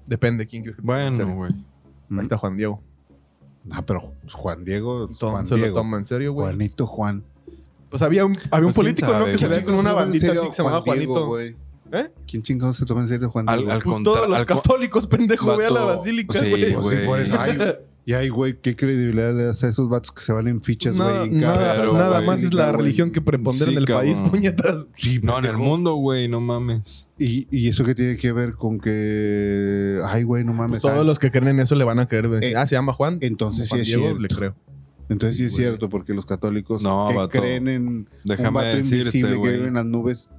[SPEAKER 2] Depende quién crees que te tome en
[SPEAKER 4] Bueno,
[SPEAKER 2] serio.
[SPEAKER 4] güey.
[SPEAKER 2] Ahí está Juan Diego.
[SPEAKER 3] Ah, pero Ju- Juan Diego,
[SPEAKER 2] Tom,
[SPEAKER 3] Juan
[SPEAKER 2] se lo
[SPEAKER 3] Diego,
[SPEAKER 2] toma en serio, güey.
[SPEAKER 3] Juanito Juan.
[SPEAKER 2] Pues había un, había un
[SPEAKER 4] Pues, ¿quién
[SPEAKER 2] político ¿no?
[SPEAKER 4] sabe,
[SPEAKER 2] que se
[SPEAKER 4] güey?
[SPEAKER 2] veía con una
[SPEAKER 3] ¿Quién se toma en
[SPEAKER 2] bandita
[SPEAKER 3] serio
[SPEAKER 2] así que se llamaba
[SPEAKER 3] Juan Diego,
[SPEAKER 2] Juanito.
[SPEAKER 3] güey?
[SPEAKER 2] ¿Eh?
[SPEAKER 3] ¿quién chingado se toma en serio Juan
[SPEAKER 4] Al-
[SPEAKER 3] Diego?
[SPEAKER 4] al-
[SPEAKER 2] Pues todos los
[SPEAKER 4] al co-
[SPEAKER 2] católicos, pendejo, ve a la
[SPEAKER 4] Vato-
[SPEAKER 2] basílica,
[SPEAKER 4] Sí,
[SPEAKER 2] güey.
[SPEAKER 3] Pues sí, por
[SPEAKER 4] güey.
[SPEAKER 3] eso. Ay, Y ay, güey, ¿qué credibilidad le das a esos vatos que se van en fichas, güey?
[SPEAKER 2] Nada,
[SPEAKER 3] en
[SPEAKER 2] nada-
[SPEAKER 3] carro,
[SPEAKER 2] nada
[SPEAKER 3] güey,
[SPEAKER 2] más es la
[SPEAKER 3] güey?
[SPEAKER 2] religión que prepondera
[SPEAKER 4] sí,
[SPEAKER 2] en el país,
[SPEAKER 4] cabrón.
[SPEAKER 2] puñetas.
[SPEAKER 3] Sí,
[SPEAKER 4] No, en el
[SPEAKER 3] pendejo.
[SPEAKER 4] mundo, güey, no mames.
[SPEAKER 3] ¿Y, y eso qué tiene que ver con que... Ay, güey, no mames.
[SPEAKER 2] Pues todos
[SPEAKER 3] ay,
[SPEAKER 2] los que creen en eso le van a creer. güey.
[SPEAKER 3] Eh,
[SPEAKER 2] ah, se llama Juan.
[SPEAKER 3] entonces
[SPEAKER 2] Juan
[SPEAKER 3] sí es cierto.
[SPEAKER 2] le creo.
[SPEAKER 3] Entonces sí es
[SPEAKER 4] güey.
[SPEAKER 3] cierto, porque los católicos
[SPEAKER 4] No,
[SPEAKER 3] que
[SPEAKER 4] vato.
[SPEAKER 3] creen en un
[SPEAKER 4] Déjame
[SPEAKER 3] vato
[SPEAKER 4] decirte,
[SPEAKER 3] invisible que vive
[SPEAKER 4] güey.
[SPEAKER 3] en las nubes.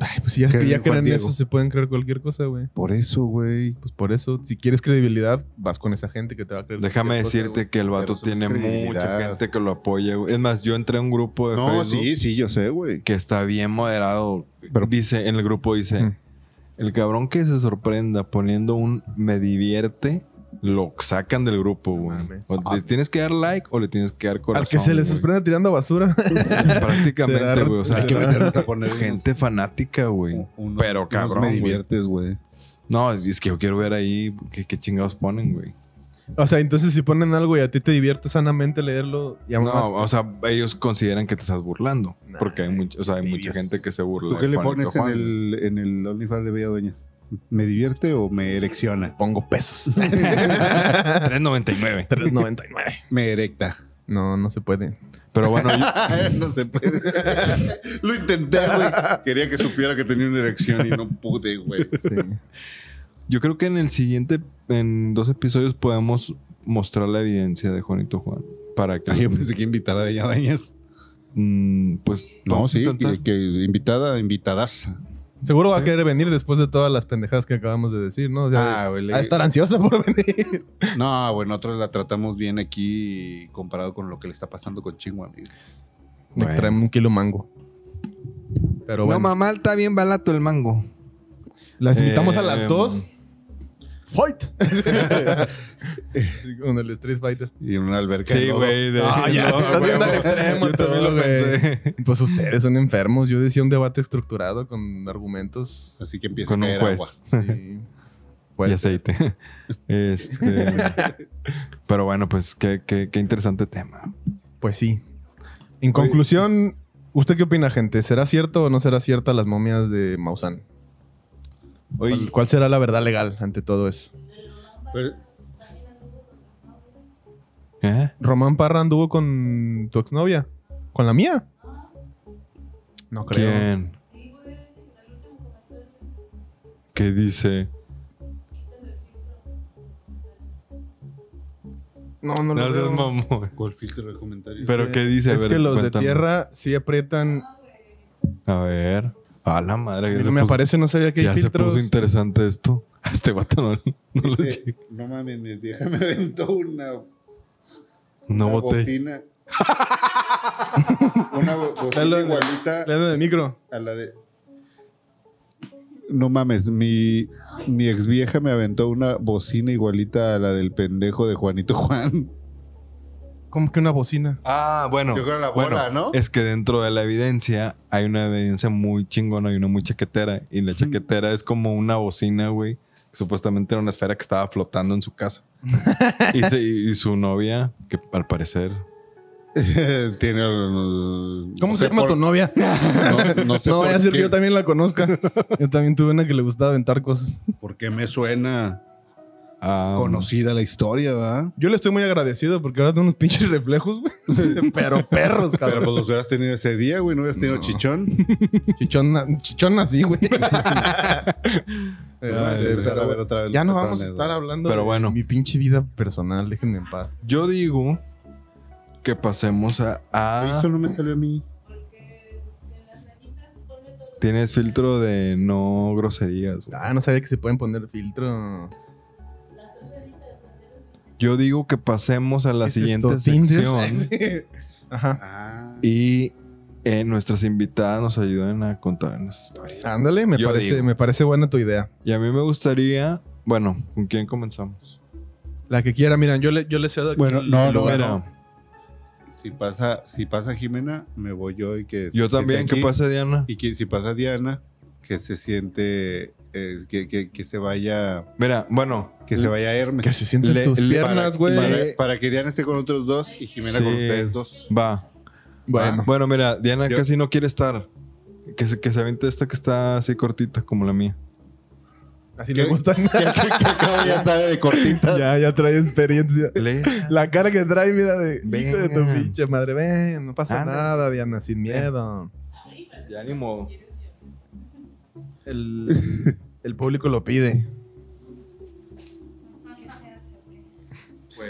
[SPEAKER 2] Ay, pues si ya,
[SPEAKER 3] Creen
[SPEAKER 2] que ya
[SPEAKER 3] en Juan
[SPEAKER 2] creen en
[SPEAKER 3] Diego.
[SPEAKER 2] eso, se pueden creer cualquier cosa, güey.
[SPEAKER 3] Por eso, güey.
[SPEAKER 2] Pues por eso, si quieres credibilidad, vas con esa gente que te va a creer.
[SPEAKER 4] Déjame
[SPEAKER 2] cualquier cosa,
[SPEAKER 4] decirte que el
[SPEAKER 3] Pero
[SPEAKER 4] vato
[SPEAKER 3] eso es
[SPEAKER 4] tiene mucha
[SPEAKER 3] credibilidad.
[SPEAKER 4] gente que lo apoya, güey. Es más, yo entré a un grupo de
[SPEAKER 3] No,
[SPEAKER 4] Facebook
[SPEAKER 3] sí, sí, yo sé, güey.
[SPEAKER 4] que está bien moderado.
[SPEAKER 3] Pero-
[SPEAKER 4] dice, en el grupo dice,
[SPEAKER 2] Ujú.
[SPEAKER 4] el cabrón que se sorprenda poniendo un me divierte, lo sacan del grupo, güey.
[SPEAKER 2] mames.
[SPEAKER 4] O le tienes que dar like o le tienes que dar
[SPEAKER 2] güey.
[SPEAKER 4] corazón.
[SPEAKER 2] Al que se le
[SPEAKER 4] güey.
[SPEAKER 2] sorprende tirando basura.
[SPEAKER 4] Prácticamente,
[SPEAKER 2] Será-
[SPEAKER 4] güey. O sea,
[SPEAKER 2] Hay que
[SPEAKER 3] meternos a poner unos-
[SPEAKER 4] gente fanática, güey.
[SPEAKER 3] Unos-
[SPEAKER 4] Pero
[SPEAKER 3] unos
[SPEAKER 4] cabrón,
[SPEAKER 3] Me
[SPEAKER 4] güey.
[SPEAKER 3] diviertes, güey.
[SPEAKER 4] No, es- es que yo quiero ver ahí qué, qué chingados ponen, güey.
[SPEAKER 2] o sea, entonces si ponen algo y a ti te divierte sanamente leerlo, ya más.
[SPEAKER 4] No, o sea, ellos consideran que te estás burlando.
[SPEAKER 2] Nah,
[SPEAKER 4] porque hay, much- o sea, hay mucha
[SPEAKER 2] tibios.
[SPEAKER 4] gente que se burla.
[SPEAKER 3] ¿Tú qué
[SPEAKER 4] de
[SPEAKER 3] le
[SPEAKER 4] Juanito
[SPEAKER 3] pones en
[SPEAKER 4] Juan.
[SPEAKER 3] el, en el OnlyFans de Villadoña? ¿Me divierte o me erecciona?
[SPEAKER 2] pongo pesos.
[SPEAKER 4] 3.99.
[SPEAKER 2] 3.99.
[SPEAKER 3] Me erecta.
[SPEAKER 2] No, no se puede.
[SPEAKER 4] Pero bueno, yo-
[SPEAKER 3] no se puede. Lo intenté, güey. Quería que supiera que tenía una erección y no pude, güey.
[SPEAKER 2] Sí.
[SPEAKER 4] yo creo que en el siguiente, en dos episodios, podemos mostrar la evidencia de Juanito Juan. Para que.
[SPEAKER 3] Ay, Ah, yo pensé que invitar a Villadoñas.
[SPEAKER 4] Mm, pues.
[SPEAKER 3] No,
[SPEAKER 4] vamos a
[SPEAKER 3] sí,
[SPEAKER 4] intentar.
[SPEAKER 3] que, que invitada, invitadaza.
[SPEAKER 2] Seguro va a
[SPEAKER 4] Sí.
[SPEAKER 2] querer venir después de todas las pendejadas que acabamos de decir, ¿no? O sea,
[SPEAKER 3] Ah, güey, le-
[SPEAKER 2] a estar ansiosa por venir.
[SPEAKER 3] No, bueno, nosotros la tratamos bien aquí comparado con lo que le está pasando con Chingua, amigo.
[SPEAKER 2] Me
[SPEAKER 4] Bueno.
[SPEAKER 2] Traen un kilo mango. Pero bueno,
[SPEAKER 4] No, mamá, está bien barato el mango.
[SPEAKER 2] las invitamos a
[SPEAKER 4] Eh,
[SPEAKER 2] las dos. ¡Fight! Sí, Con el Street Fighter.
[SPEAKER 3] Y en una alberca. de
[SPEAKER 4] Sí,
[SPEAKER 3] lodo.
[SPEAKER 4] güey. de-
[SPEAKER 2] Ah, ya,
[SPEAKER 4] no,
[SPEAKER 2] te estás
[SPEAKER 4] güey,
[SPEAKER 2] yendo al
[SPEAKER 4] güey.
[SPEAKER 2] extremo,
[SPEAKER 4] Yo
[SPEAKER 2] todo,
[SPEAKER 4] también lo
[SPEAKER 2] güey.
[SPEAKER 4] pensé.
[SPEAKER 2] Pues ustedes son enfermos. Yo decía un debate estructurado con argumentos.
[SPEAKER 3] Así que empieza
[SPEAKER 4] Con
[SPEAKER 3] a
[SPEAKER 4] un
[SPEAKER 3] caer
[SPEAKER 4] juez.
[SPEAKER 3] agua.
[SPEAKER 2] Sí.
[SPEAKER 4] y
[SPEAKER 2] Pues,
[SPEAKER 4] aceite. Este, pero bueno, pues qué, qué- qué interesante tema.
[SPEAKER 2] pues sí. En conclusión, ¿usted qué opina, gente? ¿Será cierto o no será cierta las momias de Maussan? ¿Cuál-
[SPEAKER 4] Oye,
[SPEAKER 2] ¿Cuál será la verdad legal ante todo eso?
[SPEAKER 3] Pero-
[SPEAKER 4] ¿eh?
[SPEAKER 2] Román Parra anduvo con tu exnovia. ¿Con la mía? No creo.
[SPEAKER 4] ¿Quién? ¿Qué dice?
[SPEAKER 2] No, no lo
[SPEAKER 4] No seas
[SPEAKER 2] creo.
[SPEAKER 4] mamón.
[SPEAKER 3] ¿Cuál filtro de comentarios?
[SPEAKER 4] Pero ¿qué dice? A
[SPEAKER 2] Es
[SPEAKER 4] ver,
[SPEAKER 2] que los
[SPEAKER 4] cuéntame.
[SPEAKER 2] de tierra sí aprietan.
[SPEAKER 4] A ver. A la madre.
[SPEAKER 2] Y
[SPEAKER 4] ya
[SPEAKER 2] no
[SPEAKER 4] se
[SPEAKER 2] me
[SPEAKER 4] puso-
[SPEAKER 2] aparece, no sabía que
[SPEAKER 4] Ya
[SPEAKER 2] hay
[SPEAKER 4] se
[SPEAKER 2] filtros.
[SPEAKER 4] puso interesante esto. A este vato no, no lo
[SPEAKER 3] Dice,
[SPEAKER 4] llegué.
[SPEAKER 3] no mames, mi vieja me aventó una, una
[SPEAKER 4] No boté.
[SPEAKER 3] bocina. una bo- bocina
[SPEAKER 2] Dale,
[SPEAKER 3] igualita
[SPEAKER 2] Le dan el micro.
[SPEAKER 3] a la de. No mames, mi, mi ex vieja me aventó una bocina igualita a la del pendejo de Juanito Juan.
[SPEAKER 2] ¿Cómo que una bocina?
[SPEAKER 4] Ah, bueno.
[SPEAKER 3] creo la
[SPEAKER 4] Bueno, es que dentro de la evidencia hay una evidencia muy chingona y una muy chaquetera. Y la chaquetera es como una bocina, güey, Supuestamente era una esfera que estaba flotando en su casa. y, se- y su novia, que al parecer.
[SPEAKER 3] Tiene. el-
[SPEAKER 2] ¿Cómo
[SPEAKER 3] no
[SPEAKER 2] se
[SPEAKER 3] sé
[SPEAKER 2] llama
[SPEAKER 3] por-
[SPEAKER 2] tu novia?
[SPEAKER 3] No, no sé
[SPEAKER 2] No,
[SPEAKER 3] por,
[SPEAKER 2] vaya a ser que
[SPEAKER 3] qué,
[SPEAKER 2] yo también la conozca. Yo también tuve una que le gustaba aventar cosas.
[SPEAKER 3] por qué me suena
[SPEAKER 4] ah,
[SPEAKER 3] conocida la historia, ¿verdad?
[SPEAKER 2] Yo le estoy muy agradecido porque ahora tengo unos pinches reflejos, güey. Pero perros,
[SPEAKER 3] Pero
[SPEAKER 2] cabrón.
[SPEAKER 3] pues los hubieras tenido ese día, güey, no hubieras tenido
[SPEAKER 4] No.
[SPEAKER 3] chichón.
[SPEAKER 2] Chichón, na- chichón así, güey.
[SPEAKER 3] Ay,
[SPEAKER 2] Ah, sí,
[SPEAKER 3] empezar a
[SPEAKER 2] pero-
[SPEAKER 3] ver otra vez
[SPEAKER 2] Ya
[SPEAKER 3] los
[SPEAKER 2] no vamos a
[SPEAKER 3] patrones,
[SPEAKER 2] estar
[SPEAKER 3] ¿verdad?
[SPEAKER 2] hablando
[SPEAKER 4] Pero
[SPEAKER 2] de
[SPEAKER 4] bueno.
[SPEAKER 2] mi pinche vida personal, déjenme en paz.
[SPEAKER 4] Yo digo que pasemos a. a-
[SPEAKER 3] Eso no me salió a mí.
[SPEAKER 4] Tienes filtro de no groserías. güey.
[SPEAKER 2] Ah, no sabía que se pueden poner filtro.
[SPEAKER 4] Yo digo que pasemos a la
[SPEAKER 2] ¿Qué es
[SPEAKER 4] siguiente
[SPEAKER 2] esto, Tinder?
[SPEAKER 4] sección
[SPEAKER 2] Ajá.
[SPEAKER 3] Ah,
[SPEAKER 4] y eh, nuestras invitadas nos ayuden a contarnos historias.
[SPEAKER 2] Ándale, me
[SPEAKER 4] Yo
[SPEAKER 2] parece,
[SPEAKER 4] digo.
[SPEAKER 2] me parece buena tu idea.
[SPEAKER 4] Y a mí me gustaría, bueno, ¿con quién comenzamos?
[SPEAKER 2] La que quiera, miren, yo le, yo le cedo aquí
[SPEAKER 3] Bueno,
[SPEAKER 2] el
[SPEAKER 3] no, no,
[SPEAKER 2] lugar.
[SPEAKER 4] Mira,
[SPEAKER 3] Si pasa, si pasa Jimena, me voy yo y que.
[SPEAKER 4] yo
[SPEAKER 3] que
[SPEAKER 4] también,
[SPEAKER 3] esté
[SPEAKER 4] ¿qué
[SPEAKER 3] aquí.
[SPEAKER 4] pasa Diana?
[SPEAKER 3] Y que si pasa Diana, que se siente. eh, que, que- que se vaya.
[SPEAKER 4] Mira, bueno,
[SPEAKER 3] Que se vaya Hermes.
[SPEAKER 2] Que se sienten
[SPEAKER 4] Le-
[SPEAKER 2] tus
[SPEAKER 4] le-
[SPEAKER 2] piernas, güey.
[SPEAKER 3] Para, para que Diana esté con otros dos y Jimena con
[SPEAKER 4] Sí.
[SPEAKER 3] ustedes dos.
[SPEAKER 4] va.
[SPEAKER 2] Bueno,
[SPEAKER 4] Va. Bueno, mira, Diana
[SPEAKER 3] Yo-
[SPEAKER 4] casi no quiere estar. Que se, que se aviente esta que está así cortita como la mía.
[SPEAKER 2] así
[SPEAKER 3] ¿Qué-
[SPEAKER 2] le gustan.
[SPEAKER 3] Que, que- que al cabo ya sabe de cortitas.
[SPEAKER 2] ya, ya trae experiencia.
[SPEAKER 4] Le-
[SPEAKER 2] La cara que trae, mira, de,
[SPEAKER 4] Venga.
[SPEAKER 2] hijo de tu pinche madre. Ven, no pasa
[SPEAKER 4] Ándale.
[SPEAKER 2] nada, Diana, sin miedo.
[SPEAKER 4] Ya ni modo.
[SPEAKER 2] El, el público lo pide.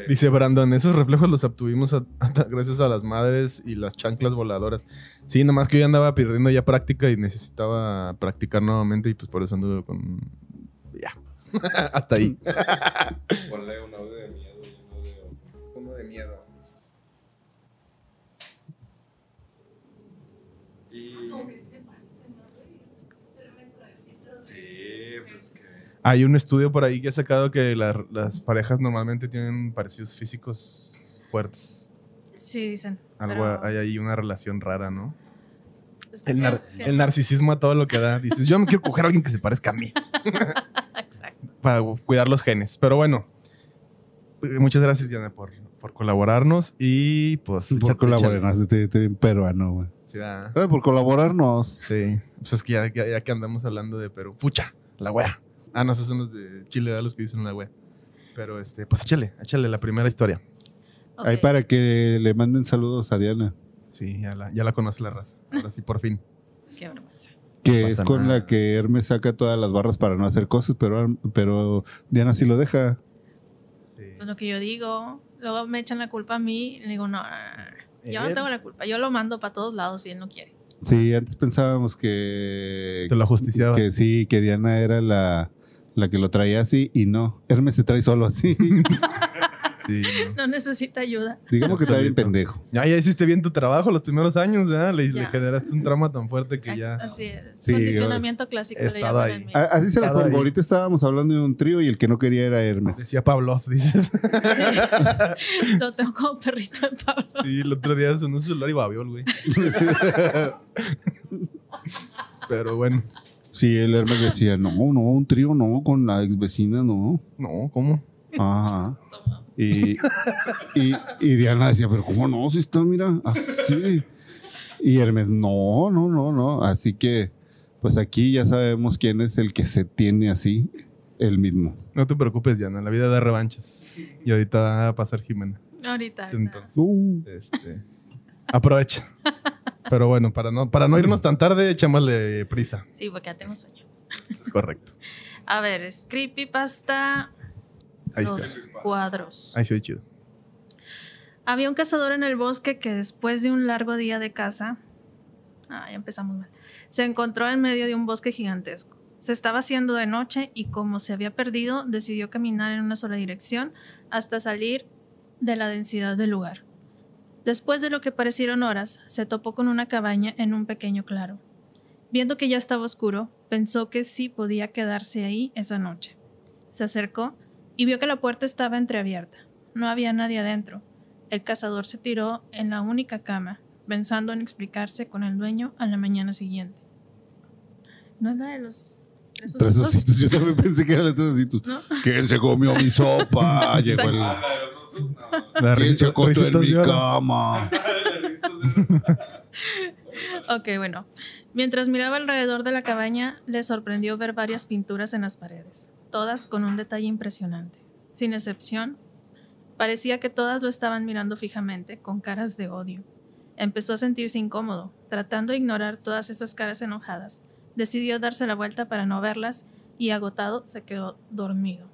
[SPEAKER 2] Dice Brandon, esos reflejos los obtuvimos a- a- gracias a las madres y las chanclas voladoras. Sí, nomás que yo andaba perdiendo ya práctica y necesitaba practicar nuevamente y pues por eso anduve con... Ya. Hasta ahí.
[SPEAKER 4] Ponle un audio de miedo y uno de-
[SPEAKER 2] Uno de miedo.
[SPEAKER 4] Sí, pues que.
[SPEAKER 2] Hay un estudio por ahí que ha sacado que la- las parejas normalmente tienen parecidos físicos fuertes.
[SPEAKER 5] Sí, dicen.
[SPEAKER 2] Algo,
[SPEAKER 5] pero-
[SPEAKER 2] hay ahí una relación rara, ¿no?
[SPEAKER 5] pues,
[SPEAKER 2] El, nar-
[SPEAKER 5] creo que-
[SPEAKER 2] el narcisismo a todo lo que da. Dices, yo me quiero coger a alguien que se parezca a mí
[SPEAKER 5] Exacto.
[SPEAKER 2] para cuidar los genes. Pero bueno, eh, muchas gracias, Diana, por, por colaborarnos y pues.
[SPEAKER 3] Por
[SPEAKER 2] échate- échale.
[SPEAKER 3] colaborarnos, estoy, estoy bien peruano, güey.
[SPEAKER 2] Sí, ah,
[SPEAKER 3] Gracias Por colaborarnos.
[SPEAKER 2] sí. Pues es que ya, ya- ya que andamos hablando de Perú, pucha, la wea. Ah, no, esos son los de Chile, ¿verdad? los que dicen la wea. Pero este, pues échale, échale la primera historia.
[SPEAKER 3] Ahí
[SPEAKER 5] Ok.
[SPEAKER 3] para que le manden saludos a Diana.
[SPEAKER 2] Sí, ya la, ya la conoce la raza. Ahora sí, por fin.
[SPEAKER 5] Qué vergüenza.
[SPEAKER 3] Que
[SPEAKER 2] No
[SPEAKER 3] es
[SPEAKER 2] pasa
[SPEAKER 3] con
[SPEAKER 2] nada.
[SPEAKER 3] la que Hermes saca todas las barras para no hacer cosas, pero, pero Diana sí lo deja.
[SPEAKER 2] Sí.
[SPEAKER 5] Pues lo que yo digo, luego me echan la culpa a mí y le digo, no, no, no, no, no, yo no
[SPEAKER 2] Eh,
[SPEAKER 5] tengo la culpa. Yo lo mando para todos lados y él no quiere.
[SPEAKER 3] Sí, antes pensábamos que.
[SPEAKER 2] Te lo ajusticiabas.
[SPEAKER 3] Que sí, que Diana era la, la que lo traía así y no. Hermes se trae solo así.
[SPEAKER 2] Sí, no.
[SPEAKER 5] No necesita ayuda.
[SPEAKER 3] Digamos que está bien
[SPEAKER 2] Solito.
[SPEAKER 3] pendejo.
[SPEAKER 2] Ya, ya hiciste bien tu trabajo los primeros años, ¿verdad? Le, le
[SPEAKER 5] Ya.
[SPEAKER 2] generaste un trauma tan fuerte que ya.
[SPEAKER 5] Así es.
[SPEAKER 3] Sí,
[SPEAKER 5] Condicionamiento clásico.
[SPEAKER 2] he
[SPEAKER 5] le
[SPEAKER 2] estado
[SPEAKER 5] llaman
[SPEAKER 2] ahí. Ah.
[SPEAKER 5] en mí.
[SPEAKER 3] A- Así se la
[SPEAKER 2] Estaba
[SPEAKER 3] pongo.
[SPEAKER 2] ahí.
[SPEAKER 3] Ahorita estábamos hablando de un trío y el que no quería era Hermes.
[SPEAKER 2] Decía Pavlov, dices.
[SPEAKER 5] Lo tengo como perrito de Pablo.
[SPEAKER 2] Sí, el otro día sonó su celular y babiol, güey. Pero bueno.
[SPEAKER 3] Sí, el Hermes decía, no, no, un trío no, con la ex vecina no.
[SPEAKER 2] No, ¿cómo?
[SPEAKER 3] Ajá. Y, y- y Diana decía, pero ¿cómo no? Si está, mira, así. Y Hermes, no, no, no, no. Así que, pues aquí ya sabemos quién es el que se tiene así, el mismo.
[SPEAKER 2] No te preocupes, Diana. La vida da revanchas. Y ahorita va a pasar Jimena.
[SPEAKER 5] Ahorita. ahorita.
[SPEAKER 2] Entonces,
[SPEAKER 3] Uh,
[SPEAKER 2] este, aprovecha. Pero bueno, para no, para no irnos tan tarde, echémosle prisa.
[SPEAKER 5] Sí, porque ya tengo sueño.
[SPEAKER 2] Es correcto.
[SPEAKER 5] A ver, es creepypasta.
[SPEAKER 2] Ahí
[SPEAKER 5] los
[SPEAKER 2] está.
[SPEAKER 5] cuadros.
[SPEAKER 2] Ahí se ve chido.
[SPEAKER 5] Había un cazador en el bosque que después de un largo día de caza, ah, ya empezamos mal, se encontró en medio de un bosque gigantesco. Se estaba haciendo de noche y como se había perdido, decidió caminar en una sola dirección hasta salir de la densidad del lugar. Después de lo que parecieron horas, se topó con una cabaña en un pequeño claro. Viendo que ya estaba oscuro, pensó que sí podía quedarse ahí esa noche. Se acercó y vio que la puerta estaba entreabierta. No había nadie adentro. El cazador se tiró en la única cama, pensando en explicarse con el dueño a la mañana siguiente. No es la de los Tres
[SPEAKER 3] Tres
[SPEAKER 5] ositos.
[SPEAKER 3] ositos. Yo también pensé que eran los tres ositos.
[SPEAKER 5] ¿No?
[SPEAKER 3] ¿Quién se comió mi sopa? Llegó el.
[SPEAKER 4] Ah,
[SPEAKER 2] La
[SPEAKER 3] ¿Quién se
[SPEAKER 2] risita-
[SPEAKER 3] acostó en
[SPEAKER 2] risitos
[SPEAKER 3] mi
[SPEAKER 2] llora.
[SPEAKER 3] cama?
[SPEAKER 5] Ok, bueno. Mientras miraba alrededor de la cabaña, le sorprendió ver varias pinturas en las paredes, todas con un detalle impresionante. Sin excepción, parecía que todas lo estaban mirando fijamente, con caras de odio. Empezó a sentirse incómodo, tratando de ignorar todas esas caras enojadas. Decidió darse la vuelta para no verlas y agotado se quedó dormido.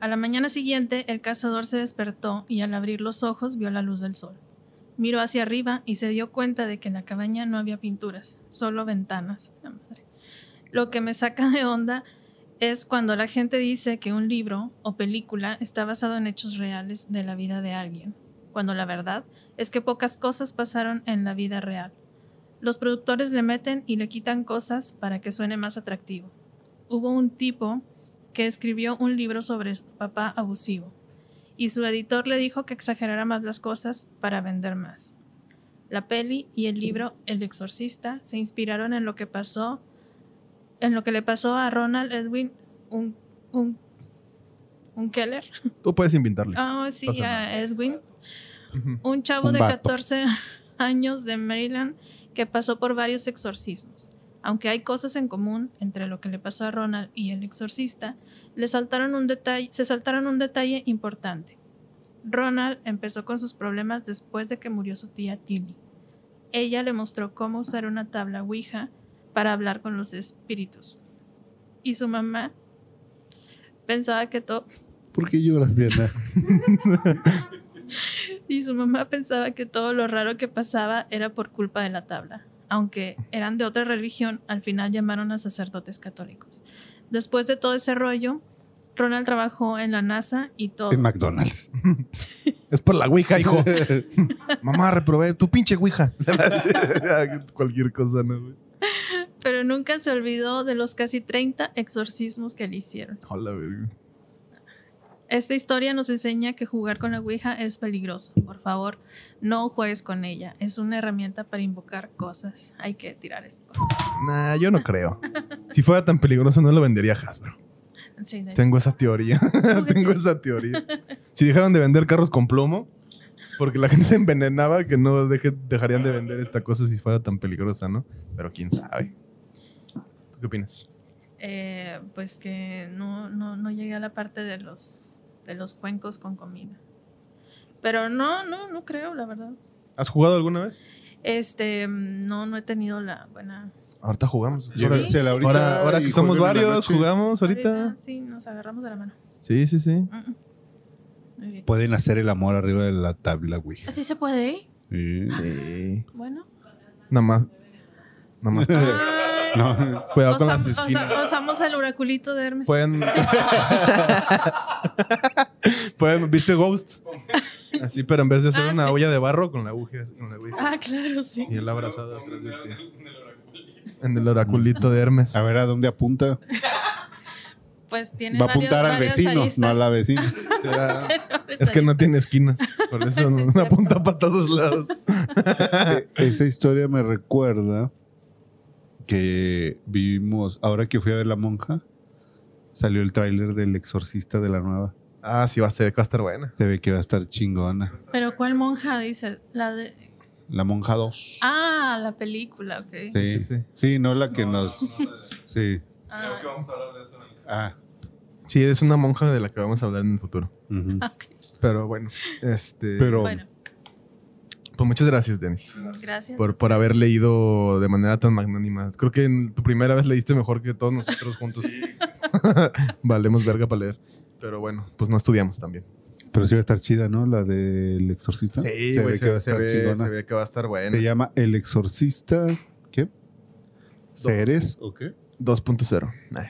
[SPEAKER 5] A la mañana siguiente, el cazador se despertó y al abrir los ojos vio la luz del sol. Miró hacia arriba y se dio cuenta de que en la cabaña no había pinturas, solo ventanas. La madre. Lo que me saca de onda es cuando la gente dice que un libro o película está basado en hechos reales de la vida de alguien, cuando la verdad es que pocas cosas pasaron en la vida real. Los productores le meten y le quitan cosas para que suene más atractivo. Hubo un tipo que escribió un libro sobre su papá abusivo y su editor le dijo que exagerara más las cosas para vender más. La peli y el libro El exorcista se inspiraron en lo que pasó en lo que le pasó a Ronald Edwin un un un Keller.
[SPEAKER 2] Tú puedes inventarle.
[SPEAKER 5] Ah, sí,
[SPEAKER 2] Pasa
[SPEAKER 5] a Edwin,
[SPEAKER 2] Ujú.
[SPEAKER 5] un chavo
[SPEAKER 3] Un
[SPEAKER 5] de
[SPEAKER 3] vato.
[SPEAKER 5] 14 años de Maryland que pasó por varios exorcismos. Aunque hay cosas en común entre lo que le pasó a Ronald y el exorcista, le saltaron un detalle, se saltaron un detalle importante. Ronald empezó con sus problemas después de que murió su tía Tilly. Ella le mostró cómo usar una tabla Ouija para hablar con los espíritus. Y su mamá pensaba que todo
[SPEAKER 3] ¿Por qué lloras, Diana?
[SPEAKER 5] Y su mamá pensaba que todo lo raro que pasaba era por culpa de la tabla. Aunque eran de otra religión, al final llamaron a sacerdotes católicos. Después de todo ese rollo, Ronald trabajó en la NASA y todo.
[SPEAKER 3] En McDonald's.
[SPEAKER 2] Es por la Ouija, hijo. Mamá, reprobé. Tu pinche Ouija. Cualquier cosa, ¿no? güey?
[SPEAKER 5] Pero nunca se olvidó de los casi 30 exorcismos que le hicieron.
[SPEAKER 2] Hola, verga.
[SPEAKER 5] Esta historia nos enseña que jugar con la Ouija es peligroso. Por favor, no juegues con ella. Es una herramienta para invocar cosas. Hay que tirar estas cosas.
[SPEAKER 2] Nah, yo no creo. Si fuera tan peligroso, no lo vendería a Hasbro.
[SPEAKER 5] Sí, de-
[SPEAKER 2] Tengo esa teoría. Tengo esa teoría. Si dejaron de vender carros con plomo, porque la gente se envenenaba, que no deje- dejarían de vender esta cosa si fuera tan peligrosa, ¿no? Pero quién sabe. ¿Tú qué opinas?
[SPEAKER 5] Eh, pues que no, no, no llegué a la parte de los, de los cuencos con comida. Pero no, no, no creo, la verdad.
[SPEAKER 2] ¿Has jugado alguna vez?
[SPEAKER 5] Este, mm, no, no he tenido la buena...
[SPEAKER 2] Ahorita jugamos. Ahora,
[SPEAKER 3] Llévensela ahorita.
[SPEAKER 2] ahora, ahora
[SPEAKER 3] y
[SPEAKER 2] que somos
[SPEAKER 3] jueguen en la
[SPEAKER 2] varios,
[SPEAKER 3] noche.
[SPEAKER 2] jugamos ahorita.
[SPEAKER 5] Sí, nos agarramos de la mano.
[SPEAKER 2] Sí, sí, sí.
[SPEAKER 5] Mm, mm. Muy bien.
[SPEAKER 3] Pueden hacer el amor arriba de la tabla, güey.
[SPEAKER 5] ¿Así se puede?
[SPEAKER 3] Sí.
[SPEAKER 5] Bueno.
[SPEAKER 2] Nada más. Nada
[SPEAKER 5] Ah,
[SPEAKER 2] más.
[SPEAKER 3] Eh, No.
[SPEAKER 2] Cuidado con las
[SPEAKER 5] Osam- osa-
[SPEAKER 2] esquinas.
[SPEAKER 5] osamos el oraculito de Hermes.
[SPEAKER 3] Pues,
[SPEAKER 2] Pueden. Pueden- ¿Viste Ghost? Así, pero en vez de hacer
[SPEAKER 5] Ah,
[SPEAKER 2] una
[SPEAKER 5] sí.
[SPEAKER 2] olla de barro con la aguja. así, con la ouija.
[SPEAKER 5] Ah, claro, sí.
[SPEAKER 2] Y él abrazado atrás de ti. En el oraculito de Hermes.
[SPEAKER 3] A ver a dónde apunta.
[SPEAKER 5] Pues tiene
[SPEAKER 3] Va a
[SPEAKER 5] varios-
[SPEAKER 3] apuntar al
[SPEAKER 5] varias
[SPEAKER 3] vecino, no a
[SPEAKER 5] aristas. pues
[SPEAKER 3] la vecina.
[SPEAKER 2] Será-
[SPEAKER 3] Ah.
[SPEAKER 5] Varias
[SPEAKER 2] Es que no
[SPEAKER 5] aristas.
[SPEAKER 2] tiene esquinas. Por eso
[SPEAKER 5] Sí, es
[SPEAKER 2] no
[SPEAKER 5] cierto.
[SPEAKER 2] apunta para todos lados.
[SPEAKER 3] Eh, Esa historia me recuerda que vivimos, ahora que fui a ver La Monja, salió el tráiler del Exorcista de la Nueva.
[SPEAKER 2] Ah, sí, va a ser, va a estar buena.
[SPEAKER 3] Se ve que va a estar chingona.
[SPEAKER 5] Pero ¿cuál monja dices? La de...
[SPEAKER 3] La Monja 2.
[SPEAKER 5] Ah, la película, ok.
[SPEAKER 3] Sí,
[SPEAKER 2] sí, sí.
[SPEAKER 3] sí, no la que nos... Sí.
[SPEAKER 5] Ah,
[SPEAKER 3] Ah.
[SPEAKER 2] Sí, es una monja de la que vamos a hablar en el futuro.
[SPEAKER 3] ujú.
[SPEAKER 5] Ah, ok.
[SPEAKER 2] Pero bueno, este.
[SPEAKER 3] Pero
[SPEAKER 5] Bueno,
[SPEAKER 2] Pues muchas gracias, Denis.
[SPEAKER 5] gracias.
[SPEAKER 2] Por, por haber leído de manera tan magnánima. Creo que en tu primera vez leíste mejor que todos nosotros juntos. Valemos verga para leer. Pero bueno, pues no estudiamos también.
[SPEAKER 3] Pero sí va a estar chida, ¿no? La del exorcista.
[SPEAKER 2] Sí, güey, se, se ve, se ve que va a estar bueno.
[SPEAKER 3] Se llama El Exorcista. ¿Qué? ¿Ceres? ¿O qué?
[SPEAKER 2] 2.0. Ay.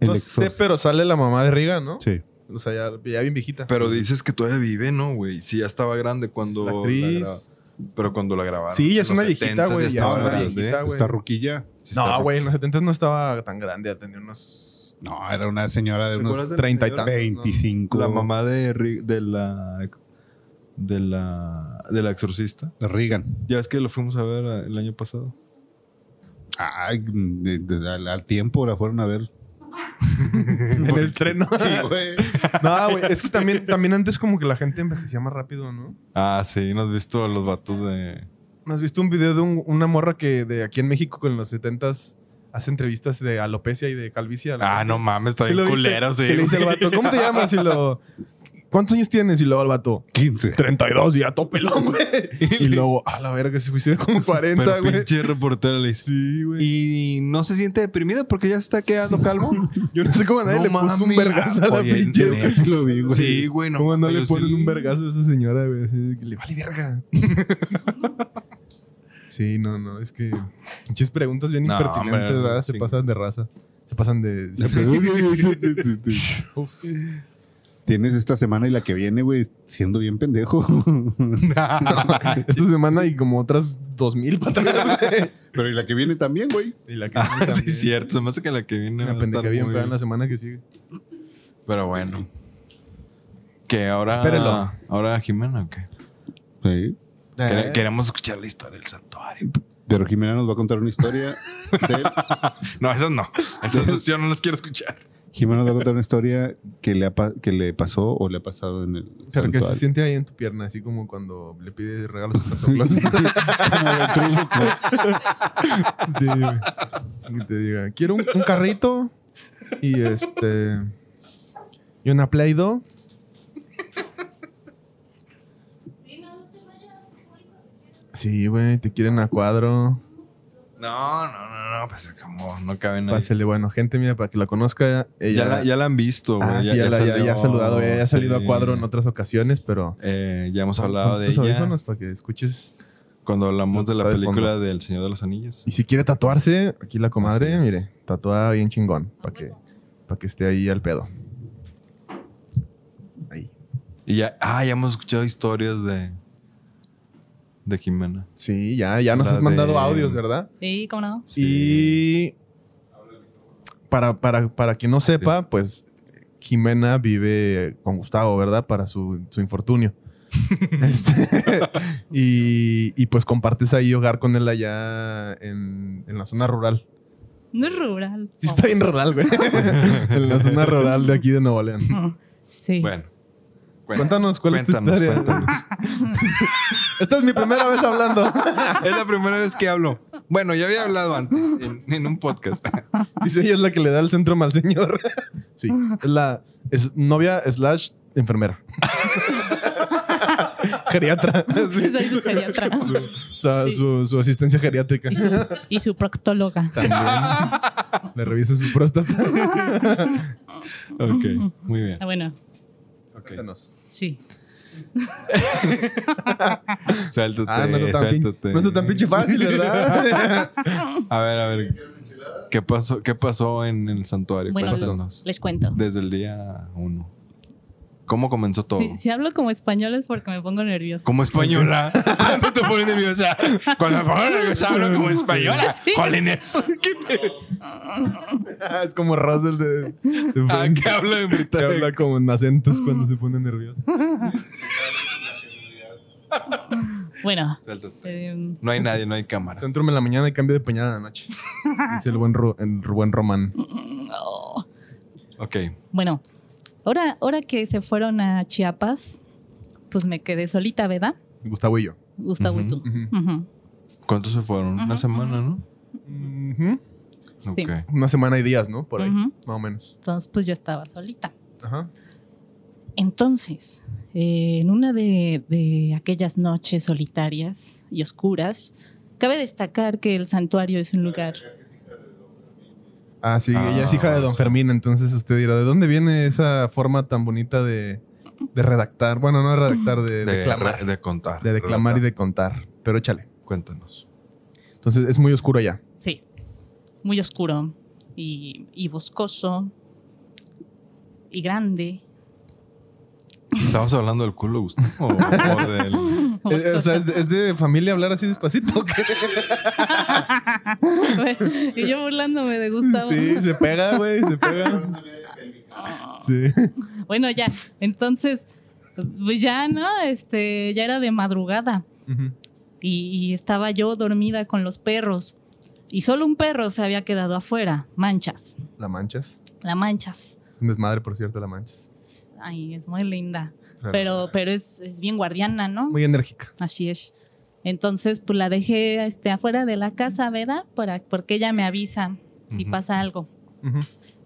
[SPEAKER 3] El
[SPEAKER 2] No sé,
[SPEAKER 3] Exorcista.
[SPEAKER 2] pero sale la mamá de Riga, ¿no?
[SPEAKER 3] Sí.
[SPEAKER 2] O sea, ya, ya bien viejita.
[SPEAKER 4] Pero dices que todavía vive, ¿no, güey? Sí, ya estaba grande cuando.
[SPEAKER 2] La
[SPEAKER 4] la
[SPEAKER 2] actriz.
[SPEAKER 4] graba- pero cuando la grabaron.
[SPEAKER 2] Sí, ya es
[SPEAKER 4] en los
[SPEAKER 2] una viejita,
[SPEAKER 4] 70s
[SPEAKER 2] güey, ya
[SPEAKER 4] estaba
[SPEAKER 3] es una
[SPEAKER 4] grande.
[SPEAKER 2] viejita. Ah, güey.
[SPEAKER 3] Está ruquilla. Sí está
[SPEAKER 2] no,
[SPEAKER 3] ruquilla.
[SPEAKER 2] güey, en los 70 no estaba tan grande. Ya tenía unos
[SPEAKER 3] No, era una señora de
[SPEAKER 4] ¿Te
[SPEAKER 3] unos
[SPEAKER 4] acuerdas del
[SPEAKER 2] 30 y
[SPEAKER 4] señor?
[SPEAKER 2] tantos.
[SPEAKER 3] 25.
[SPEAKER 4] La mamá de, Ri- de la. De la. De la exorcista.
[SPEAKER 3] de Reagan.
[SPEAKER 4] Ya es que lo fuimos a ver eh, el año pasado.
[SPEAKER 3] Ay, de- de- al, al tiempo la fueron a ver.
[SPEAKER 2] En el tren, ¿no?
[SPEAKER 3] Sí, güey.
[SPEAKER 2] No, güey. Es que también, también antes como que la gente envejecía más rápido, ¿no?
[SPEAKER 4] Ah, sí, ¿no has visto los vatos de.
[SPEAKER 2] ¿No has visto un video de un- una morra que de aquí en México con los 70s hace entrevistas de alopecia y de calvicie? a la
[SPEAKER 4] Ah,
[SPEAKER 2] gente?
[SPEAKER 4] no mames, está
[SPEAKER 2] ¿Sí lo
[SPEAKER 4] bien
[SPEAKER 2] viste?
[SPEAKER 4] culero, sí.
[SPEAKER 2] Que le dice al
[SPEAKER 4] güey.
[SPEAKER 2] vato, ¿cómo te llamas? Y lo... ¿Cuántos años tienes? Y luego al vato,
[SPEAKER 3] 15.
[SPEAKER 2] 32 y a topelón, güey. Y luego, a la verga, se suicida como 40,
[SPEAKER 4] Pero
[SPEAKER 2] güey.
[SPEAKER 4] pinche reportero le dice.
[SPEAKER 2] Sí, güey.
[SPEAKER 4] Y no se siente deprimido porque ya se está quedando calvo.
[SPEAKER 2] Yo no sé cómo a nadie
[SPEAKER 4] No
[SPEAKER 2] le puso un
[SPEAKER 4] mames.
[SPEAKER 2] vergazo a la
[SPEAKER 4] Oye,
[SPEAKER 2] pinche.
[SPEAKER 4] neta.
[SPEAKER 3] Casi lo vi, güey.
[SPEAKER 4] Sí, güey, no.
[SPEAKER 2] ¿Cómo no le
[SPEAKER 4] Pero
[SPEAKER 2] ponen
[SPEAKER 4] sí.
[SPEAKER 2] un vergazo a esa señora, güey? Así de que le vale verga. sí, no, no, es que pinches preguntas bien
[SPEAKER 4] No,
[SPEAKER 2] impertinentes,
[SPEAKER 4] hombre,
[SPEAKER 2] ¿verdad? Se
[SPEAKER 4] sí.
[SPEAKER 2] pasan de raza. Se pasan de... Uf.
[SPEAKER 3] Tienes esta semana y la que viene, güey, siendo bien pendejo.
[SPEAKER 4] Ah,
[SPEAKER 2] Esta semana y como otras dos mil patadas, güey.
[SPEAKER 3] Pero y la que viene también, güey.
[SPEAKER 2] Y la que
[SPEAKER 4] Ah,
[SPEAKER 2] también.
[SPEAKER 4] sí, es cierto. Se me hace que la que viene.
[SPEAKER 2] Una
[SPEAKER 4] va a estar
[SPEAKER 2] pendeja bien
[SPEAKER 4] muy-
[SPEAKER 2] fea en la semana que sigue.
[SPEAKER 4] Pero bueno. Que ahora.
[SPEAKER 2] Espérelo.
[SPEAKER 4] Ahora Jimena, ¿o qué?
[SPEAKER 3] Sí.
[SPEAKER 2] Eh.
[SPEAKER 4] Quere- Queremos escuchar la historia del santuario.
[SPEAKER 3] Pero Jimena nos va a contar una historia de...
[SPEAKER 4] No, esas no. Esas dos yo no las quiero escuchar.
[SPEAKER 3] Jimena nos va a contar una historia que le, ha pa- que le pasó o le ha pasado en el
[SPEAKER 2] O sea, que se
[SPEAKER 3] santuario.
[SPEAKER 2] siente ahí en tu pierna, así como cuando le pides regalos a Santa Claus. sí, güey. Y te diga, quiero un, un carrito y este... Y una Play-Doh. Sí, güey, te quieren a cuadro.
[SPEAKER 4] No, no, no, no. Pues como no caben ahí.
[SPEAKER 2] Pásele, bueno, gente, mira, para que la conozca. Ella,
[SPEAKER 4] Ya la, ya la han visto, güey.
[SPEAKER 2] eh, Ah, sí, ya, la- ya- ya ha
[SPEAKER 4] salió,
[SPEAKER 2] saludado, ella ya ha salido
[SPEAKER 4] sí.
[SPEAKER 2] a cuadro en otras ocasiones, pero...
[SPEAKER 4] Eh, ya hemos hablado
[SPEAKER 2] Pon
[SPEAKER 4] de
[SPEAKER 2] tus
[SPEAKER 4] ella
[SPEAKER 2] audífonos para que escuches.
[SPEAKER 4] cuando hablamos de la
[SPEAKER 2] Está de
[SPEAKER 4] película del Señor de los Anillos.
[SPEAKER 2] Y si quiere tatuarse, aquí la comadre,
[SPEAKER 4] Así es.
[SPEAKER 2] mire, tatuada bien chingón, para que, para que esté ahí al pedo. Ahí.
[SPEAKER 4] Y ya, ah, ya hemos escuchado historias de, de Jimena.
[SPEAKER 2] Sí, ya, ya nos
[SPEAKER 4] La
[SPEAKER 2] has mandado
[SPEAKER 4] de-
[SPEAKER 2] audios, ¿verdad?
[SPEAKER 6] Sí, ¿cómo no?
[SPEAKER 2] Y para, para, para quien no sepa, pues Jimena vive con Gustavo, ¿verdad? Para su, su infortunio. Este, y, y pues compartes ahí hogar con él allá en, en la zona rural.
[SPEAKER 6] No es rural.
[SPEAKER 2] Sí, está bien rural, güey. en la zona rural de aquí de Nuevo León.
[SPEAKER 6] Oh, Sí.
[SPEAKER 4] Bueno. cuenta-
[SPEAKER 2] Cuéntanos cuál
[SPEAKER 4] cuéntanos,
[SPEAKER 2] es tu historia.
[SPEAKER 4] cuéntanos.
[SPEAKER 2] Esta es mi primera vez hablando.
[SPEAKER 4] Es la primera vez que hablo. Bueno, ya había hablado antes en, en un podcast.
[SPEAKER 2] Dice, ella es la que le da el centro mal señor. Sí, es la es novia slash enfermera. Geriatra. Sí.
[SPEAKER 6] Soy su pediatra
[SPEAKER 2] O sea,
[SPEAKER 6] Sí.
[SPEAKER 2] su, su asistencia geriátrica.
[SPEAKER 6] y, su, y su proctóloga.
[SPEAKER 2] También le revisa su próstata.
[SPEAKER 4] Ok, muy bien.
[SPEAKER 6] Ah, bueno,
[SPEAKER 4] Ok.
[SPEAKER 2] Cuéntanos.
[SPEAKER 6] sí.
[SPEAKER 4] Suéltate,
[SPEAKER 2] Ah, no está, tan pin-
[SPEAKER 4] suéltate.
[SPEAKER 2] no está tan pinche fácil, ¿verdad?
[SPEAKER 4] A ver, a ver. ¿Qué pasó, qué pasó en el santuario?
[SPEAKER 6] Bueno,
[SPEAKER 2] pues,
[SPEAKER 4] Cuéntanos.
[SPEAKER 6] Les cuento.
[SPEAKER 4] Desde el día uno. ¿Cómo comenzó todo?
[SPEAKER 6] Si, si hablo como español es porque me pongo nerviosa.
[SPEAKER 4] Como española. ¿Cuándo te pones nerviosa? Cuando me pongo nerviosa hablo como española.
[SPEAKER 6] Sí.
[SPEAKER 4] Jolín, eso. ¿Qué
[SPEAKER 2] es como Russell de, de
[SPEAKER 4] Ah,
[SPEAKER 2] Friends,
[SPEAKER 4] que habla de
[SPEAKER 2] que habla como en acentos cuando se pone nervioso.
[SPEAKER 6] Bueno,
[SPEAKER 4] Suéltate.
[SPEAKER 6] eh,
[SPEAKER 4] No hay nadie, no hay cámara.
[SPEAKER 2] Centro en la mañana y cambio de pañal a la noche. Dice el buen, Ru- el buen Román.
[SPEAKER 6] oh.
[SPEAKER 4] Ok.
[SPEAKER 6] bueno, ahora, ahora que se fueron a Chiapas, pues me quedé solita, ¿verdad?
[SPEAKER 2] Gustavo y yo.
[SPEAKER 6] Gustavo y tú.
[SPEAKER 2] Ujú.
[SPEAKER 6] Ujú.
[SPEAKER 4] ¿Cuántos se fueron? Una
[SPEAKER 6] Ujú,
[SPEAKER 4] semana, ¿no?
[SPEAKER 2] Ujú.
[SPEAKER 6] Sí.
[SPEAKER 4] Ok.
[SPEAKER 2] Una semana y días, ¿no? Por ahí.
[SPEAKER 6] Ujú.
[SPEAKER 2] Más o menos.
[SPEAKER 6] Entonces, pues yo estaba solita.
[SPEAKER 2] Ajá.
[SPEAKER 6] Entonces, eh, en una de, de aquellas noches solitarias y oscuras, cabe destacar que el santuario es un lugar.
[SPEAKER 2] Ah, sí,
[SPEAKER 4] Ah,
[SPEAKER 2] ella es hija de Don
[SPEAKER 4] sí.
[SPEAKER 2] Fermín, entonces usted dirá, ¿de dónde viene esa forma tan bonita de, de redactar? Bueno, no de redactar, de,
[SPEAKER 4] De,
[SPEAKER 2] declamar.
[SPEAKER 4] de contar.
[SPEAKER 2] de declamar y de contar. Pero échale.
[SPEAKER 4] Cuéntanos.
[SPEAKER 2] Entonces es muy oscuro allá.
[SPEAKER 6] Sí, muy oscuro y, y boscoso y grande.
[SPEAKER 4] ¿Estamos hablando del culo, Gustavo? ¿O, o del...?
[SPEAKER 2] Eh, eh, o sea,
[SPEAKER 6] Boscoso.
[SPEAKER 2] ¿es de, es de familia hablar así despacito. o qué?
[SPEAKER 6] y yo burlándome de Gustavo.
[SPEAKER 2] Sí, se pega, güey, se pega. Sí.
[SPEAKER 6] Bueno, ya, entonces, pues ya, ¿no? Este, ya era de madrugada.
[SPEAKER 2] Ujú.
[SPEAKER 6] y, y estaba yo dormida con los perros. Y solo un perro se había quedado afuera, Manchas,
[SPEAKER 2] La manchas.
[SPEAKER 6] la Manchas.
[SPEAKER 2] Un desmadre, por cierto, la manchas.
[SPEAKER 6] Ay, es muy linda,
[SPEAKER 2] O sea,
[SPEAKER 6] pero, pero es, es bien guardiana, ¿no?
[SPEAKER 2] Muy enérgica.
[SPEAKER 6] Así es. Entonces, pues la dejé este, afuera de la casa, ¿verdad? Para, porque ella me avisa si
[SPEAKER 4] Ujú.
[SPEAKER 6] pasa algo.
[SPEAKER 2] Ujú.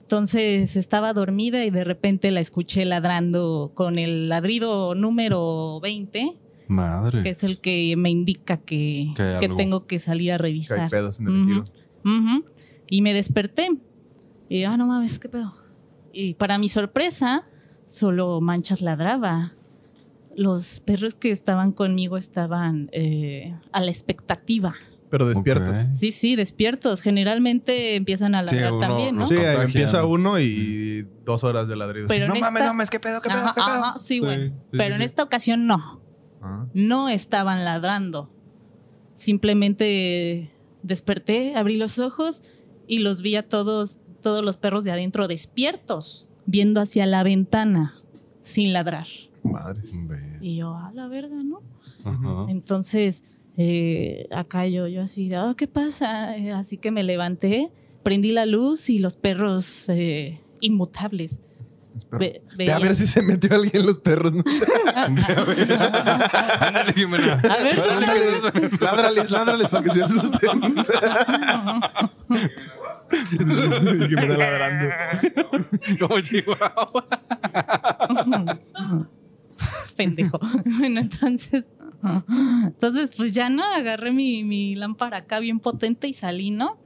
[SPEAKER 6] Entonces estaba dormida y de repente la escuché ladrando con el ladrido número 20, que
[SPEAKER 4] Madre.
[SPEAKER 6] es el que me indica que,
[SPEAKER 4] Que hay
[SPEAKER 6] que
[SPEAKER 4] algo.
[SPEAKER 6] tengo que salir
[SPEAKER 2] Que
[SPEAKER 6] a
[SPEAKER 2] hay
[SPEAKER 6] revisar.
[SPEAKER 2] pedos en el
[SPEAKER 6] Ujú.
[SPEAKER 2] ejido.
[SPEAKER 6] Ujú. Y me desperté. Y ah, no mames, qué pedo. Y para mi sorpresa, solo Manchas ladraba. Los perros que estaban conmigo estaban eh, a la expectativa.
[SPEAKER 2] Pero despiertos.
[SPEAKER 4] Ok.
[SPEAKER 6] Sí, sí, despiertos. Generalmente empiezan a
[SPEAKER 4] Sí,
[SPEAKER 6] ladrar
[SPEAKER 4] uno
[SPEAKER 6] también, ¿no?
[SPEAKER 4] los
[SPEAKER 2] Sí, ahí
[SPEAKER 4] contagian.
[SPEAKER 2] empieza uno y dos horas de ladridos.
[SPEAKER 6] Pero
[SPEAKER 4] No
[SPEAKER 6] en
[SPEAKER 4] mames,
[SPEAKER 6] esta-
[SPEAKER 4] no mames, qué pedo, qué pedo,
[SPEAKER 6] Ajá,
[SPEAKER 4] qué pedo.
[SPEAKER 6] ajá, sí,
[SPEAKER 4] Sí.
[SPEAKER 6] güey.
[SPEAKER 2] Sí, sí,
[SPEAKER 6] Pero en
[SPEAKER 2] sí.
[SPEAKER 6] este esta ocasión no.
[SPEAKER 2] Ah.
[SPEAKER 6] No estaban ladrando. Simplemente desperté, abrí los ojos y los vi a todos, todos los perros de adentro despiertos, viendo hacia la ventana, sin ladrar.
[SPEAKER 2] Madres.
[SPEAKER 4] Ve.
[SPEAKER 6] Y yo, a la verga, ¿no?
[SPEAKER 4] Ajá.
[SPEAKER 6] Entonces, eh, acá yo, yo así, de, "Ah, ¿qué pasa? Eh, Así que me levanté, prendí la luz y los perros eh, inmutables.
[SPEAKER 2] Espero.
[SPEAKER 6] ve-
[SPEAKER 2] Ve a
[SPEAKER 6] veían-
[SPEAKER 2] ver si se metió alguien los perros. ¿no?
[SPEAKER 4] Ándale, Jimena.
[SPEAKER 6] A ver,
[SPEAKER 2] Ándale, ládrales, ládrales para que se asusten. Y que me da ladrando.
[SPEAKER 4] Como Chihuahua.
[SPEAKER 6] pendejo. Bueno, entonces, entonces, pues ya no, agarré mi, mi lámpara acá bien potente y salí, ¿no?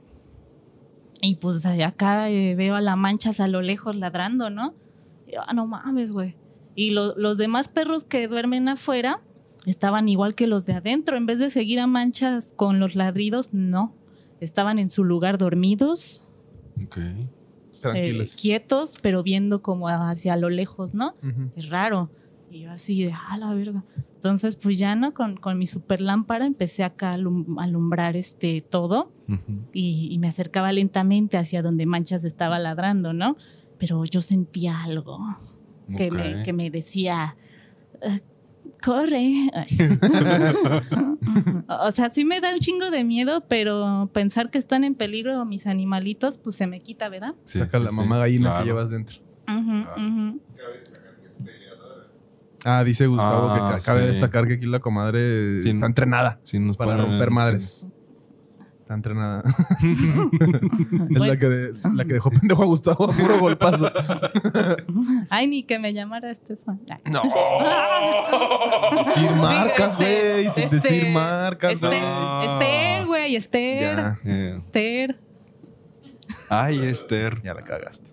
[SPEAKER 6] Y pues ahí acá eh, veo a la manchas a lo lejos ladrando, ¿no? Y yo, ah, no mames, güey. Y lo- los demás perros que duermen afuera estaban igual que los de adentro. En vez de seguir a manchas con los ladridos, no. Estaban en su lugar dormidos,
[SPEAKER 4] Ok.
[SPEAKER 6] eh,
[SPEAKER 2] Tranquilos.
[SPEAKER 6] quietos, pero viendo como hacia lo lejos, ¿no?
[SPEAKER 2] Ujú.
[SPEAKER 6] es raro. Y yo así de, ah, la verga. Entonces, pues ya, ¿no? Con, con mi super lámpara empecé acá a alum- alumbrar este todo
[SPEAKER 4] Ujú.
[SPEAKER 6] y, y me acercaba lentamente hacia donde Manchas estaba ladrando, ¿no? Pero yo sentía algo que, me,
[SPEAKER 4] Ok.
[SPEAKER 6] que me decía, "Eh, corre. Ay. o sea, sí me da un chingo de miedo, pero pensar que están en peligro mis animalitos, pues se me quita, ¿verdad?
[SPEAKER 4] Sí,
[SPEAKER 2] Saca
[SPEAKER 4] sí,
[SPEAKER 2] la
[SPEAKER 4] sí.
[SPEAKER 2] mamá gallina
[SPEAKER 4] Claro.
[SPEAKER 2] que llevas dentro.
[SPEAKER 6] Ujú, ujú.
[SPEAKER 2] Ah, dice Gustavo
[SPEAKER 4] Ah,
[SPEAKER 2] que ca- cabe
[SPEAKER 4] sí.
[SPEAKER 2] destacar que aquí la comadre
[SPEAKER 4] Sí,
[SPEAKER 2] está
[SPEAKER 4] no.
[SPEAKER 2] entrenada
[SPEAKER 4] Sí, nos
[SPEAKER 2] para
[SPEAKER 4] ponen-
[SPEAKER 2] romper madres.
[SPEAKER 4] sí.
[SPEAKER 2] Está entrenada. es
[SPEAKER 6] Bueno.
[SPEAKER 2] la, que de- la que dejó pendejo a Gustavo a puro golpazo.
[SPEAKER 6] Ay, ni que me llamara Estefan. Ay.
[SPEAKER 2] No.
[SPEAKER 4] ¡Oh!
[SPEAKER 2] Sin marcas,
[SPEAKER 6] Este,
[SPEAKER 2] güey. Sin
[SPEAKER 6] este,
[SPEAKER 2] decir marcas,
[SPEAKER 6] Esther,
[SPEAKER 2] güey.
[SPEAKER 4] No.
[SPEAKER 6] Esther, güey, Esther.
[SPEAKER 2] Ya,
[SPEAKER 4] Eh,
[SPEAKER 6] Esther.
[SPEAKER 4] Ay, Esther.
[SPEAKER 2] ya la cagaste.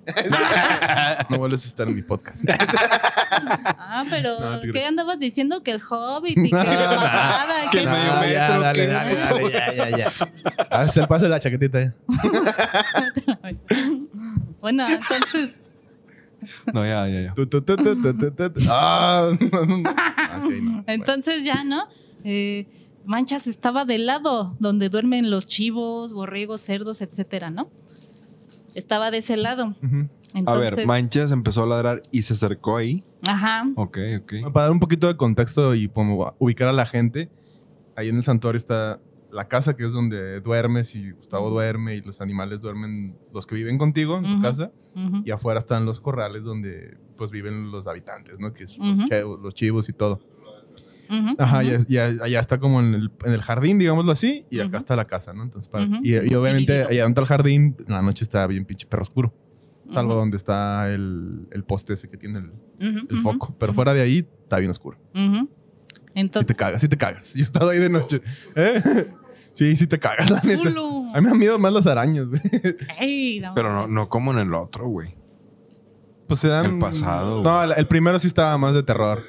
[SPEAKER 2] no vuelves a estar en mi podcast.
[SPEAKER 6] Ah, pero
[SPEAKER 2] No, no te
[SPEAKER 6] ¿qué
[SPEAKER 2] creo.
[SPEAKER 6] andabas diciendo? Que el hobbit y que la
[SPEAKER 2] Ah,
[SPEAKER 4] que
[SPEAKER 6] mamada, que
[SPEAKER 4] el
[SPEAKER 6] no.
[SPEAKER 4] medio metro,
[SPEAKER 2] ya, dale,
[SPEAKER 4] que-
[SPEAKER 2] dale, dale, ya, ya, ya. Haz el paso de la chaquetita. ya.
[SPEAKER 6] Bueno, entonces,
[SPEAKER 4] No, ya, ya, ya.
[SPEAKER 2] Tu, tu, tu, tu, tu, tu, tu, tu. Ah, Ok, no.
[SPEAKER 6] entonces ya, ¿no? Eh, Manchas estaba del lado donde duermen los chivos, borregos, cerdos, etcétera, ¿no? Estaba de ese lado.
[SPEAKER 2] Ujú.
[SPEAKER 4] A
[SPEAKER 6] Entonces,
[SPEAKER 4] ver, Manchas empezó a ladrar y se acercó ahí.
[SPEAKER 6] Ajá.
[SPEAKER 4] Ok, ok.
[SPEAKER 2] Bueno, Para dar un poquito de contexto y como ubicar a la gente, ahí en el santuario está la casa que es donde duermes y Gustavo duerme y los animales duermen, los que viven contigo en tu
[SPEAKER 6] Ujú.
[SPEAKER 2] casa,
[SPEAKER 6] ujú.
[SPEAKER 2] y afuera están los corrales donde pues viven los habitantes, ¿no? Que es los
[SPEAKER 6] Ujú.
[SPEAKER 2] chevos- los chivos y todo.
[SPEAKER 6] Ujú,
[SPEAKER 2] Ajá,
[SPEAKER 6] ujú.
[SPEAKER 2] ya- ya- allá está como en el, en el jardín, digámoslo así, y acá
[SPEAKER 6] Ujú.
[SPEAKER 2] está la casa, ¿no? Entonces, para-
[SPEAKER 6] Ujú.
[SPEAKER 2] y, y obviamente
[SPEAKER 6] Dividido.
[SPEAKER 2] allá donde está el jardín, en la noche está bien pinche perro oscuro, salvo
[SPEAKER 6] Ujú,
[SPEAKER 2] donde está el, el poste ese que tiene el,
[SPEAKER 6] ujú,
[SPEAKER 2] el
[SPEAKER 6] ujú,
[SPEAKER 2] foco, pero
[SPEAKER 6] ujú,
[SPEAKER 2] fuera de ahí está bien oscuro.
[SPEAKER 6] ujú.
[SPEAKER 2] Sí te
[SPEAKER 6] Entonces,
[SPEAKER 2] cagas, sí te cagas. Yo he estado ahí de noche. ¿Eh? Sí, sí te cagas, la neta.
[SPEAKER 6] culo.
[SPEAKER 2] A mí me han miedo más las arañas, güey.
[SPEAKER 6] Ay, no.
[SPEAKER 4] Pero no, no como en el otro, güey.
[SPEAKER 2] Pues se dan...
[SPEAKER 4] El pasado,
[SPEAKER 2] No, el, el primero sí estaba más de terror.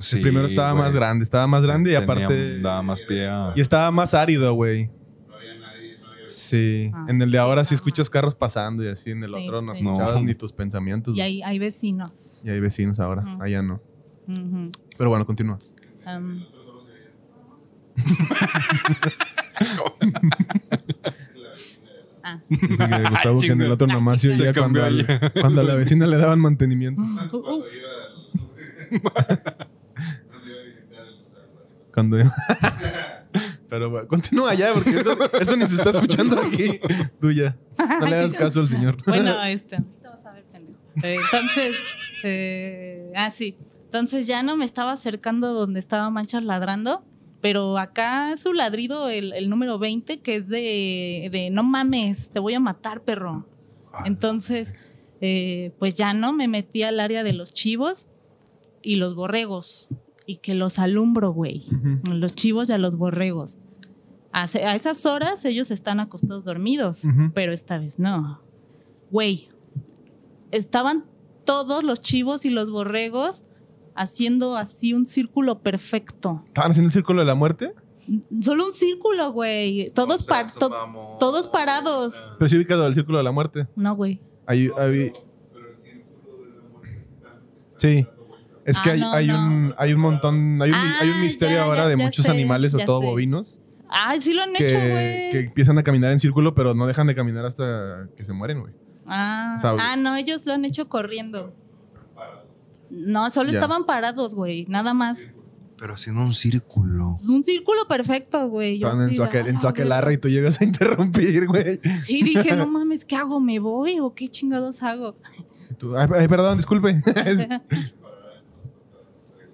[SPEAKER 4] Sí,
[SPEAKER 2] el primero estaba
[SPEAKER 4] güey.
[SPEAKER 2] más grande, estaba más grande y
[SPEAKER 4] Tenía-
[SPEAKER 2] aparte...
[SPEAKER 4] Daba más pie a...
[SPEAKER 2] Y estaba más árido, güey. Sí,
[SPEAKER 6] Ah.
[SPEAKER 2] en el de ahora sí
[SPEAKER 6] Ah.
[SPEAKER 2] escuchas carros pasando y así, en el
[SPEAKER 6] Sí,
[SPEAKER 2] otro no
[SPEAKER 6] sí.
[SPEAKER 2] escuchabas
[SPEAKER 4] No.
[SPEAKER 2] ni tus pensamientos.
[SPEAKER 6] Y
[SPEAKER 2] güey.
[SPEAKER 6] hay, hay vecinos.
[SPEAKER 2] Y hay vecinos ahora,
[SPEAKER 6] Ujú.
[SPEAKER 2] allá no.
[SPEAKER 6] Ujú.
[SPEAKER 2] Pero bueno, continúa.
[SPEAKER 6] Am, ah.
[SPEAKER 2] Dice que Gustavo que en el otro nomás se
[SPEAKER 6] Se
[SPEAKER 2] oía cuando,
[SPEAKER 4] cambió
[SPEAKER 2] al-
[SPEAKER 4] ya.
[SPEAKER 2] cuando a la vecina le daban mantenimiento.
[SPEAKER 6] Uh, uh,
[SPEAKER 2] Cuando Pero bueno, continúa ya, porque eso, eso ni se está escuchando aquí. Tuya. No le hagas caso al señor.
[SPEAKER 6] Bueno, este, ahorita vas a ver, pendejo. Eh, Entonces, eh, ah, sí. Entonces ya no me estaba acercando donde estaba Manchas ladrando, pero acá su ladrido, el, el número 20, que es de, de no mames, te voy a matar, perro. Entonces, eh, pues ya no, me metí al área de los chivos y los borregos, y que los alumbro, güey
[SPEAKER 2] Ujú,
[SPEAKER 6] a los chivos y a los borregos. A, se- a esas horas ellos están acostados dormidos,
[SPEAKER 2] Ujú.
[SPEAKER 6] pero esta vez no. Güey, estaban todos los chivos y los borregos haciendo así un círculo perfecto.
[SPEAKER 2] ¿Estaban haciendo el círculo de la muerte?
[SPEAKER 6] Mm, Solo un círculo, güey. Todos, pa- to- todos parados.
[SPEAKER 2] Pero sí ubicado el círculo de la muerte.
[SPEAKER 6] No, güey.
[SPEAKER 2] Ahí, ahí- Sí. Es que
[SPEAKER 6] Ah,
[SPEAKER 2] hay,
[SPEAKER 6] no,
[SPEAKER 2] hay
[SPEAKER 6] no.
[SPEAKER 2] un, hay un montón, hay un,
[SPEAKER 6] Ah,
[SPEAKER 2] hay un misterio
[SPEAKER 6] ya,
[SPEAKER 2] ahora
[SPEAKER 6] ya,
[SPEAKER 2] de
[SPEAKER 6] ya
[SPEAKER 2] muchos
[SPEAKER 6] sé,
[SPEAKER 2] animales, sobre
[SPEAKER 6] ya
[SPEAKER 2] todo
[SPEAKER 6] sé.
[SPEAKER 2] bovinos,
[SPEAKER 6] Ay, sí lo han
[SPEAKER 2] que,
[SPEAKER 6] hecho,
[SPEAKER 2] que
[SPEAKER 6] güey.
[SPEAKER 2] empiezan a caminar en círculo, pero no dejan de caminar hasta que se mueren, güey.
[SPEAKER 6] Ah,
[SPEAKER 2] o sea,
[SPEAKER 6] ah, no, ellos lo han hecho corriendo. No, solo
[SPEAKER 2] Ya.
[SPEAKER 6] estaban parados, güey. Nada más.
[SPEAKER 4] Pero haciendo un círculo.
[SPEAKER 6] Un círculo perfecto, güey. Yo
[SPEAKER 2] Estaban en
[SPEAKER 6] así
[SPEAKER 2] su,
[SPEAKER 6] de,
[SPEAKER 2] aquel, en
[SPEAKER 6] "Ah,
[SPEAKER 2] su aquelarre y tú llegas a interrumpir, güey.
[SPEAKER 6] güey". Sí, dije, no mames, ¿qué hago? ¿Me voy o qué chingados hago?
[SPEAKER 2] Y tú, Ay, ay, perdón, disculpe. Es-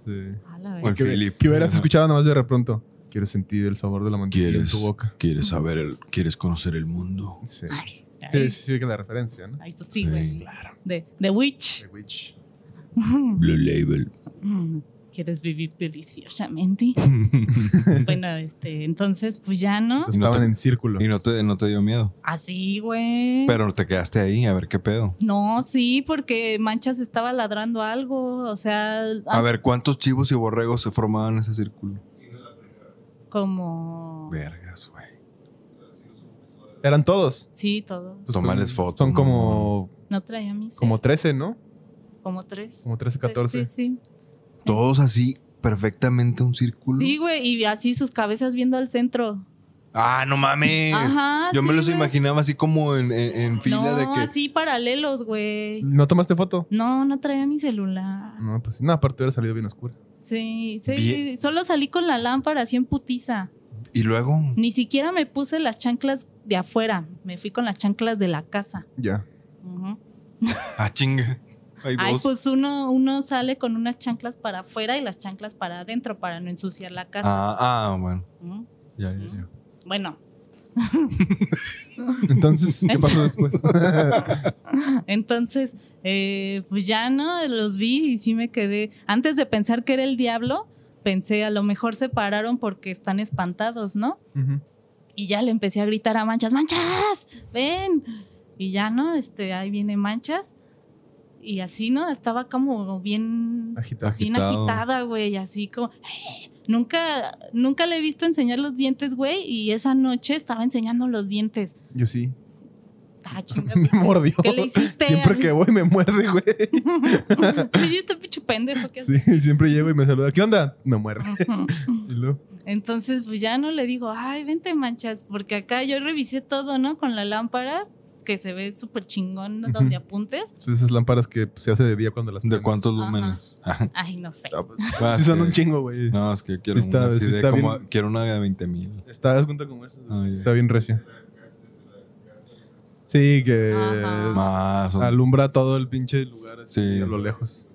[SPEAKER 2] sí.
[SPEAKER 6] A la
[SPEAKER 4] O el
[SPEAKER 6] vez.
[SPEAKER 2] que,
[SPEAKER 4] Philip.
[SPEAKER 2] que hubieras escuchado nomás de repronto. Quiero sentir el sabor de la mantequilla en
[SPEAKER 4] ¿Quieres,
[SPEAKER 2] tu boca.
[SPEAKER 4] ¿Quieres saber el, quieres conocer el mundo?
[SPEAKER 2] Sí,
[SPEAKER 6] Ay,
[SPEAKER 2] sí, sí,
[SPEAKER 6] ay,
[SPEAKER 2] sí, que la referencia, ¿no?
[SPEAKER 6] ay, pues sí, güey.
[SPEAKER 4] Sí.
[SPEAKER 6] Claro. De, de Witch.
[SPEAKER 2] The Witch.
[SPEAKER 4] Blue Label.
[SPEAKER 6] Mm, ¿Quieres vivir deliciosamente? bueno, este, entonces, pues ya no.
[SPEAKER 2] Entonces
[SPEAKER 4] Y no
[SPEAKER 2] Estaban
[SPEAKER 4] te-
[SPEAKER 2] en círculo.
[SPEAKER 4] Y no te, no te dio miedo.
[SPEAKER 6] Así, güey.
[SPEAKER 4] Pero te quedaste ahí a ver qué pedo.
[SPEAKER 6] No, sí, porque Manchas estaba ladrando algo, o sea,
[SPEAKER 4] A ver, ¿cuántos chivos y borregos se formaban en ese círculo?
[SPEAKER 6] como...
[SPEAKER 4] Vergas, güey.
[SPEAKER 2] Eran todos.
[SPEAKER 6] Sí, todo.
[SPEAKER 2] Pues
[SPEAKER 4] Tomarles
[SPEAKER 2] son-
[SPEAKER 4] fotos,
[SPEAKER 2] Son
[SPEAKER 4] ¿no?
[SPEAKER 2] como,
[SPEAKER 6] No traía mis...
[SPEAKER 2] como 13, ¿no?
[SPEAKER 6] como tres.
[SPEAKER 2] Como 13, 14.
[SPEAKER 6] Sí, sí.
[SPEAKER 4] Todos así, perfectamente un círculo.
[SPEAKER 6] Sí, güey, y así sus cabezas viendo al centro.
[SPEAKER 4] Ah, no mames.
[SPEAKER 6] Ajá,
[SPEAKER 4] Yo me
[SPEAKER 6] sí,
[SPEAKER 4] los
[SPEAKER 6] güey.
[SPEAKER 4] imaginaba así como en, en- en fila
[SPEAKER 6] no,
[SPEAKER 4] de que.
[SPEAKER 6] así paralelos, güey.
[SPEAKER 2] ¿No tomaste foto?
[SPEAKER 6] No, no traía mi celular.
[SPEAKER 2] No, pues no, aparte hubiera salido bien oscura.
[SPEAKER 6] Sí, sí,
[SPEAKER 4] Mm. Bien.
[SPEAKER 6] solo salí con la lámpara así en putiza.
[SPEAKER 4] Y luego.
[SPEAKER 6] Ni siquiera me puse las chanclas de afuera, me fui con las chanclas de la casa.
[SPEAKER 2] Ya.
[SPEAKER 6] Ujú.
[SPEAKER 4] Ah, chinga. Hay
[SPEAKER 6] Ay,
[SPEAKER 4] dos.
[SPEAKER 6] pues uno, uno sale con unas chanclas para afuera y las chanclas para adentro para no ensuciar la casa.
[SPEAKER 4] ah, ah, bueno.
[SPEAKER 6] Ujú.
[SPEAKER 4] Ya, ya, ya.
[SPEAKER 6] Bueno,
[SPEAKER 2] Entonces, ¿qué pasó después?
[SPEAKER 6] Entonces, eh, pues ya no, los vi y sí me quedé. Antes de pensar que era el diablo, pensé, a lo mejor se pararon porque están espantados, ¿no?
[SPEAKER 2] Ujú.
[SPEAKER 6] Y ya le empecé a gritar a Manchas, Manchas, ven. Y ya no, este, ahí viene Manchas. Y así, ¿no? Estaba como bien,
[SPEAKER 2] Agitado.
[SPEAKER 6] bien
[SPEAKER 4] agitado.
[SPEAKER 6] agitada, güey, así como... Nunca, nunca le he visto enseñar los dientes, güey, y esa noche estaba enseñando los dientes.
[SPEAKER 2] Yo sí.
[SPEAKER 6] Ah, chinga,
[SPEAKER 2] Me mordió.
[SPEAKER 6] ¿Qué le hiciste?
[SPEAKER 2] Siempre que voy me muerde, güey.
[SPEAKER 6] Sí, yo estoy pinche pendejo. ¿qué
[SPEAKER 2] Sí, siempre llego y me saluda. ¿Qué onda? Me muerde.
[SPEAKER 6] Ah.
[SPEAKER 2] Y luego,
[SPEAKER 6] Entonces, pues ya no le digo, ay, vente manchas, porque acá yo revisé todo, ¿no? Con la lámpara, que se ve súper chingón ¿no? donde apuntes.
[SPEAKER 2] son esas lámparas que pues, se hace de día cuando las
[SPEAKER 4] ¿De
[SPEAKER 2] prendes.
[SPEAKER 4] cuántos
[SPEAKER 6] Ajá.
[SPEAKER 4] lúmenes?
[SPEAKER 6] Ay, no sé.
[SPEAKER 2] Ah, pues,
[SPEAKER 4] Ah,
[SPEAKER 2] sí son
[SPEAKER 4] sí.
[SPEAKER 2] un chingo, güey.
[SPEAKER 4] No, es que yo quiero
[SPEAKER 2] Sí está-
[SPEAKER 4] una así
[SPEAKER 2] sí
[SPEAKER 4] de
[SPEAKER 2] está
[SPEAKER 4] como-
[SPEAKER 2] bien.
[SPEAKER 4] Quiero una de 20 mil.
[SPEAKER 2] Está, das cuenta como eso.
[SPEAKER 4] Ah, ya.
[SPEAKER 2] Está bien recia. Sí, que
[SPEAKER 6] Ajá.
[SPEAKER 4] Más. son-
[SPEAKER 2] alumbra todo el pinche lugar así
[SPEAKER 4] Sí.
[SPEAKER 2] a lo lejos.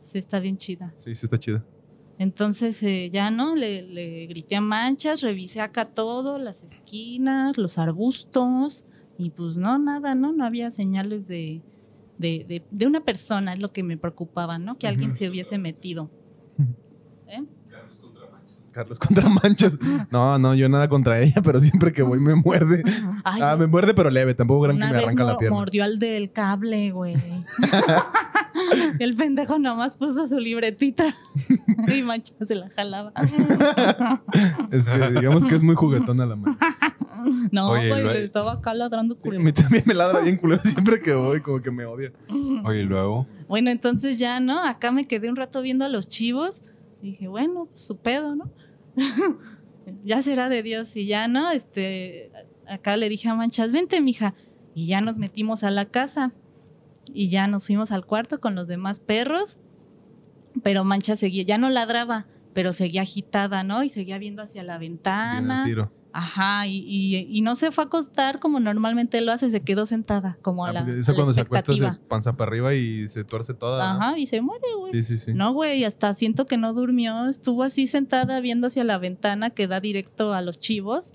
[SPEAKER 6] Sí, está bien chida.
[SPEAKER 2] Sí, sí está chida.
[SPEAKER 6] Entonces, eh, ya no, le, le grité a manchas, revisé acá todo, las esquinas, los arbustos, y pues no, nada, ¿no? No había señales de, de, de- de una persona, es lo que me preocupaba, ¿no? Que alguien
[SPEAKER 2] Ujú.
[SPEAKER 6] se hubiese metido. ¿Eh?
[SPEAKER 2] Carlos contra manchas. No, no, yo nada contra ella, pero siempre que voy me muerde.
[SPEAKER 6] Ay,
[SPEAKER 2] ah,
[SPEAKER 6] no.
[SPEAKER 2] me muerde, pero leve. Tampoco gran que
[SPEAKER 6] Una
[SPEAKER 2] me
[SPEAKER 6] vez
[SPEAKER 2] arranca la
[SPEAKER 6] mor-
[SPEAKER 2] pierna.
[SPEAKER 6] mordió al del cable, güey. el pendejo nomás puso su libretita y mancha se la jalaba.
[SPEAKER 2] Este, digamos que es muy juguetona la mano.
[SPEAKER 6] No,
[SPEAKER 4] Oye,
[SPEAKER 6] pues
[SPEAKER 4] lo-
[SPEAKER 6] estaba acá ladrando
[SPEAKER 2] Sí, a
[SPEAKER 6] culero.
[SPEAKER 2] mí también me ladra bien culero siempre que voy, como que me odia.
[SPEAKER 4] Oye, ¿y luego.
[SPEAKER 6] Bueno, entonces ya, ¿no? Acá me quedé un rato viendo a los chivos. Dije, bueno, pues, su pedo, ¿no? ya será de Dios. Y ya, ¿no? Este, acá le dije a Manchas, vente, mija. Y ya nos metimos a la casa. Y ya nos fuimos al cuarto con los demás perros. Pero Manchas seguía, ya no ladraba. pero seguía agitada, ¿no? Y seguía viendo hacia la ventana.
[SPEAKER 2] tiro.
[SPEAKER 6] Ajá, y, y- y no se fue a acostar como normalmente lo hace, se quedó sentada, como a la,
[SPEAKER 2] Ah, porque
[SPEAKER 6] a
[SPEAKER 2] esa
[SPEAKER 6] la
[SPEAKER 2] cuando se acuesta
[SPEAKER 6] pues, expectativa.
[SPEAKER 2] se panza para arriba y se tuerce toda. ¿no?
[SPEAKER 6] Ajá, y se muere, güey.
[SPEAKER 2] Sí, sí, sí.
[SPEAKER 6] No, güey, hasta siento que no durmió. Estuvo así sentada viendo hacia la ventana que da directo a los chivos.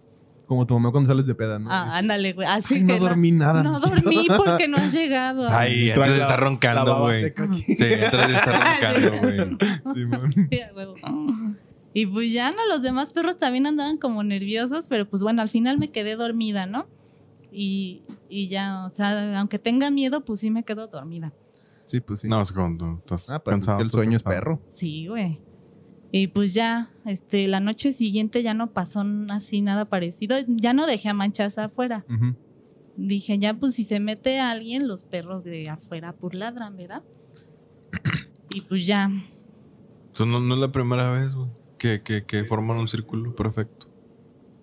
[SPEAKER 2] Como tu mamá cuando sales de peda, ¿no?
[SPEAKER 6] Ah, ándale, güey. Así
[SPEAKER 2] Ay, no
[SPEAKER 6] que
[SPEAKER 2] dormí nada.
[SPEAKER 6] No dormí porque no has llegado.
[SPEAKER 4] Ay, entonces
[SPEAKER 2] Trae la-
[SPEAKER 4] está
[SPEAKER 2] la
[SPEAKER 4] roncando,
[SPEAKER 2] baba
[SPEAKER 4] güey.
[SPEAKER 2] seca aquí.
[SPEAKER 4] Sí, entonces está roncando, güey.
[SPEAKER 2] Simón.
[SPEAKER 6] Sí, a huevo. Y pues ya no, los demás perros también andaban como nerviosos, pero pues bueno, al final me quedé dormida, ¿no? Y, y ya, o sea, aunque tenga miedo, pues sí me quedo dormida.
[SPEAKER 2] Sí, pues sí.
[SPEAKER 4] No, es como tú estás
[SPEAKER 2] Ah, pues es
[SPEAKER 4] cansado.
[SPEAKER 2] que el
[SPEAKER 4] tú
[SPEAKER 2] sueño es
[SPEAKER 4] estás cansado.
[SPEAKER 2] perro.
[SPEAKER 6] Sí, güey. Y pues ya, este, la noche siguiente ya no pasó n- así nada parecido. Ya no dejé a manchas afuera.
[SPEAKER 2] Ujú.
[SPEAKER 6] Dije, ya, pues si se mete alguien, los perros de afuera pues ladran, ¿verdad? Y pues ya,
[SPEAKER 4] Entonces, no, no es la primera vez, güey, que, que, que forman un círculo perfecto.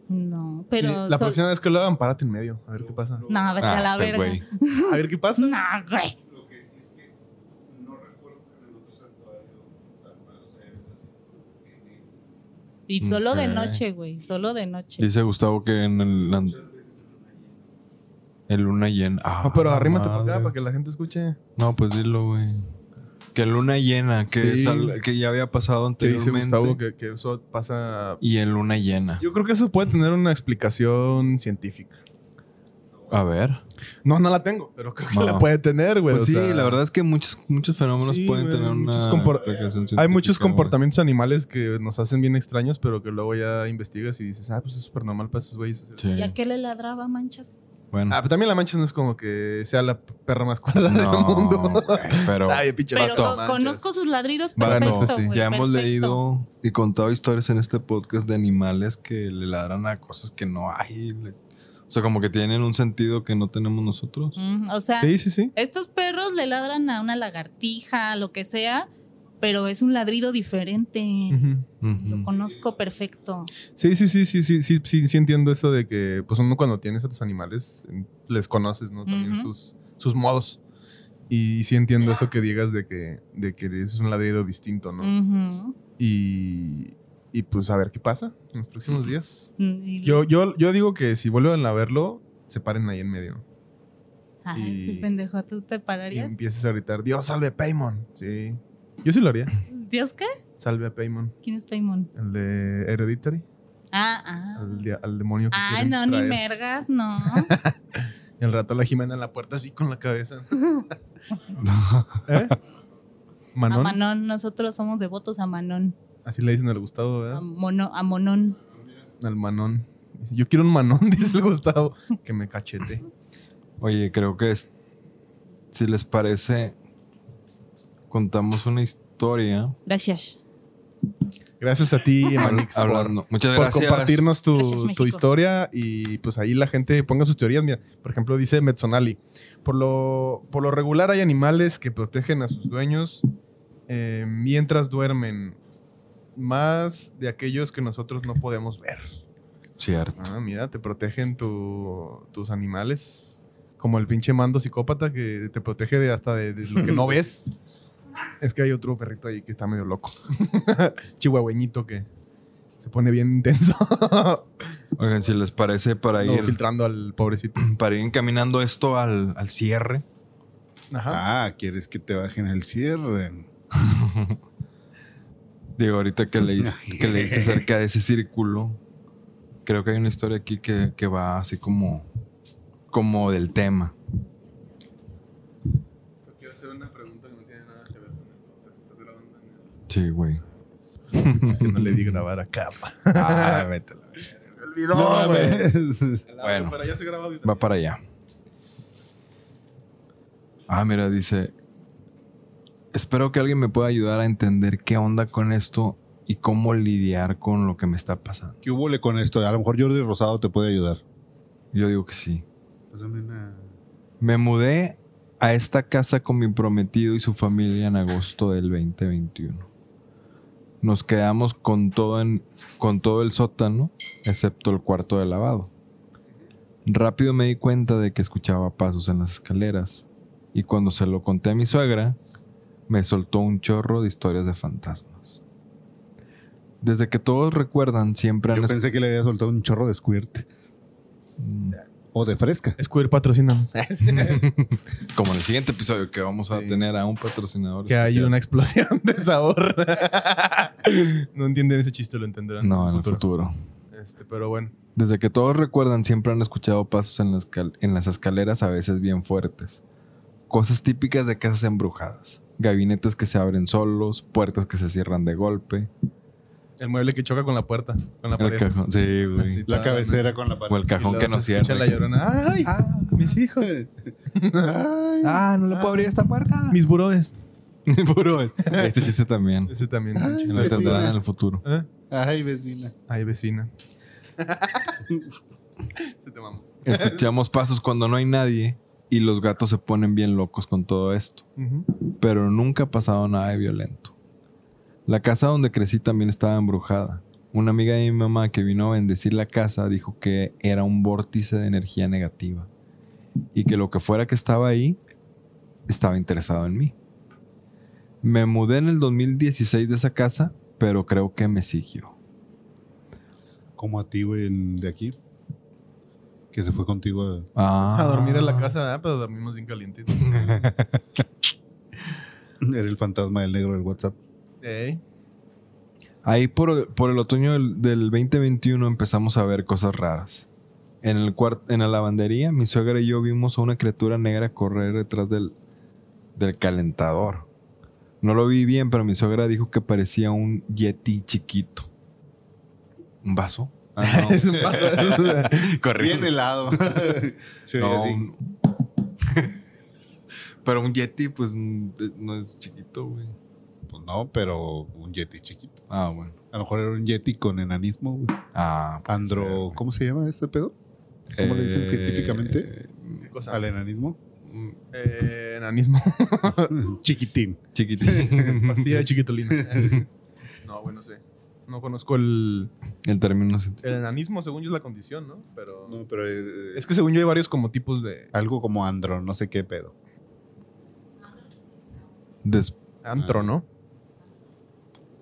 [SPEAKER 6] no,
[SPEAKER 2] Y
[SPEAKER 6] pero...
[SPEAKER 2] la
[SPEAKER 6] sol-
[SPEAKER 2] próxima vez que lo hagan, párate en medio. A ver qué pasa.
[SPEAKER 6] No, vete a la
[SPEAKER 4] este
[SPEAKER 6] verga.
[SPEAKER 4] güey.
[SPEAKER 2] A ver qué pasa.
[SPEAKER 6] No, güey.
[SPEAKER 3] Lo que sí es que no recuerdo que en el otro santuario tan malos haya habido así. En este sí.
[SPEAKER 6] Y solo de
[SPEAKER 4] Ok.
[SPEAKER 6] noche, güey, solo de noche.
[SPEAKER 4] Dice Gustavo que en el... la- el luna llena. Ah,
[SPEAKER 2] No, pero
[SPEAKER 4] la
[SPEAKER 2] arrímate para acá
[SPEAKER 4] madre.
[SPEAKER 2] para que la gente escuche.
[SPEAKER 4] No, pues dilo, güey. Que luna llena, que,
[SPEAKER 2] Sí.
[SPEAKER 4] es al- que ya había pasado
[SPEAKER 2] Te dice
[SPEAKER 4] anteriormente.
[SPEAKER 2] Gustavo que, que eso pasa.
[SPEAKER 4] Y en luna llena.
[SPEAKER 2] Yo creo que eso puede tener una explicación científica.
[SPEAKER 4] A ver.
[SPEAKER 2] No, no la tengo, pero creo que
[SPEAKER 4] No.
[SPEAKER 2] la puede tener, güey.
[SPEAKER 4] Pues
[SPEAKER 2] o
[SPEAKER 4] sí,
[SPEAKER 2] sea,
[SPEAKER 4] la verdad es que muchos, muchos fenómenos
[SPEAKER 2] Sí,
[SPEAKER 4] pueden
[SPEAKER 2] güey,
[SPEAKER 4] tener
[SPEAKER 2] muchos
[SPEAKER 4] una
[SPEAKER 2] compor-
[SPEAKER 4] explicación
[SPEAKER 2] Hay
[SPEAKER 4] científica,
[SPEAKER 2] muchos
[SPEAKER 4] güey.
[SPEAKER 2] comportamientos animales que nos hacen bien extraños, pero que luego ya investigas y dices, ah, pues es súper normal para esos güeyes.
[SPEAKER 4] Sí.
[SPEAKER 6] ¿Y a qué le ladraba manchas?
[SPEAKER 4] Bueno.
[SPEAKER 2] Ah, pero también la mancha no es como que sea la perra más cuerda del
[SPEAKER 4] No,
[SPEAKER 2] mundo.
[SPEAKER 4] güey, pero
[SPEAKER 2] Ay, pinche
[SPEAKER 6] Pero
[SPEAKER 2] vato.
[SPEAKER 6] co- conozco sus ladridos
[SPEAKER 4] Vato,
[SPEAKER 2] sí,
[SPEAKER 6] perfecto,
[SPEAKER 2] sí.
[SPEAKER 6] güey,
[SPEAKER 4] ya hemos
[SPEAKER 6] perfecto.
[SPEAKER 4] leído y contado historias en este podcast de animales que le ladran a cosas que no hay. le- O sea, como que tienen un sentido que no tenemos nosotros.
[SPEAKER 6] Mm, o sea,
[SPEAKER 2] Sí, sí, sí.
[SPEAKER 6] estos perros le ladran a una lagartija, a lo que sea, pero es un ladrido diferente.
[SPEAKER 2] Ujú.
[SPEAKER 6] Lo
[SPEAKER 4] Ujú.
[SPEAKER 6] conozco perfecto.
[SPEAKER 2] Sí, sí, sí, sí, sí, sí, sí, sí entiendo eso de que, pues uno cuando tienes a tus animales, en- les conoces, ¿no? También
[SPEAKER 6] Ujú.
[SPEAKER 2] sus, sus modos. Y sí entiendo eso que digas de que, de que es un ladrido distinto, ¿no?
[SPEAKER 6] Mm. Ujú.
[SPEAKER 2] Y, y pues a ver qué pasa en los próximos días.
[SPEAKER 6] Mm, y-
[SPEAKER 2] Yo, yo, yo digo que si vuelven a verlo, se paren ahí en medio.
[SPEAKER 6] Ay,
[SPEAKER 2] y-
[SPEAKER 6] sí, pendejo, ¿tú te
[SPEAKER 2] Y
[SPEAKER 6] pararías?
[SPEAKER 2] empieces a gritar, Dios salve a Paimon. Sí. Yo sí lo haría.
[SPEAKER 6] ¿Dios qué?
[SPEAKER 2] Salve a Paimon.
[SPEAKER 6] ¿Quién es Paimon?
[SPEAKER 2] El de Hereditary.
[SPEAKER 6] Ah, ah.
[SPEAKER 2] Al, dia- al demonio que
[SPEAKER 6] Ay,
[SPEAKER 2] quieren
[SPEAKER 6] no, ni
[SPEAKER 2] traer.
[SPEAKER 6] mergas, no.
[SPEAKER 2] Y al rato la Jimena en la puerta así con la cabeza. ¿Eh?
[SPEAKER 6] A
[SPEAKER 2] Manon.
[SPEAKER 6] Manón, nosotros somos devotos a Manón.
[SPEAKER 2] Así le dicen al Gustavo,
[SPEAKER 6] A,
[SPEAKER 2] ¿verdad?
[SPEAKER 6] Mono- a Monón.
[SPEAKER 2] Al Manón. Dice, yo quiero un Manón, dice el Gustavo. Que me cachete.
[SPEAKER 4] Oye, creo que es- si les parece, contamos una historia.
[SPEAKER 6] Gracias.
[SPEAKER 2] Gracias a ti, Emanix, por-
[SPEAKER 4] Hablando. Muchas
[SPEAKER 2] por
[SPEAKER 4] gracias.
[SPEAKER 2] compartirnos tu,
[SPEAKER 6] Gracias,
[SPEAKER 2] tu
[SPEAKER 6] México.
[SPEAKER 2] historia y pues ahí la gente ponga sus teorías. Mira, por ejemplo, dice Metzonali, por lo, por lo regular hay animales que protegen a sus dueños eh, mientras duermen, más de aquellos que nosotros no podemos ver.
[SPEAKER 4] Cierto.
[SPEAKER 2] Ah, mira, te protegen tu- tus animales, como el pinche mando psicópata que te protege de hasta de, de lo que no ves. Es que hay otro perrito ahí que está medio loco. Chihuahueñito que se pone bien intenso.
[SPEAKER 4] Oigan, si les parece, para
[SPEAKER 2] No,
[SPEAKER 4] ir,
[SPEAKER 2] filtrando al pobrecito.
[SPEAKER 4] para ir encaminando esto al, al cierre.
[SPEAKER 2] Ajá.
[SPEAKER 3] Ah, ¿quieres que te bajen el cierre?
[SPEAKER 4] Digo, ahorita que leíste, que leíste acerca de ese círculo, creo que hay una historia aquí que, que va así como, como del tema.
[SPEAKER 2] Quiero hacer una pregunta que no tiene nada que ver con el podcast. ¿Estás grabando en
[SPEAKER 4] Sí, güey.
[SPEAKER 2] el... Que no le di grabar acá. pa.
[SPEAKER 4] Ah, métela.
[SPEAKER 2] Se me olvidó,
[SPEAKER 3] No,
[SPEAKER 2] güey.
[SPEAKER 3] mames.
[SPEAKER 2] El audio,
[SPEAKER 4] Bueno.
[SPEAKER 2] Pero ya se grabó. ahorita.
[SPEAKER 4] Va para allá. Ah, mira, dice. Espero que alguien me pueda ayudar a entender qué onda con esto y cómo lidiar con lo que me está pasando.
[SPEAKER 3] ¿Qué hubo con esto? A lo mejor Jordi Rosado te puede ayudar.
[SPEAKER 4] Yo digo que sí.
[SPEAKER 3] Pásame una.
[SPEAKER 4] Me mudé a esta casa con mi prometido y su familia en agosto del 2021. Nos quedamos con todo, en- con todo el sótano, excepto el cuarto de lavado. Rápido me di cuenta de que escuchaba pasos en las escaleras y cuando se lo conté a mi suegra, me soltó un chorro de historias de fantasmas. Desde que todos recuerdan, siempre han...
[SPEAKER 3] Yo
[SPEAKER 4] es-
[SPEAKER 3] pensé que le había soltado un chorro de squirt
[SPEAKER 4] Mm.
[SPEAKER 3] o de fresca.
[SPEAKER 2] Square patrocina
[SPEAKER 4] Como en el siguiente episodio que vamos a
[SPEAKER 2] Sí.
[SPEAKER 4] tener a un patrocinador.
[SPEAKER 2] que hay
[SPEAKER 4] especial.
[SPEAKER 2] una explosión de sabor. no entienden ese chiste, lo entenderán.
[SPEAKER 4] No, en el futuro.
[SPEAKER 2] Este, pero bueno.
[SPEAKER 4] Desde que todos recuerdan, siempre han escuchado pasos en las, cal- en las escaleras, a veces bien fuertes. Cosas típicas de casas embrujadas. Gabinetes que se abren solos, puertas que se cierran de golpe.
[SPEAKER 2] El mueble que choca con la puerta, con la
[SPEAKER 4] El
[SPEAKER 2] pared.
[SPEAKER 4] cajón- sí, güey.
[SPEAKER 2] Así.
[SPEAKER 3] La cabecera con la
[SPEAKER 4] O el
[SPEAKER 3] pared.
[SPEAKER 4] cajón
[SPEAKER 2] Y
[SPEAKER 4] que
[SPEAKER 2] luego
[SPEAKER 4] no
[SPEAKER 2] se escucha
[SPEAKER 4] cierra.
[SPEAKER 2] la llorona. ¡Ay!
[SPEAKER 4] Ah,
[SPEAKER 2] Mis hijos.
[SPEAKER 3] Ay.
[SPEAKER 4] ah, no le puedo abrir esta puerta.
[SPEAKER 2] Mis buroes.
[SPEAKER 4] Puro es- Este chiste también.
[SPEAKER 2] Ese también.
[SPEAKER 3] Ay,
[SPEAKER 4] Lo
[SPEAKER 3] sí,
[SPEAKER 4] entenderán
[SPEAKER 3] güey.
[SPEAKER 4] en el futuro.
[SPEAKER 2] ¿Eh?
[SPEAKER 3] Ay, vecina.
[SPEAKER 2] Ay, vecina. Se te mamó.
[SPEAKER 4] Escuchamos pasos cuando no hay nadie y los gatos se ponen bien locos con todo esto.
[SPEAKER 2] Ujú.
[SPEAKER 4] pero nunca ha pasado nada de violento. La casa donde crecí también estaba embrujada. Una amiga de mi mamá que vino a bendecir la casa dijo que era un vórtice de energía negativa y que lo que fuera que estaba ahí estaba interesado en mí. Me mudé en el 2016 de esa casa, pero creo que me siguió.
[SPEAKER 3] Como a ti, güey, el de aquí. Que se fue contigo a...
[SPEAKER 4] Ah.
[SPEAKER 2] A dormir a la casa, ¿verdad? pero dormimos bien calientito.
[SPEAKER 3] Era el fantasma del negro del WhatsApp.
[SPEAKER 2] Ey.
[SPEAKER 4] Ahí por, por el otoño del, del 2021 empezamos a ver cosas raras. En, el cuar- en la lavandería, mi suegra y yo vimos a una criatura negra correr detrás del, del calentador. No lo vi bien, pero mi suegra dijo que parecía un yeti chiquito. ¿Un vaso? Ah,
[SPEAKER 2] Es un paso.
[SPEAKER 4] no.
[SPEAKER 3] Bien
[SPEAKER 4] Corriendo.
[SPEAKER 3] helado. Se oía
[SPEAKER 4] No,
[SPEAKER 3] así.
[SPEAKER 4] un- pero un yeti, pues, n- no es chiquito, güey.
[SPEAKER 3] Pues no, pero un yeti chiquito.
[SPEAKER 4] Ah, bueno.
[SPEAKER 3] A lo mejor era un yeti con enanismo, güey.
[SPEAKER 4] Ah, puede ser,
[SPEAKER 3] Andro...
[SPEAKER 4] güey.
[SPEAKER 3] ¿Cómo se llama este pedo? ¿Cómo le dicen
[SPEAKER 4] Eh,
[SPEAKER 3] científicamente?
[SPEAKER 2] ¿Qué cosa?
[SPEAKER 3] ¿Al enanismo?
[SPEAKER 4] mm,
[SPEAKER 2] Eh, enanismo.
[SPEAKER 3] Chiquitín.
[SPEAKER 4] Chiquitín.
[SPEAKER 2] Pastilla de chiquitolina. no, bueno, sé. No conozco el,
[SPEAKER 4] El término se-
[SPEAKER 2] el enanismo, según yo es la condición, ¿no? Pero
[SPEAKER 3] No, pero... eh,
[SPEAKER 2] es que según yo hay varios como tipos de
[SPEAKER 3] Algo como andro, no sé qué pedo.
[SPEAKER 4] des-
[SPEAKER 2] antro, ¿no?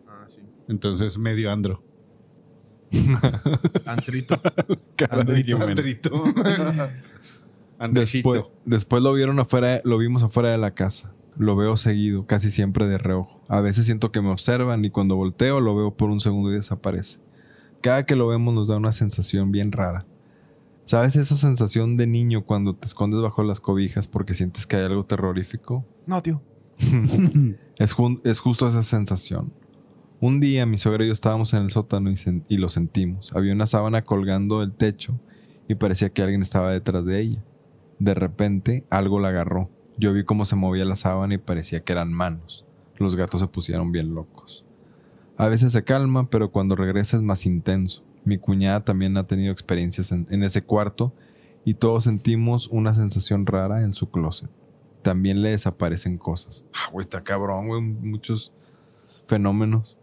[SPEAKER 2] Ah, sí.
[SPEAKER 3] Entonces, medio andro.
[SPEAKER 2] Antrito.
[SPEAKER 4] Andrito.
[SPEAKER 3] Andrito.
[SPEAKER 4] Después,
[SPEAKER 3] Andrejito.
[SPEAKER 4] después lo vieron afuera, lo vimos afuera de la casa. Lo veo seguido, casi siempre de reojo. A veces siento que me observan y cuando volteo lo veo por un segundo y desaparece. Cada que lo vemos nos da una sensación bien rara. ¿Sabes esa sensación de niño cuando te escondes bajo las cobijas porque sientes que hay algo terrorífico?
[SPEAKER 2] No, tío.
[SPEAKER 4] Es, jun- es justo esa sensación. Un día mi suegra y yo estábamos en el sótano y, sen- y lo sentimos. Había una sábana colgando del techo y parecía que alguien estaba detrás de ella. De repente algo la agarró. Yo vi cómo se movía la sábana y parecía que eran manos. Los gatos se pusieron bien locos. A veces se calma, pero cuando regresa es más intenso. Mi cuñada también ha tenido experiencias en- en ese cuarto y todos sentimos una sensación rara en su closet también le desaparecen cosas. Ah, güey, está cabrón, güey. Muchos fenómenos.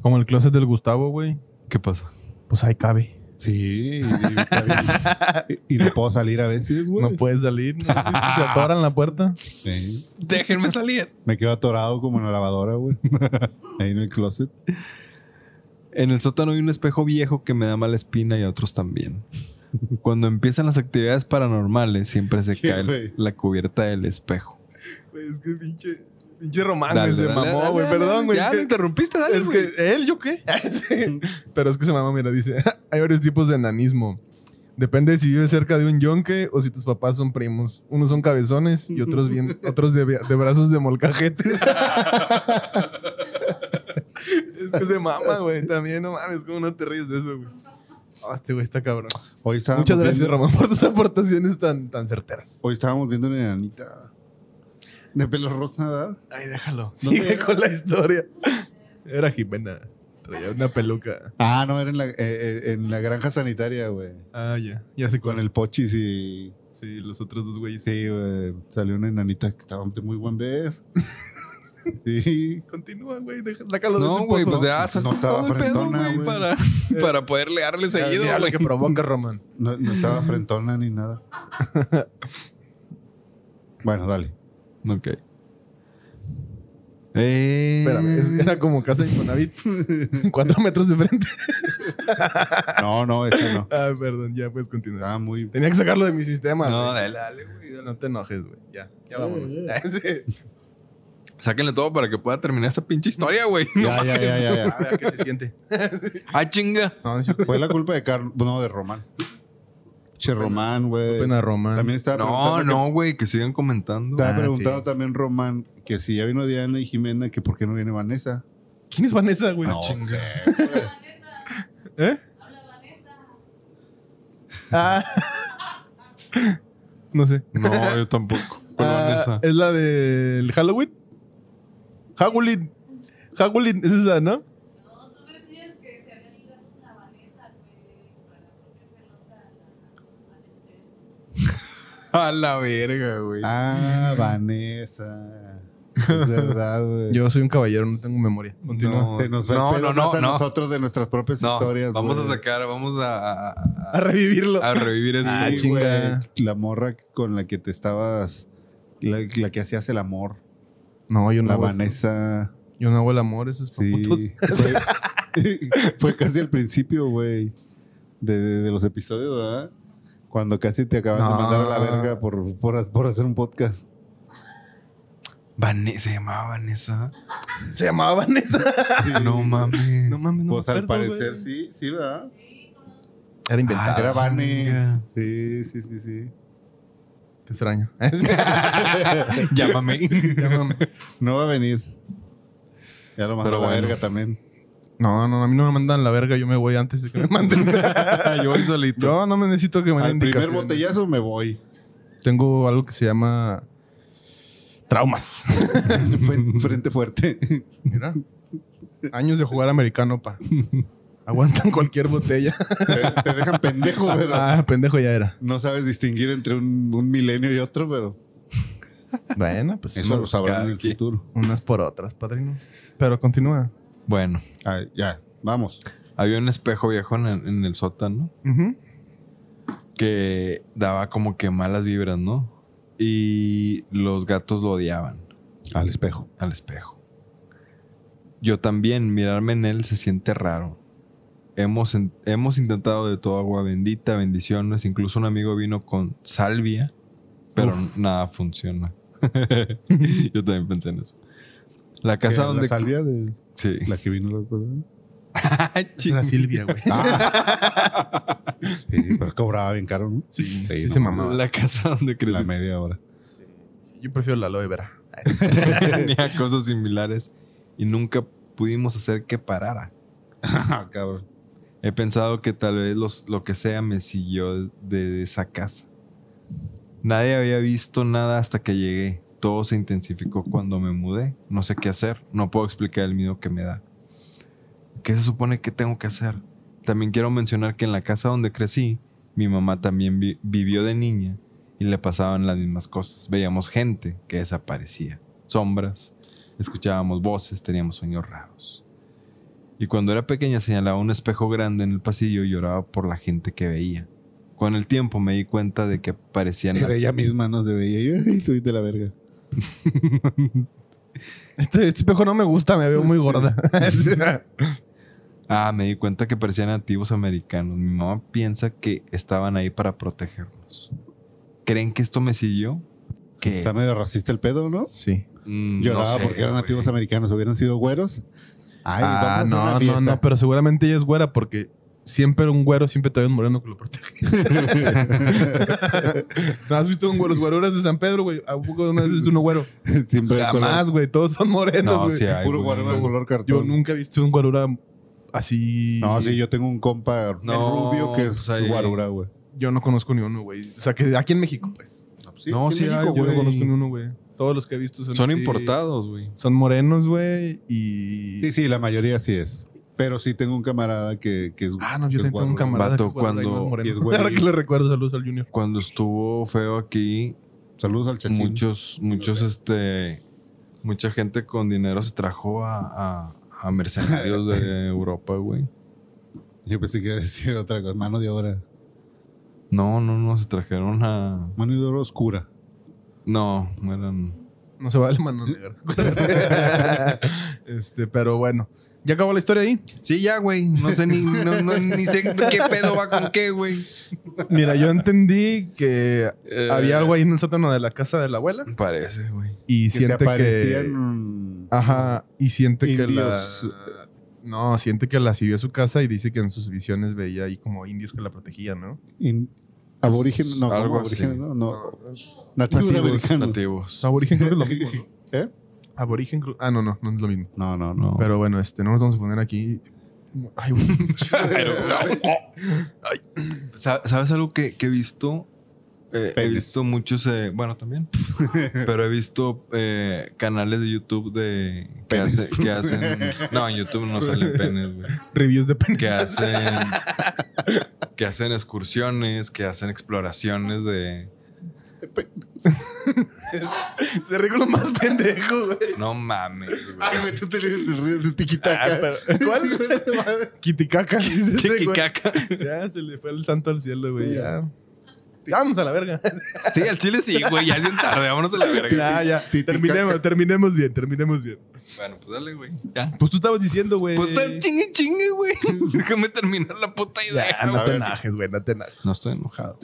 [SPEAKER 2] Como el closet del Gustavo, güey.
[SPEAKER 4] ¿Qué pasa?
[SPEAKER 2] Pues ahí cabe.
[SPEAKER 3] Sí, y, está bien. Y- y no puedo salir a veces, güey.
[SPEAKER 2] No puedes salir. ¿no? Se atoran la puerta.
[SPEAKER 3] Sí.
[SPEAKER 4] Déjenme salir.
[SPEAKER 3] Me quedo atorado como en la lavadora, güey. Ahí en el closet.
[SPEAKER 4] En el sótano hay un espejo viejo que me da mala espina y a otros también. Cuando empiezan las actividades paranormales, siempre se
[SPEAKER 3] ¿Qué,
[SPEAKER 4] cae
[SPEAKER 3] güey?
[SPEAKER 4] la cubierta del espejo.
[SPEAKER 2] Es que pinche, pinche román, Ah,
[SPEAKER 4] Dale,
[SPEAKER 2] güey, se
[SPEAKER 4] dale,
[SPEAKER 2] mamó,
[SPEAKER 4] dale,
[SPEAKER 2] güey.
[SPEAKER 4] dale,
[SPEAKER 2] Perdón, güey.
[SPEAKER 4] Ya
[SPEAKER 2] es
[SPEAKER 4] me
[SPEAKER 2] que-
[SPEAKER 4] interrumpiste, dale,
[SPEAKER 2] es
[SPEAKER 4] güey.
[SPEAKER 2] que, ¿él? ¿Yo qué? Sí. Pero es que se mamá, mira, dice, hay varios tipos de enanismo. Depende de si vives cerca de un yonque o si tus papás son primos. Unos son cabezones y otros bien, otros de, de brazos de molcajete. es que se mama, güey. También, no mames, ¿cómo no te ríes de eso, güey? Ah, pues este güey está cabrón.
[SPEAKER 3] Hoy estábamos
[SPEAKER 2] Muchas gracias,
[SPEAKER 3] viendo-
[SPEAKER 2] Ramón, por tus aportaciones tan, tan certeras.
[SPEAKER 3] Hoy estábamos viendo una enanita de pelo rosa, ¿verdad?
[SPEAKER 2] Ay, déjalo.
[SPEAKER 3] No
[SPEAKER 2] Sigue
[SPEAKER 3] te-
[SPEAKER 2] con la historia. Era Jimena. Traía una peluca.
[SPEAKER 3] Ah, no, era en la, eh, eh, en la granja sanitaria, güey.
[SPEAKER 2] Ah, ya. Ya sé
[SPEAKER 3] Con
[SPEAKER 2] cuál.
[SPEAKER 3] el pochis y...
[SPEAKER 2] Sí, los otros dos güeyes.
[SPEAKER 3] Sí, güey. Salió una enanita que estaba de muy buen ver. Sí.
[SPEAKER 2] Continúa, güey. deja- Sácalo de
[SPEAKER 4] No,
[SPEAKER 2] ese
[SPEAKER 4] güey,
[SPEAKER 2] pozo.
[SPEAKER 4] pues ya saltó
[SPEAKER 3] No estaba
[SPEAKER 4] todo el pedo,
[SPEAKER 3] frentona,
[SPEAKER 4] güey,
[SPEAKER 3] güey.
[SPEAKER 4] para, para poderle darle
[SPEAKER 2] Eh. Ya,
[SPEAKER 4] seguido,
[SPEAKER 2] ya, lo
[SPEAKER 4] güey.
[SPEAKER 2] que provoca, Román.
[SPEAKER 3] No, no estaba frentona ni nada. Bueno, dale.
[SPEAKER 4] Ok. Eh,
[SPEAKER 2] espérame. Es- era como casa de Infonavit. Cuatro metros de frente.
[SPEAKER 3] No, no, ese no.
[SPEAKER 2] Ay, Ah, perdón, ya puedes continuar.
[SPEAKER 3] Estaba muy.
[SPEAKER 2] Ah, Tenía que sacarlo de mi sistema.
[SPEAKER 4] No,
[SPEAKER 2] güey.
[SPEAKER 4] dale, dale, güey. dale.
[SPEAKER 2] No te enojes, güey. Ya, ya vámonos. Sí.
[SPEAKER 4] Sáquenle todo para que pueda terminar esta pinche historia, güey. No
[SPEAKER 3] Ya, ya,
[SPEAKER 4] mames.
[SPEAKER 3] ya, ya,
[SPEAKER 2] A
[SPEAKER 3] ya.
[SPEAKER 2] ver, ¿qué se siente?
[SPEAKER 4] Ah, chinga.
[SPEAKER 2] No, es
[SPEAKER 3] Fue la culpa de Carlos. No, de Román. Che, Román, güey.
[SPEAKER 2] pena Román.
[SPEAKER 3] También estaba
[SPEAKER 4] No,
[SPEAKER 3] preguntando
[SPEAKER 4] no, güey, que sigan comentando.
[SPEAKER 3] que- Estaba
[SPEAKER 2] Ah,
[SPEAKER 3] preguntando
[SPEAKER 2] sí.
[SPEAKER 3] también Román que si ya vino Diana y Jimena, que por qué no viene Vanessa.
[SPEAKER 2] ¿Quién es Vanessa, güey?
[SPEAKER 3] No
[SPEAKER 4] Ah, chinga.
[SPEAKER 3] sé, güey.
[SPEAKER 2] ¿Eh? Ah. no sé.
[SPEAKER 4] No, yo tampoco. ¿Cuál
[SPEAKER 2] Ah,
[SPEAKER 4] Vanessa?
[SPEAKER 2] ¿Es la del Halloween? Hagulin. Hagulin, es esa, ¿no?
[SPEAKER 4] A la verga, güey.
[SPEAKER 3] Ah, Vanessa. Es verdad, güey.
[SPEAKER 2] Yo soy un caballero, no tengo memoria. Continúa.
[SPEAKER 4] No.
[SPEAKER 3] Se nos va
[SPEAKER 4] No,
[SPEAKER 3] el pedo
[SPEAKER 4] no, no,
[SPEAKER 3] más a
[SPEAKER 4] no.
[SPEAKER 3] nosotros de nuestras propias
[SPEAKER 4] no,
[SPEAKER 3] historias.
[SPEAKER 4] vamos
[SPEAKER 3] güey.
[SPEAKER 4] a sacar, vamos a, a-
[SPEAKER 2] A
[SPEAKER 4] a-
[SPEAKER 2] revivirlo.
[SPEAKER 4] a revivir este eso.
[SPEAKER 2] Ah,
[SPEAKER 3] Sí,
[SPEAKER 2] chinga.
[SPEAKER 3] güey, la morra con la que te estabas. La, la que hacías el amor.
[SPEAKER 2] no, yo no
[SPEAKER 3] La
[SPEAKER 2] hago eso.
[SPEAKER 3] Vanessa.
[SPEAKER 2] Yo no hago el amor, eso es pa' putos.
[SPEAKER 3] Sí. Fue, fue casi al principio, güey. De, de- de los episodios, ¿verdad? Cuando casi te acaban de
[SPEAKER 2] No.
[SPEAKER 3] mandar a la verga por, por, por hacer un podcast.
[SPEAKER 4] Vane- se llamaba Vanessa.
[SPEAKER 2] Se llamaba Vanessa.
[SPEAKER 4] No mames. Ah,
[SPEAKER 2] No mames, no
[SPEAKER 3] pues
[SPEAKER 2] me
[SPEAKER 3] al
[SPEAKER 2] acuerdo, güey.
[SPEAKER 3] parecer sí, sí, ¿verdad?
[SPEAKER 2] Era
[SPEAKER 4] Ah,
[SPEAKER 2] inventado.
[SPEAKER 3] Era Vane.
[SPEAKER 4] chinga.
[SPEAKER 3] Sí, sí, sí, sí.
[SPEAKER 2] Te extraño.
[SPEAKER 4] Llámame.
[SPEAKER 2] Llámame.
[SPEAKER 3] No va a venir. Ya lo mandó
[SPEAKER 4] Pero
[SPEAKER 3] a la
[SPEAKER 4] bueno.
[SPEAKER 3] verga también.
[SPEAKER 2] no, no, a mí no me mandan la verga, yo me voy antes de que me manden.
[SPEAKER 4] Ah, yo voy solito.
[SPEAKER 2] yo no me necesito que me den
[SPEAKER 3] Al primer
[SPEAKER 2] indicaciones.
[SPEAKER 3] botellazo me voy.
[SPEAKER 2] Tengo algo que se llama traumas.
[SPEAKER 3] Fren- Frente fuerte.
[SPEAKER 2] Mira. Años de jugar americano, pa. Aguantan cualquier botella.
[SPEAKER 3] te, te dejan pendejo, pero
[SPEAKER 2] ah, pendejo ya era.
[SPEAKER 3] no sabes distinguir entre un, un milenio y otro, pero
[SPEAKER 2] Bueno, pues
[SPEAKER 3] eso
[SPEAKER 2] unas-
[SPEAKER 3] lo sabrán
[SPEAKER 4] cada
[SPEAKER 3] en el
[SPEAKER 4] quien.
[SPEAKER 3] futuro.
[SPEAKER 2] unas por otras, padrino. Pero continúa.
[SPEAKER 4] Bueno,
[SPEAKER 3] Ah, ya, vamos.
[SPEAKER 4] había un espejo viejo en el, en el sótano
[SPEAKER 2] Ujú.
[SPEAKER 4] que daba como que malas vibras, ¿no? Y los gatos lo odiaban.
[SPEAKER 3] Al espejo.
[SPEAKER 4] al espejo. Yo también, mirarme en él se siente raro. Hemos, en- hemos intentado de todo agua bendita, bendiciones. Incluso un amigo vino con salvia, pero nada funciona. Yo también pensé en eso. La
[SPEAKER 3] ¿Qué,
[SPEAKER 4] casa donde.
[SPEAKER 3] La salvia de
[SPEAKER 4] Sí.
[SPEAKER 3] la que vino la otra vez?
[SPEAKER 4] Ay,
[SPEAKER 2] Era
[SPEAKER 4] ching-
[SPEAKER 2] Silvia, güey.
[SPEAKER 3] Ah. Sí, pero cobraba bien caro, ¿no?
[SPEAKER 2] Sí,
[SPEAKER 3] Sí,
[SPEAKER 2] sí
[SPEAKER 3] no,
[SPEAKER 2] se mamaba.
[SPEAKER 4] la casa donde
[SPEAKER 3] La
[SPEAKER 4] creció.
[SPEAKER 3] media hora.
[SPEAKER 2] Yo prefiero la aloe vera.
[SPEAKER 4] tenía cosas similares y nunca pudimos hacer que parara.
[SPEAKER 3] Ah, cabrón.
[SPEAKER 4] He pensado que tal vez los- lo que sea me siguió de, de esa casa. Nadie había visto nada hasta que llegué. Todo se intensificó cuando me mudé. No sé qué hacer. No puedo explicar el miedo que me da. ¿Qué se supone que tengo que hacer? También quiero mencionar que en la casa donde crecí, mi mamá también vi- vivió de niña y le pasaban las mismas cosas. Veíamos gente que desaparecía, sombras, escuchábamos voces, teníamos sueños raros. Y cuando era pequeña señalaba un espejo grande en el pasillo y lloraba por la gente que veía. Con el tiempo me di cuenta de que parecían...
[SPEAKER 3] Era ella misma, nos veía. Y yo, "Ay, tú viste la verga.
[SPEAKER 2] Este, este espejo no me gusta, me veo muy gorda.
[SPEAKER 4] Ah, me di cuenta que parecían nativos americanos. Mi mamá piensa que estaban ahí para protegernos. ¿Creen que esto me siguió? Que
[SPEAKER 3] Está medio racista el pedo, ¿no?
[SPEAKER 2] sí.
[SPEAKER 4] Mm, no
[SPEAKER 3] Lloraba
[SPEAKER 4] sé,
[SPEAKER 3] porque eran
[SPEAKER 4] güey.
[SPEAKER 3] nativos americanos. ¿Hubieran sido güeros? Ay,
[SPEAKER 2] ah,
[SPEAKER 3] vamos a
[SPEAKER 2] no,
[SPEAKER 3] una
[SPEAKER 2] no,
[SPEAKER 3] fiesta.
[SPEAKER 2] no, pero seguramente ella es güera porque siempre un güero, siempre te ve un moreno que lo protege. ¿No has visto un güero? Los güeruras de San Pedro, güey. ¿A poco no has visto uno güero?
[SPEAKER 3] Siempre de
[SPEAKER 2] Jamás, güey. Todos son morenos,
[SPEAKER 4] No,
[SPEAKER 2] güey.
[SPEAKER 4] sí
[SPEAKER 3] color-
[SPEAKER 4] hay,
[SPEAKER 3] Puro
[SPEAKER 4] güey.
[SPEAKER 3] guarura de color cartón.
[SPEAKER 2] Yo nunca he visto un guarura así.
[SPEAKER 3] No, sí, yo tengo un compa
[SPEAKER 4] No,
[SPEAKER 3] rubio que es
[SPEAKER 4] pues ahí-
[SPEAKER 3] guarura, güey.
[SPEAKER 2] Yo no conozco ni uno, güey. O sea, que aquí en México, pues.
[SPEAKER 4] No, sí hay,
[SPEAKER 2] Yo
[SPEAKER 4] güey.
[SPEAKER 2] no conozco ni uno, güey. Todos los que he visto son
[SPEAKER 4] Son
[SPEAKER 2] así.
[SPEAKER 4] importados, güey.
[SPEAKER 2] Son morenos, güey. Y.
[SPEAKER 3] Sí, sí, la mayoría sí es. Pero sí tengo un camarada que, que es.
[SPEAKER 2] Ah, no, yo
[SPEAKER 3] que es
[SPEAKER 2] tengo un
[SPEAKER 3] guarura.
[SPEAKER 2] camarada
[SPEAKER 4] Vato,
[SPEAKER 2] que es guarura y no es
[SPEAKER 4] cuando-
[SPEAKER 2] moreno.
[SPEAKER 3] y es güero.
[SPEAKER 2] Ahora que le recuerdo, saludos al Junior.
[SPEAKER 4] Cuando estuvo feo aquí,
[SPEAKER 3] Saludos al chachín.
[SPEAKER 4] muchos, muchos, este, mucha gente con dinero se trajo a, a- a mercenarios de Europa, güey.
[SPEAKER 3] Yo pensé que iba a decir otra cosa. Mano de obra.
[SPEAKER 4] No, no, no, se trajeron a...
[SPEAKER 3] Mano de obra oscura.
[SPEAKER 4] No, eran
[SPEAKER 2] No se vale mano negra. este, pero bueno. ¿Ya acabó la historia ahí?
[SPEAKER 4] Sí, ya, güey. No sé ni, no, no- ni sé qué pedo va con qué, güey.
[SPEAKER 2] Mira, yo entendí que
[SPEAKER 4] Eh,
[SPEAKER 2] había algo ahí en el sótano de la casa de la abuela
[SPEAKER 4] Parece, güey.
[SPEAKER 2] y
[SPEAKER 3] Que se
[SPEAKER 2] siente que...
[SPEAKER 3] aparecían,
[SPEAKER 2] Ajá, y siente que la...
[SPEAKER 3] Indios.
[SPEAKER 2] No, siente que la siguió a su casa y dice que en sus visiones veía ahí como indios que la protegían, ¿no?
[SPEAKER 3] in- aborígenes, no,
[SPEAKER 4] Algo
[SPEAKER 3] ¿cómo aborígenes,
[SPEAKER 4] así.
[SPEAKER 3] no, no, nativos americanos.
[SPEAKER 4] Nativos.
[SPEAKER 2] Pues, Aborigen creo que es lo mismo, ¿no?
[SPEAKER 3] ¿Eh?
[SPEAKER 2] Aborigen creo- Ah, no, no, no es lo mismo.
[SPEAKER 3] No, no, no.
[SPEAKER 4] No.
[SPEAKER 2] Pero bueno, este, no nos vamos a poner aquí... Ay, güey.
[SPEAKER 4] Sa- ¿Sabes algo que, que he visto? Eh, he
[SPEAKER 3] Penes.
[SPEAKER 4] visto muchos, eh, bueno, también, pero he visto eh, canales de YouTube de que,
[SPEAKER 3] Penes.
[SPEAKER 4] hace- que hacen... No, en YouTube no salen penes, güey.
[SPEAKER 2] Reviews de pene.
[SPEAKER 4] Que hacen, que hacen excursiones, que hacen exploraciones de...
[SPEAKER 2] Se ríe con lo más pendejo, güey.
[SPEAKER 4] No mames,
[SPEAKER 3] Ay,
[SPEAKER 4] güey.
[SPEAKER 3] güey, tú te lees el río de tiquitaca.
[SPEAKER 2] Ah, pero- ¿Cuál? Quiticaca. dice ese, güey.
[SPEAKER 4] Chiquicaca.
[SPEAKER 2] Ya se le fue el santo al cielo, güey.
[SPEAKER 3] Sí.
[SPEAKER 2] Ya. Ya, Vamos a la verga.
[SPEAKER 4] Sí, al chile sí, güey. Ya es bien tarde, vámonos a la verga.
[SPEAKER 2] Ya, ya.
[SPEAKER 3] Titicaca.
[SPEAKER 2] Terminemos, terminemos bien, terminemos bien.
[SPEAKER 4] Bueno, pues dale, güey. Ya.
[SPEAKER 2] Pues tú estabas diciendo, güey.
[SPEAKER 4] Pues está chingue chingue, güey. Déjame terminar la puta idea.
[SPEAKER 2] Ya, no
[SPEAKER 4] güey.
[SPEAKER 2] te enajes, güey, no te enajes.
[SPEAKER 4] No estoy enojado.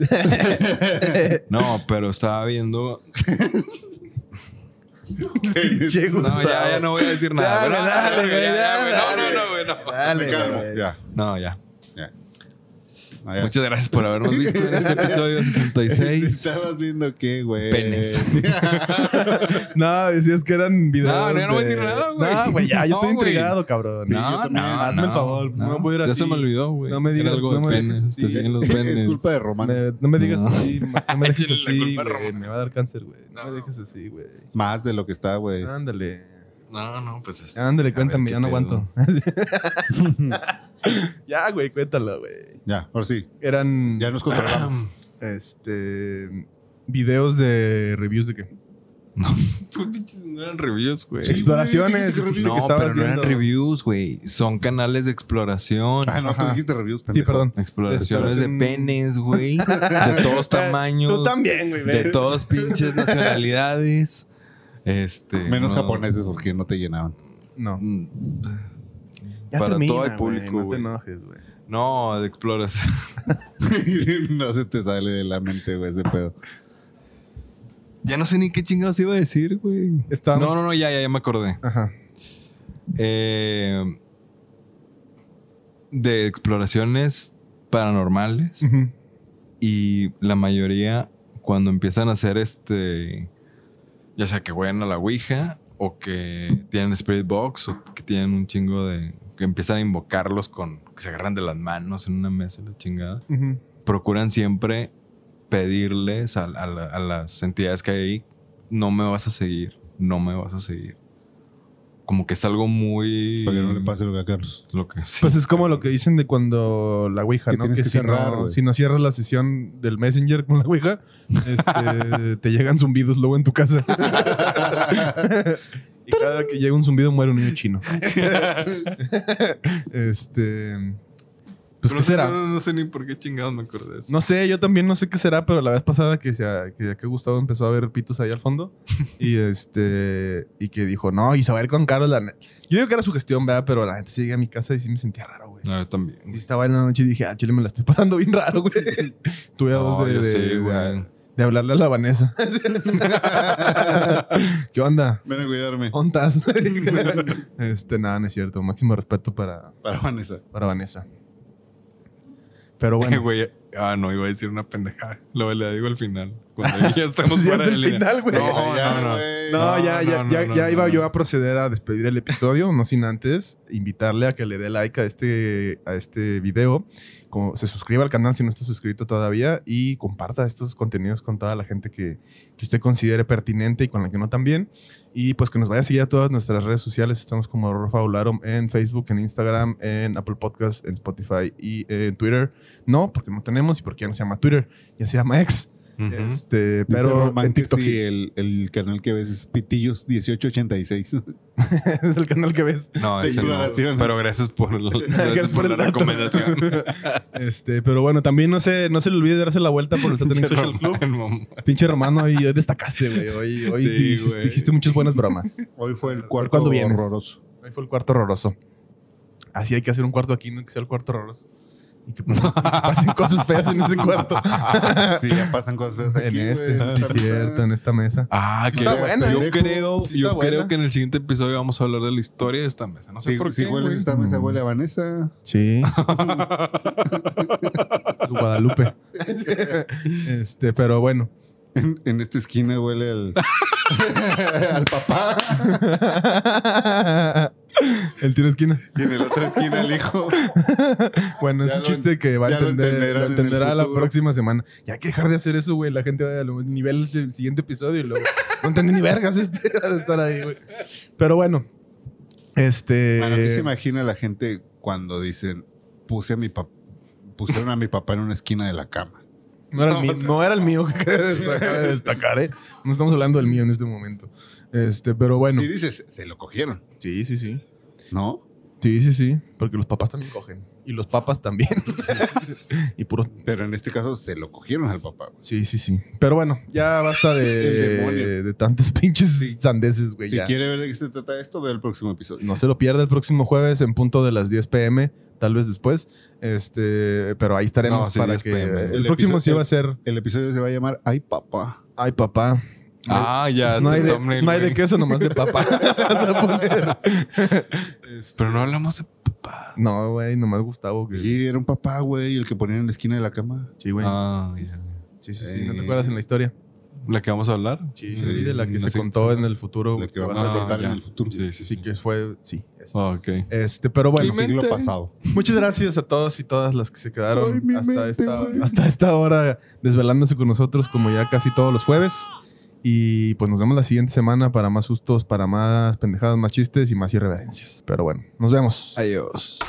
[SPEAKER 4] no, pero estaba viendo.
[SPEAKER 2] Che,
[SPEAKER 4] No,
[SPEAKER 2] Gustavo.
[SPEAKER 4] ya, ya no voy a decir nada.
[SPEAKER 2] Dale,
[SPEAKER 4] güey.
[SPEAKER 2] dale,
[SPEAKER 4] No, ya,
[SPEAKER 2] güey, dale,
[SPEAKER 4] ya, güey.
[SPEAKER 2] dale.
[SPEAKER 4] no, no, no, güey, no.
[SPEAKER 2] Dale,
[SPEAKER 3] Me calmo,
[SPEAKER 2] güey.
[SPEAKER 3] ya.
[SPEAKER 4] No, ya.
[SPEAKER 3] Ah, ya.
[SPEAKER 4] Muchas gracias por habernos visto en este episodio 66.
[SPEAKER 3] Estabas viendo qué, güey.
[SPEAKER 4] Penes.
[SPEAKER 2] No, decías que eran videos.
[SPEAKER 4] No, no, yo no voy a
[SPEAKER 2] de-
[SPEAKER 4] decir nada, güey.
[SPEAKER 2] No, güey, ya, yo
[SPEAKER 4] No,
[SPEAKER 2] estoy
[SPEAKER 4] güey.
[SPEAKER 2] intrigado, cabrón.
[SPEAKER 3] Sí, yo también.
[SPEAKER 2] Hazme el favor, no voy a ir
[SPEAKER 4] Ya
[SPEAKER 2] así.
[SPEAKER 4] se me olvidó, güey.
[SPEAKER 2] No me
[SPEAKER 4] Era
[SPEAKER 2] digas-
[SPEAKER 4] algo
[SPEAKER 2] no
[SPEAKER 4] de
[SPEAKER 2] me digas
[SPEAKER 4] penes.
[SPEAKER 2] así.
[SPEAKER 4] Te siguen los
[SPEAKER 3] es
[SPEAKER 4] penes.
[SPEAKER 3] culpa de Román.
[SPEAKER 2] Me- no me digas
[SPEAKER 4] No.
[SPEAKER 2] así, no me dejes
[SPEAKER 4] Échale la
[SPEAKER 2] así,
[SPEAKER 4] culpa a
[SPEAKER 2] güey.
[SPEAKER 4] Román.
[SPEAKER 2] Me va a dar cáncer, güey. No,
[SPEAKER 4] No.
[SPEAKER 2] me dejes así, güey.
[SPEAKER 3] Más de lo que está, güey.
[SPEAKER 2] Ah. Ándale.
[SPEAKER 4] No, no, pues este.
[SPEAKER 2] Ándale,
[SPEAKER 4] ver,
[SPEAKER 2] cuéntame,
[SPEAKER 4] ¿qué
[SPEAKER 2] ya no
[SPEAKER 4] pedo?
[SPEAKER 2] aguanto. ya, güey, cuéntalo, güey.
[SPEAKER 3] Ya, ahora sí.
[SPEAKER 2] Eran
[SPEAKER 3] Ya nos
[SPEAKER 2] Ah,
[SPEAKER 3] controlamos.
[SPEAKER 2] este videos de reviews de qué?
[SPEAKER 4] Pues, pinches, No eran reviews, güey.
[SPEAKER 3] Sí,
[SPEAKER 2] Exploraciones.
[SPEAKER 3] güey,
[SPEAKER 2] dijiste que
[SPEAKER 4] No,
[SPEAKER 2] estabas
[SPEAKER 4] pero no eran
[SPEAKER 2] viendo.
[SPEAKER 4] reviews, güey. Son canales de exploración.
[SPEAKER 3] Ah, no, tú
[SPEAKER 2] Ajá.
[SPEAKER 3] dijiste reviews,
[SPEAKER 2] Sí,
[SPEAKER 3] pendejo.
[SPEAKER 2] perdón.
[SPEAKER 4] Exploraciones de
[SPEAKER 2] Exploración-
[SPEAKER 4] penes, güey. De todos tamaños.
[SPEAKER 2] Tú también, güey.
[SPEAKER 4] De todos pinches nacionalidades. Este.
[SPEAKER 3] Menos
[SPEAKER 4] no.
[SPEAKER 3] japoneses porque no te llenaban.
[SPEAKER 2] No.
[SPEAKER 4] Mm,
[SPEAKER 2] Ya
[SPEAKER 4] Para
[SPEAKER 2] termina,
[SPEAKER 4] todo el
[SPEAKER 2] güey,
[SPEAKER 4] público,
[SPEAKER 2] No te
[SPEAKER 4] güey.
[SPEAKER 2] enojes, güey.
[SPEAKER 4] No, de exploración.
[SPEAKER 3] no se te sale de la mente, güey, ese pedo.
[SPEAKER 4] Ya no sé ni qué chingados iba a decir, güey.
[SPEAKER 2] Estábamos-
[SPEAKER 4] No, no, no, ya, ya, ya me acordé.
[SPEAKER 2] Ajá.
[SPEAKER 4] Eh, de exploraciones paranormales.
[SPEAKER 2] Ujú.
[SPEAKER 4] Y la mayoría, cuando empiezan a hacer este. Ya sea que juegan a la Ouija, o que tienen Spirit Box, o que tienen un chingo de. que empiezan a invocarlos con. que se agarran de las manos en una mesa, la chingada.
[SPEAKER 2] Ujú.
[SPEAKER 4] Procuran siempre pedirles a, a la- a las entidades que hay ahí: no me vas a seguir, no me vas a seguir. Como que es algo muy.
[SPEAKER 3] Para que no le pase lo que a Carlos.
[SPEAKER 4] Lo que, sí.
[SPEAKER 2] Pues es como lo que dicen de cuando la Ouija,
[SPEAKER 3] Que
[SPEAKER 2] ¿no?
[SPEAKER 3] tienes que
[SPEAKER 2] si,
[SPEAKER 3] cerrar,
[SPEAKER 2] no,
[SPEAKER 3] güey.
[SPEAKER 2] si no cierras la sesión del Messenger con la Ouija, este, te llegan zumbidos luego en tu casa. y cada que llega un zumbido muere un niño chino. este. Pues, ¿qué
[SPEAKER 4] Pero no sé-
[SPEAKER 2] será?
[SPEAKER 4] No, no sé ni por qué chingados me acordé de eso.
[SPEAKER 2] No sé, yo también no sé qué será, pero la vez pasada que, se, que, que Gustavo empezó a ver pitos ahí al fondo y este y que dijo, no, y saber con Carlos. La... ne-". Yo digo que era su gestión, ¿verdad? Pero la gente sí llegué a mi casa y sí me sentía raro, güey.
[SPEAKER 4] No, yo también.
[SPEAKER 2] Y estaba en la noche y dije, ah, chile, me la estoy pasando bien raro, güey. Tuve a dos
[SPEAKER 4] No,
[SPEAKER 2] de,
[SPEAKER 4] yo
[SPEAKER 2] de-
[SPEAKER 4] sí,
[SPEAKER 2] de-
[SPEAKER 4] güey.
[SPEAKER 2] de hablarle a la Vanessa. ¿Qué onda?
[SPEAKER 3] Ven a cuidarme.
[SPEAKER 2] ¿Ontas? este, nada, no es cierto. Máximo respeto para,
[SPEAKER 3] Para Vanessa.
[SPEAKER 2] para Vanessa. Pero bueno.
[SPEAKER 4] Eh, güey, ah, no, iba a decir una pendejada. Lo le digo al final. Cuando ya estamos
[SPEAKER 2] Pues ya
[SPEAKER 4] fuera
[SPEAKER 2] es
[SPEAKER 4] de
[SPEAKER 2] el
[SPEAKER 4] línea.
[SPEAKER 2] final, güey.
[SPEAKER 4] No,
[SPEAKER 3] Ya,
[SPEAKER 4] no, no.
[SPEAKER 3] güey.
[SPEAKER 2] No,
[SPEAKER 4] No,
[SPEAKER 2] ya, ya,
[SPEAKER 4] no,
[SPEAKER 2] ya,
[SPEAKER 4] no,
[SPEAKER 2] ya
[SPEAKER 4] no,
[SPEAKER 2] iba
[SPEAKER 4] no.
[SPEAKER 2] yo a proceder a despedir el episodio, no sin antes invitarle a que le dé like a este, a este video, como, se suscriba al canal si no está suscrito todavía y comparta estos contenidos con toda la gente que, que usted considere pertinente y con la que no también. Y pues que nos vaya a seguir a todas nuestras redes sociales. Estamos como Rafa Olarom en Facebook, en Instagram, en Apple Podcast, en Spotify y en Twitter. No, porque no tenemos y porque ya no se llama Twitter, ya se llama X.
[SPEAKER 4] Ujú.
[SPEAKER 2] Este,
[SPEAKER 3] Dice
[SPEAKER 2] pero
[SPEAKER 3] Román
[SPEAKER 2] en
[SPEAKER 3] que
[SPEAKER 2] TikTok
[SPEAKER 3] sí,
[SPEAKER 2] sí.
[SPEAKER 3] el, el canal que ves es Pitillos 1886.
[SPEAKER 2] es el canal que ves.
[SPEAKER 4] No,
[SPEAKER 3] De
[SPEAKER 4] ese no.
[SPEAKER 3] exploración.
[SPEAKER 4] Pero gracias por, gracias
[SPEAKER 2] Gracias
[SPEAKER 4] por
[SPEAKER 2] por el
[SPEAKER 4] la
[SPEAKER 2] dato.
[SPEAKER 4] recomendación.
[SPEAKER 2] Este, pero bueno, también no se, no se le olvide darse la vuelta por el Satanic Social Club. Pinche Romano, y hoy destacaste, güey. Hoy, hoy
[SPEAKER 4] Sí,
[SPEAKER 2] dijiste,
[SPEAKER 4] güey.
[SPEAKER 2] dijiste muchas buenas bromas.
[SPEAKER 3] Hoy fue el
[SPEAKER 2] cuarto
[SPEAKER 3] cuarto
[SPEAKER 2] vienes?
[SPEAKER 3] horroroso.
[SPEAKER 2] Ahí fue el cuarto horroroso. Así hay que hacer un cuarto aquí, no que sea el cuarto horroroso. Y que pues, pasen cosas feas en ese cuarto.
[SPEAKER 3] Ah, Sí, ya pasan cosas feas aquí,
[SPEAKER 2] en
[SPEAKER 3] güey,
[SPEAKER 2] este,
[SPEAKER 3] esta
[SPEAKER 2] sí,
[SPEAKER 3] mesa.
[SPEAKER 2] cierto, en esta mesa.
[SPEAKER 4] Ah, que
[SPEAKER 3] Está buena,
[SPEAKER 4] yo
[SPEAKER 3] eh.
[SPEAKER 4] creo,
[SPEAKER 2] Sí,
[SPEAKER 4] yo
[SPEAKER 2] está buena.
[SPEAKER 4] creo que en el siguiente episodio vamos a hablar de la historia de esta mesa. No sé
[SPEAKER 3] Si,
[SPEAKER 4] por
[SPEAKER 3] si
[SPEAKER 4] qué.
[SPEAKER 3] hueles
[SPEAKER 4] güey.
[SPEAKER 3] esta
[SPEAKER 2] Mm.
[SPEAKER 3] mesa, huele a Vanessa.
[SPEAKER 2] Sí. Guadalupe. este, pero bueno.
[SPEAKER 3] En, en esta esquina huele al, al papá.
[SPEAKER 2] El tiro esquina.
[SPEAKER 3] Y en la otra esquina al hijo.
[SPEAKER 2] Bueno, es
[SPEAKER 3] Ya
[SPEAKER 2] un
[SPEAKER 3] lo-
[SPEAKER 2] chiste que va a
[SPEAKER 3] ya lo
[SPEAKER 2] entender, lo
[SPEAKER 3] entenderán en el
[SPEAKER 2] entenderá la
[SPEAKER 3] futuro.
[SPEAKER 2] próxima semana. Ya hay que dejar de hacer eso, güey. La gente va a los niveles del siguiente episodio y luego no entendí ni vergas este de estar ahí, güey. Pero bueno, este.
[SPEAKER 3] Bueno, ¿qué se imagina la gente cuando dicen puse a mi papá? Pusieron a mi papá en una esquina de la cama.
[SPEAKER 2] No era el mío, no era el mío que cabe destacar, de destacar, ¿eh? No estamos hablando del mío en este momento. Este, pero bueno.
[SPEAKER 3] Y dices, se lo cogieron,
[SPEAKER 2] Sí, sí, sí.
[SPEAKER 3] ¿no?
[SPEAKER 2] Sí, sí, sí. Porque los papás también cogen. Y los papas también. y puros
[SPEAKER 3] Pero en este caso se lo cogieron al papá. güey.
[SPEAKER 2] Sí, sí, sí. Pero bueno, ya basta
[SPEAKER 3] El
[SPEAKER 2] de,
[SPEAKER 3] demonio.
[SPEAKER 2] de tantas pinches sandeces, güey.
[SPEAKER 3] Si
[SPEAKER 2] ya.
[SPEAKER 3] quiere ver de qué se trata esto, ve el próximo episodio.
[SPEAKER 2] No se lo pierda el próximo jueves en punto de las 10 pm, tal vez después. Este, pero ahí estaremos
[SPEAKER 4] No, sí,
[SPEAKER 2] para
[SPEAKER 4] 10
[SPEAKER 2] que
[SPEAKER 4] PM.
[SPEAKER 2] el,
[SPEAKER 3] El
[SPEAKER 2] próximo sí
[SPEAKER 3] episodio-
[SPEAKER 2] va a ser
[SPEAKER 3] El episodio se va a llamar Ay papá.
[SPEAKER 2] Ay papá.
[SPEAKER 4] Ah, ya.
[SPEAKER 2] No
[SPEAKER 4] este
[SPEAKER 2] hay, de,
[SPEAKER 4] thumbnail,
[SPEAKER 2] no hay de
[SPEAKER 4] güey.
[SPEAKER 2] queso nomás de papá. Vas a poner.
[SPEAKER 4] Pero no hablamos de papá.
[SPEAKER 2] no, güey, nomás Gustavo que-
[SPEAKER 3] Y era un papá, güey, el que ponían en la esquina de la cama.
[SPEAKER 2] Sí, güey.
[SPEAKER 4] Ah, ya.
[SPEAKER 2] sí, sí, sí, ¿no te
[SPEAKER 3] eh.
[SPEAKER 2] acuerdas en la historia?
[SPEAKER 4] ¿La que vamos a hablar?
[SPEAKER 2] Sí,
[SPEAKER 3] sí,
[SPEAKER 2] sí, de la que
[SPEAKER 4] no
[SPEAKER 2] se
[SPEAKER 4] sé,
[SPEAKER 2] contó
[SPEAKER 4] sí.
[SPEAKER 2] en el futuro.
[SPEAKER 3] La que
[SPEAKER 2] vas
[SPEAKER 3] vamos
[SPEAKER 2] a-
[SPEAKER 3] a
[SPEAKER 4] Ah,
[SPEAKER 3] contar
[SPEAKER 4] ya.
[SPEAKER 3] en el futuro.
[SPEAKER 4] Sí, sí,
[SPEAKER 2] Oh, Sí,
[SPEAKER 4] sí.
[SPEAKER 2] que fue, sí. esa.
[SPEAKER 4] Ah, ok.
[SPEAKER 2] Este, pero bueno.
[SPEAKER 4] Y me-
[SPEAKER 3] Siglo
[SPEAKER 4] Mente.
[SPEAKER 3] pasado.
[SPEAKER 2] Muchas gracias a todos y todas las que se
[SPEAKER 3] Ay,
[SPEAKER 2] quedaron
[SPEAKER 3] mi
[SPEAKER 2] hasta,
[SPEAKER 3] mente,
[SPEAKER 2] esta,
[SPEAKER 3] güey.
[SPEAKER 2] hasta esta hora desvelándose con nosotros como ya casi todos los jueves. Y pues nos vemos la siguiente semana para más sustos, para más pendejadas, más chistes y más irreverencias. Pero bueno, nos vemos.
[SPEAKER 4] Adiós.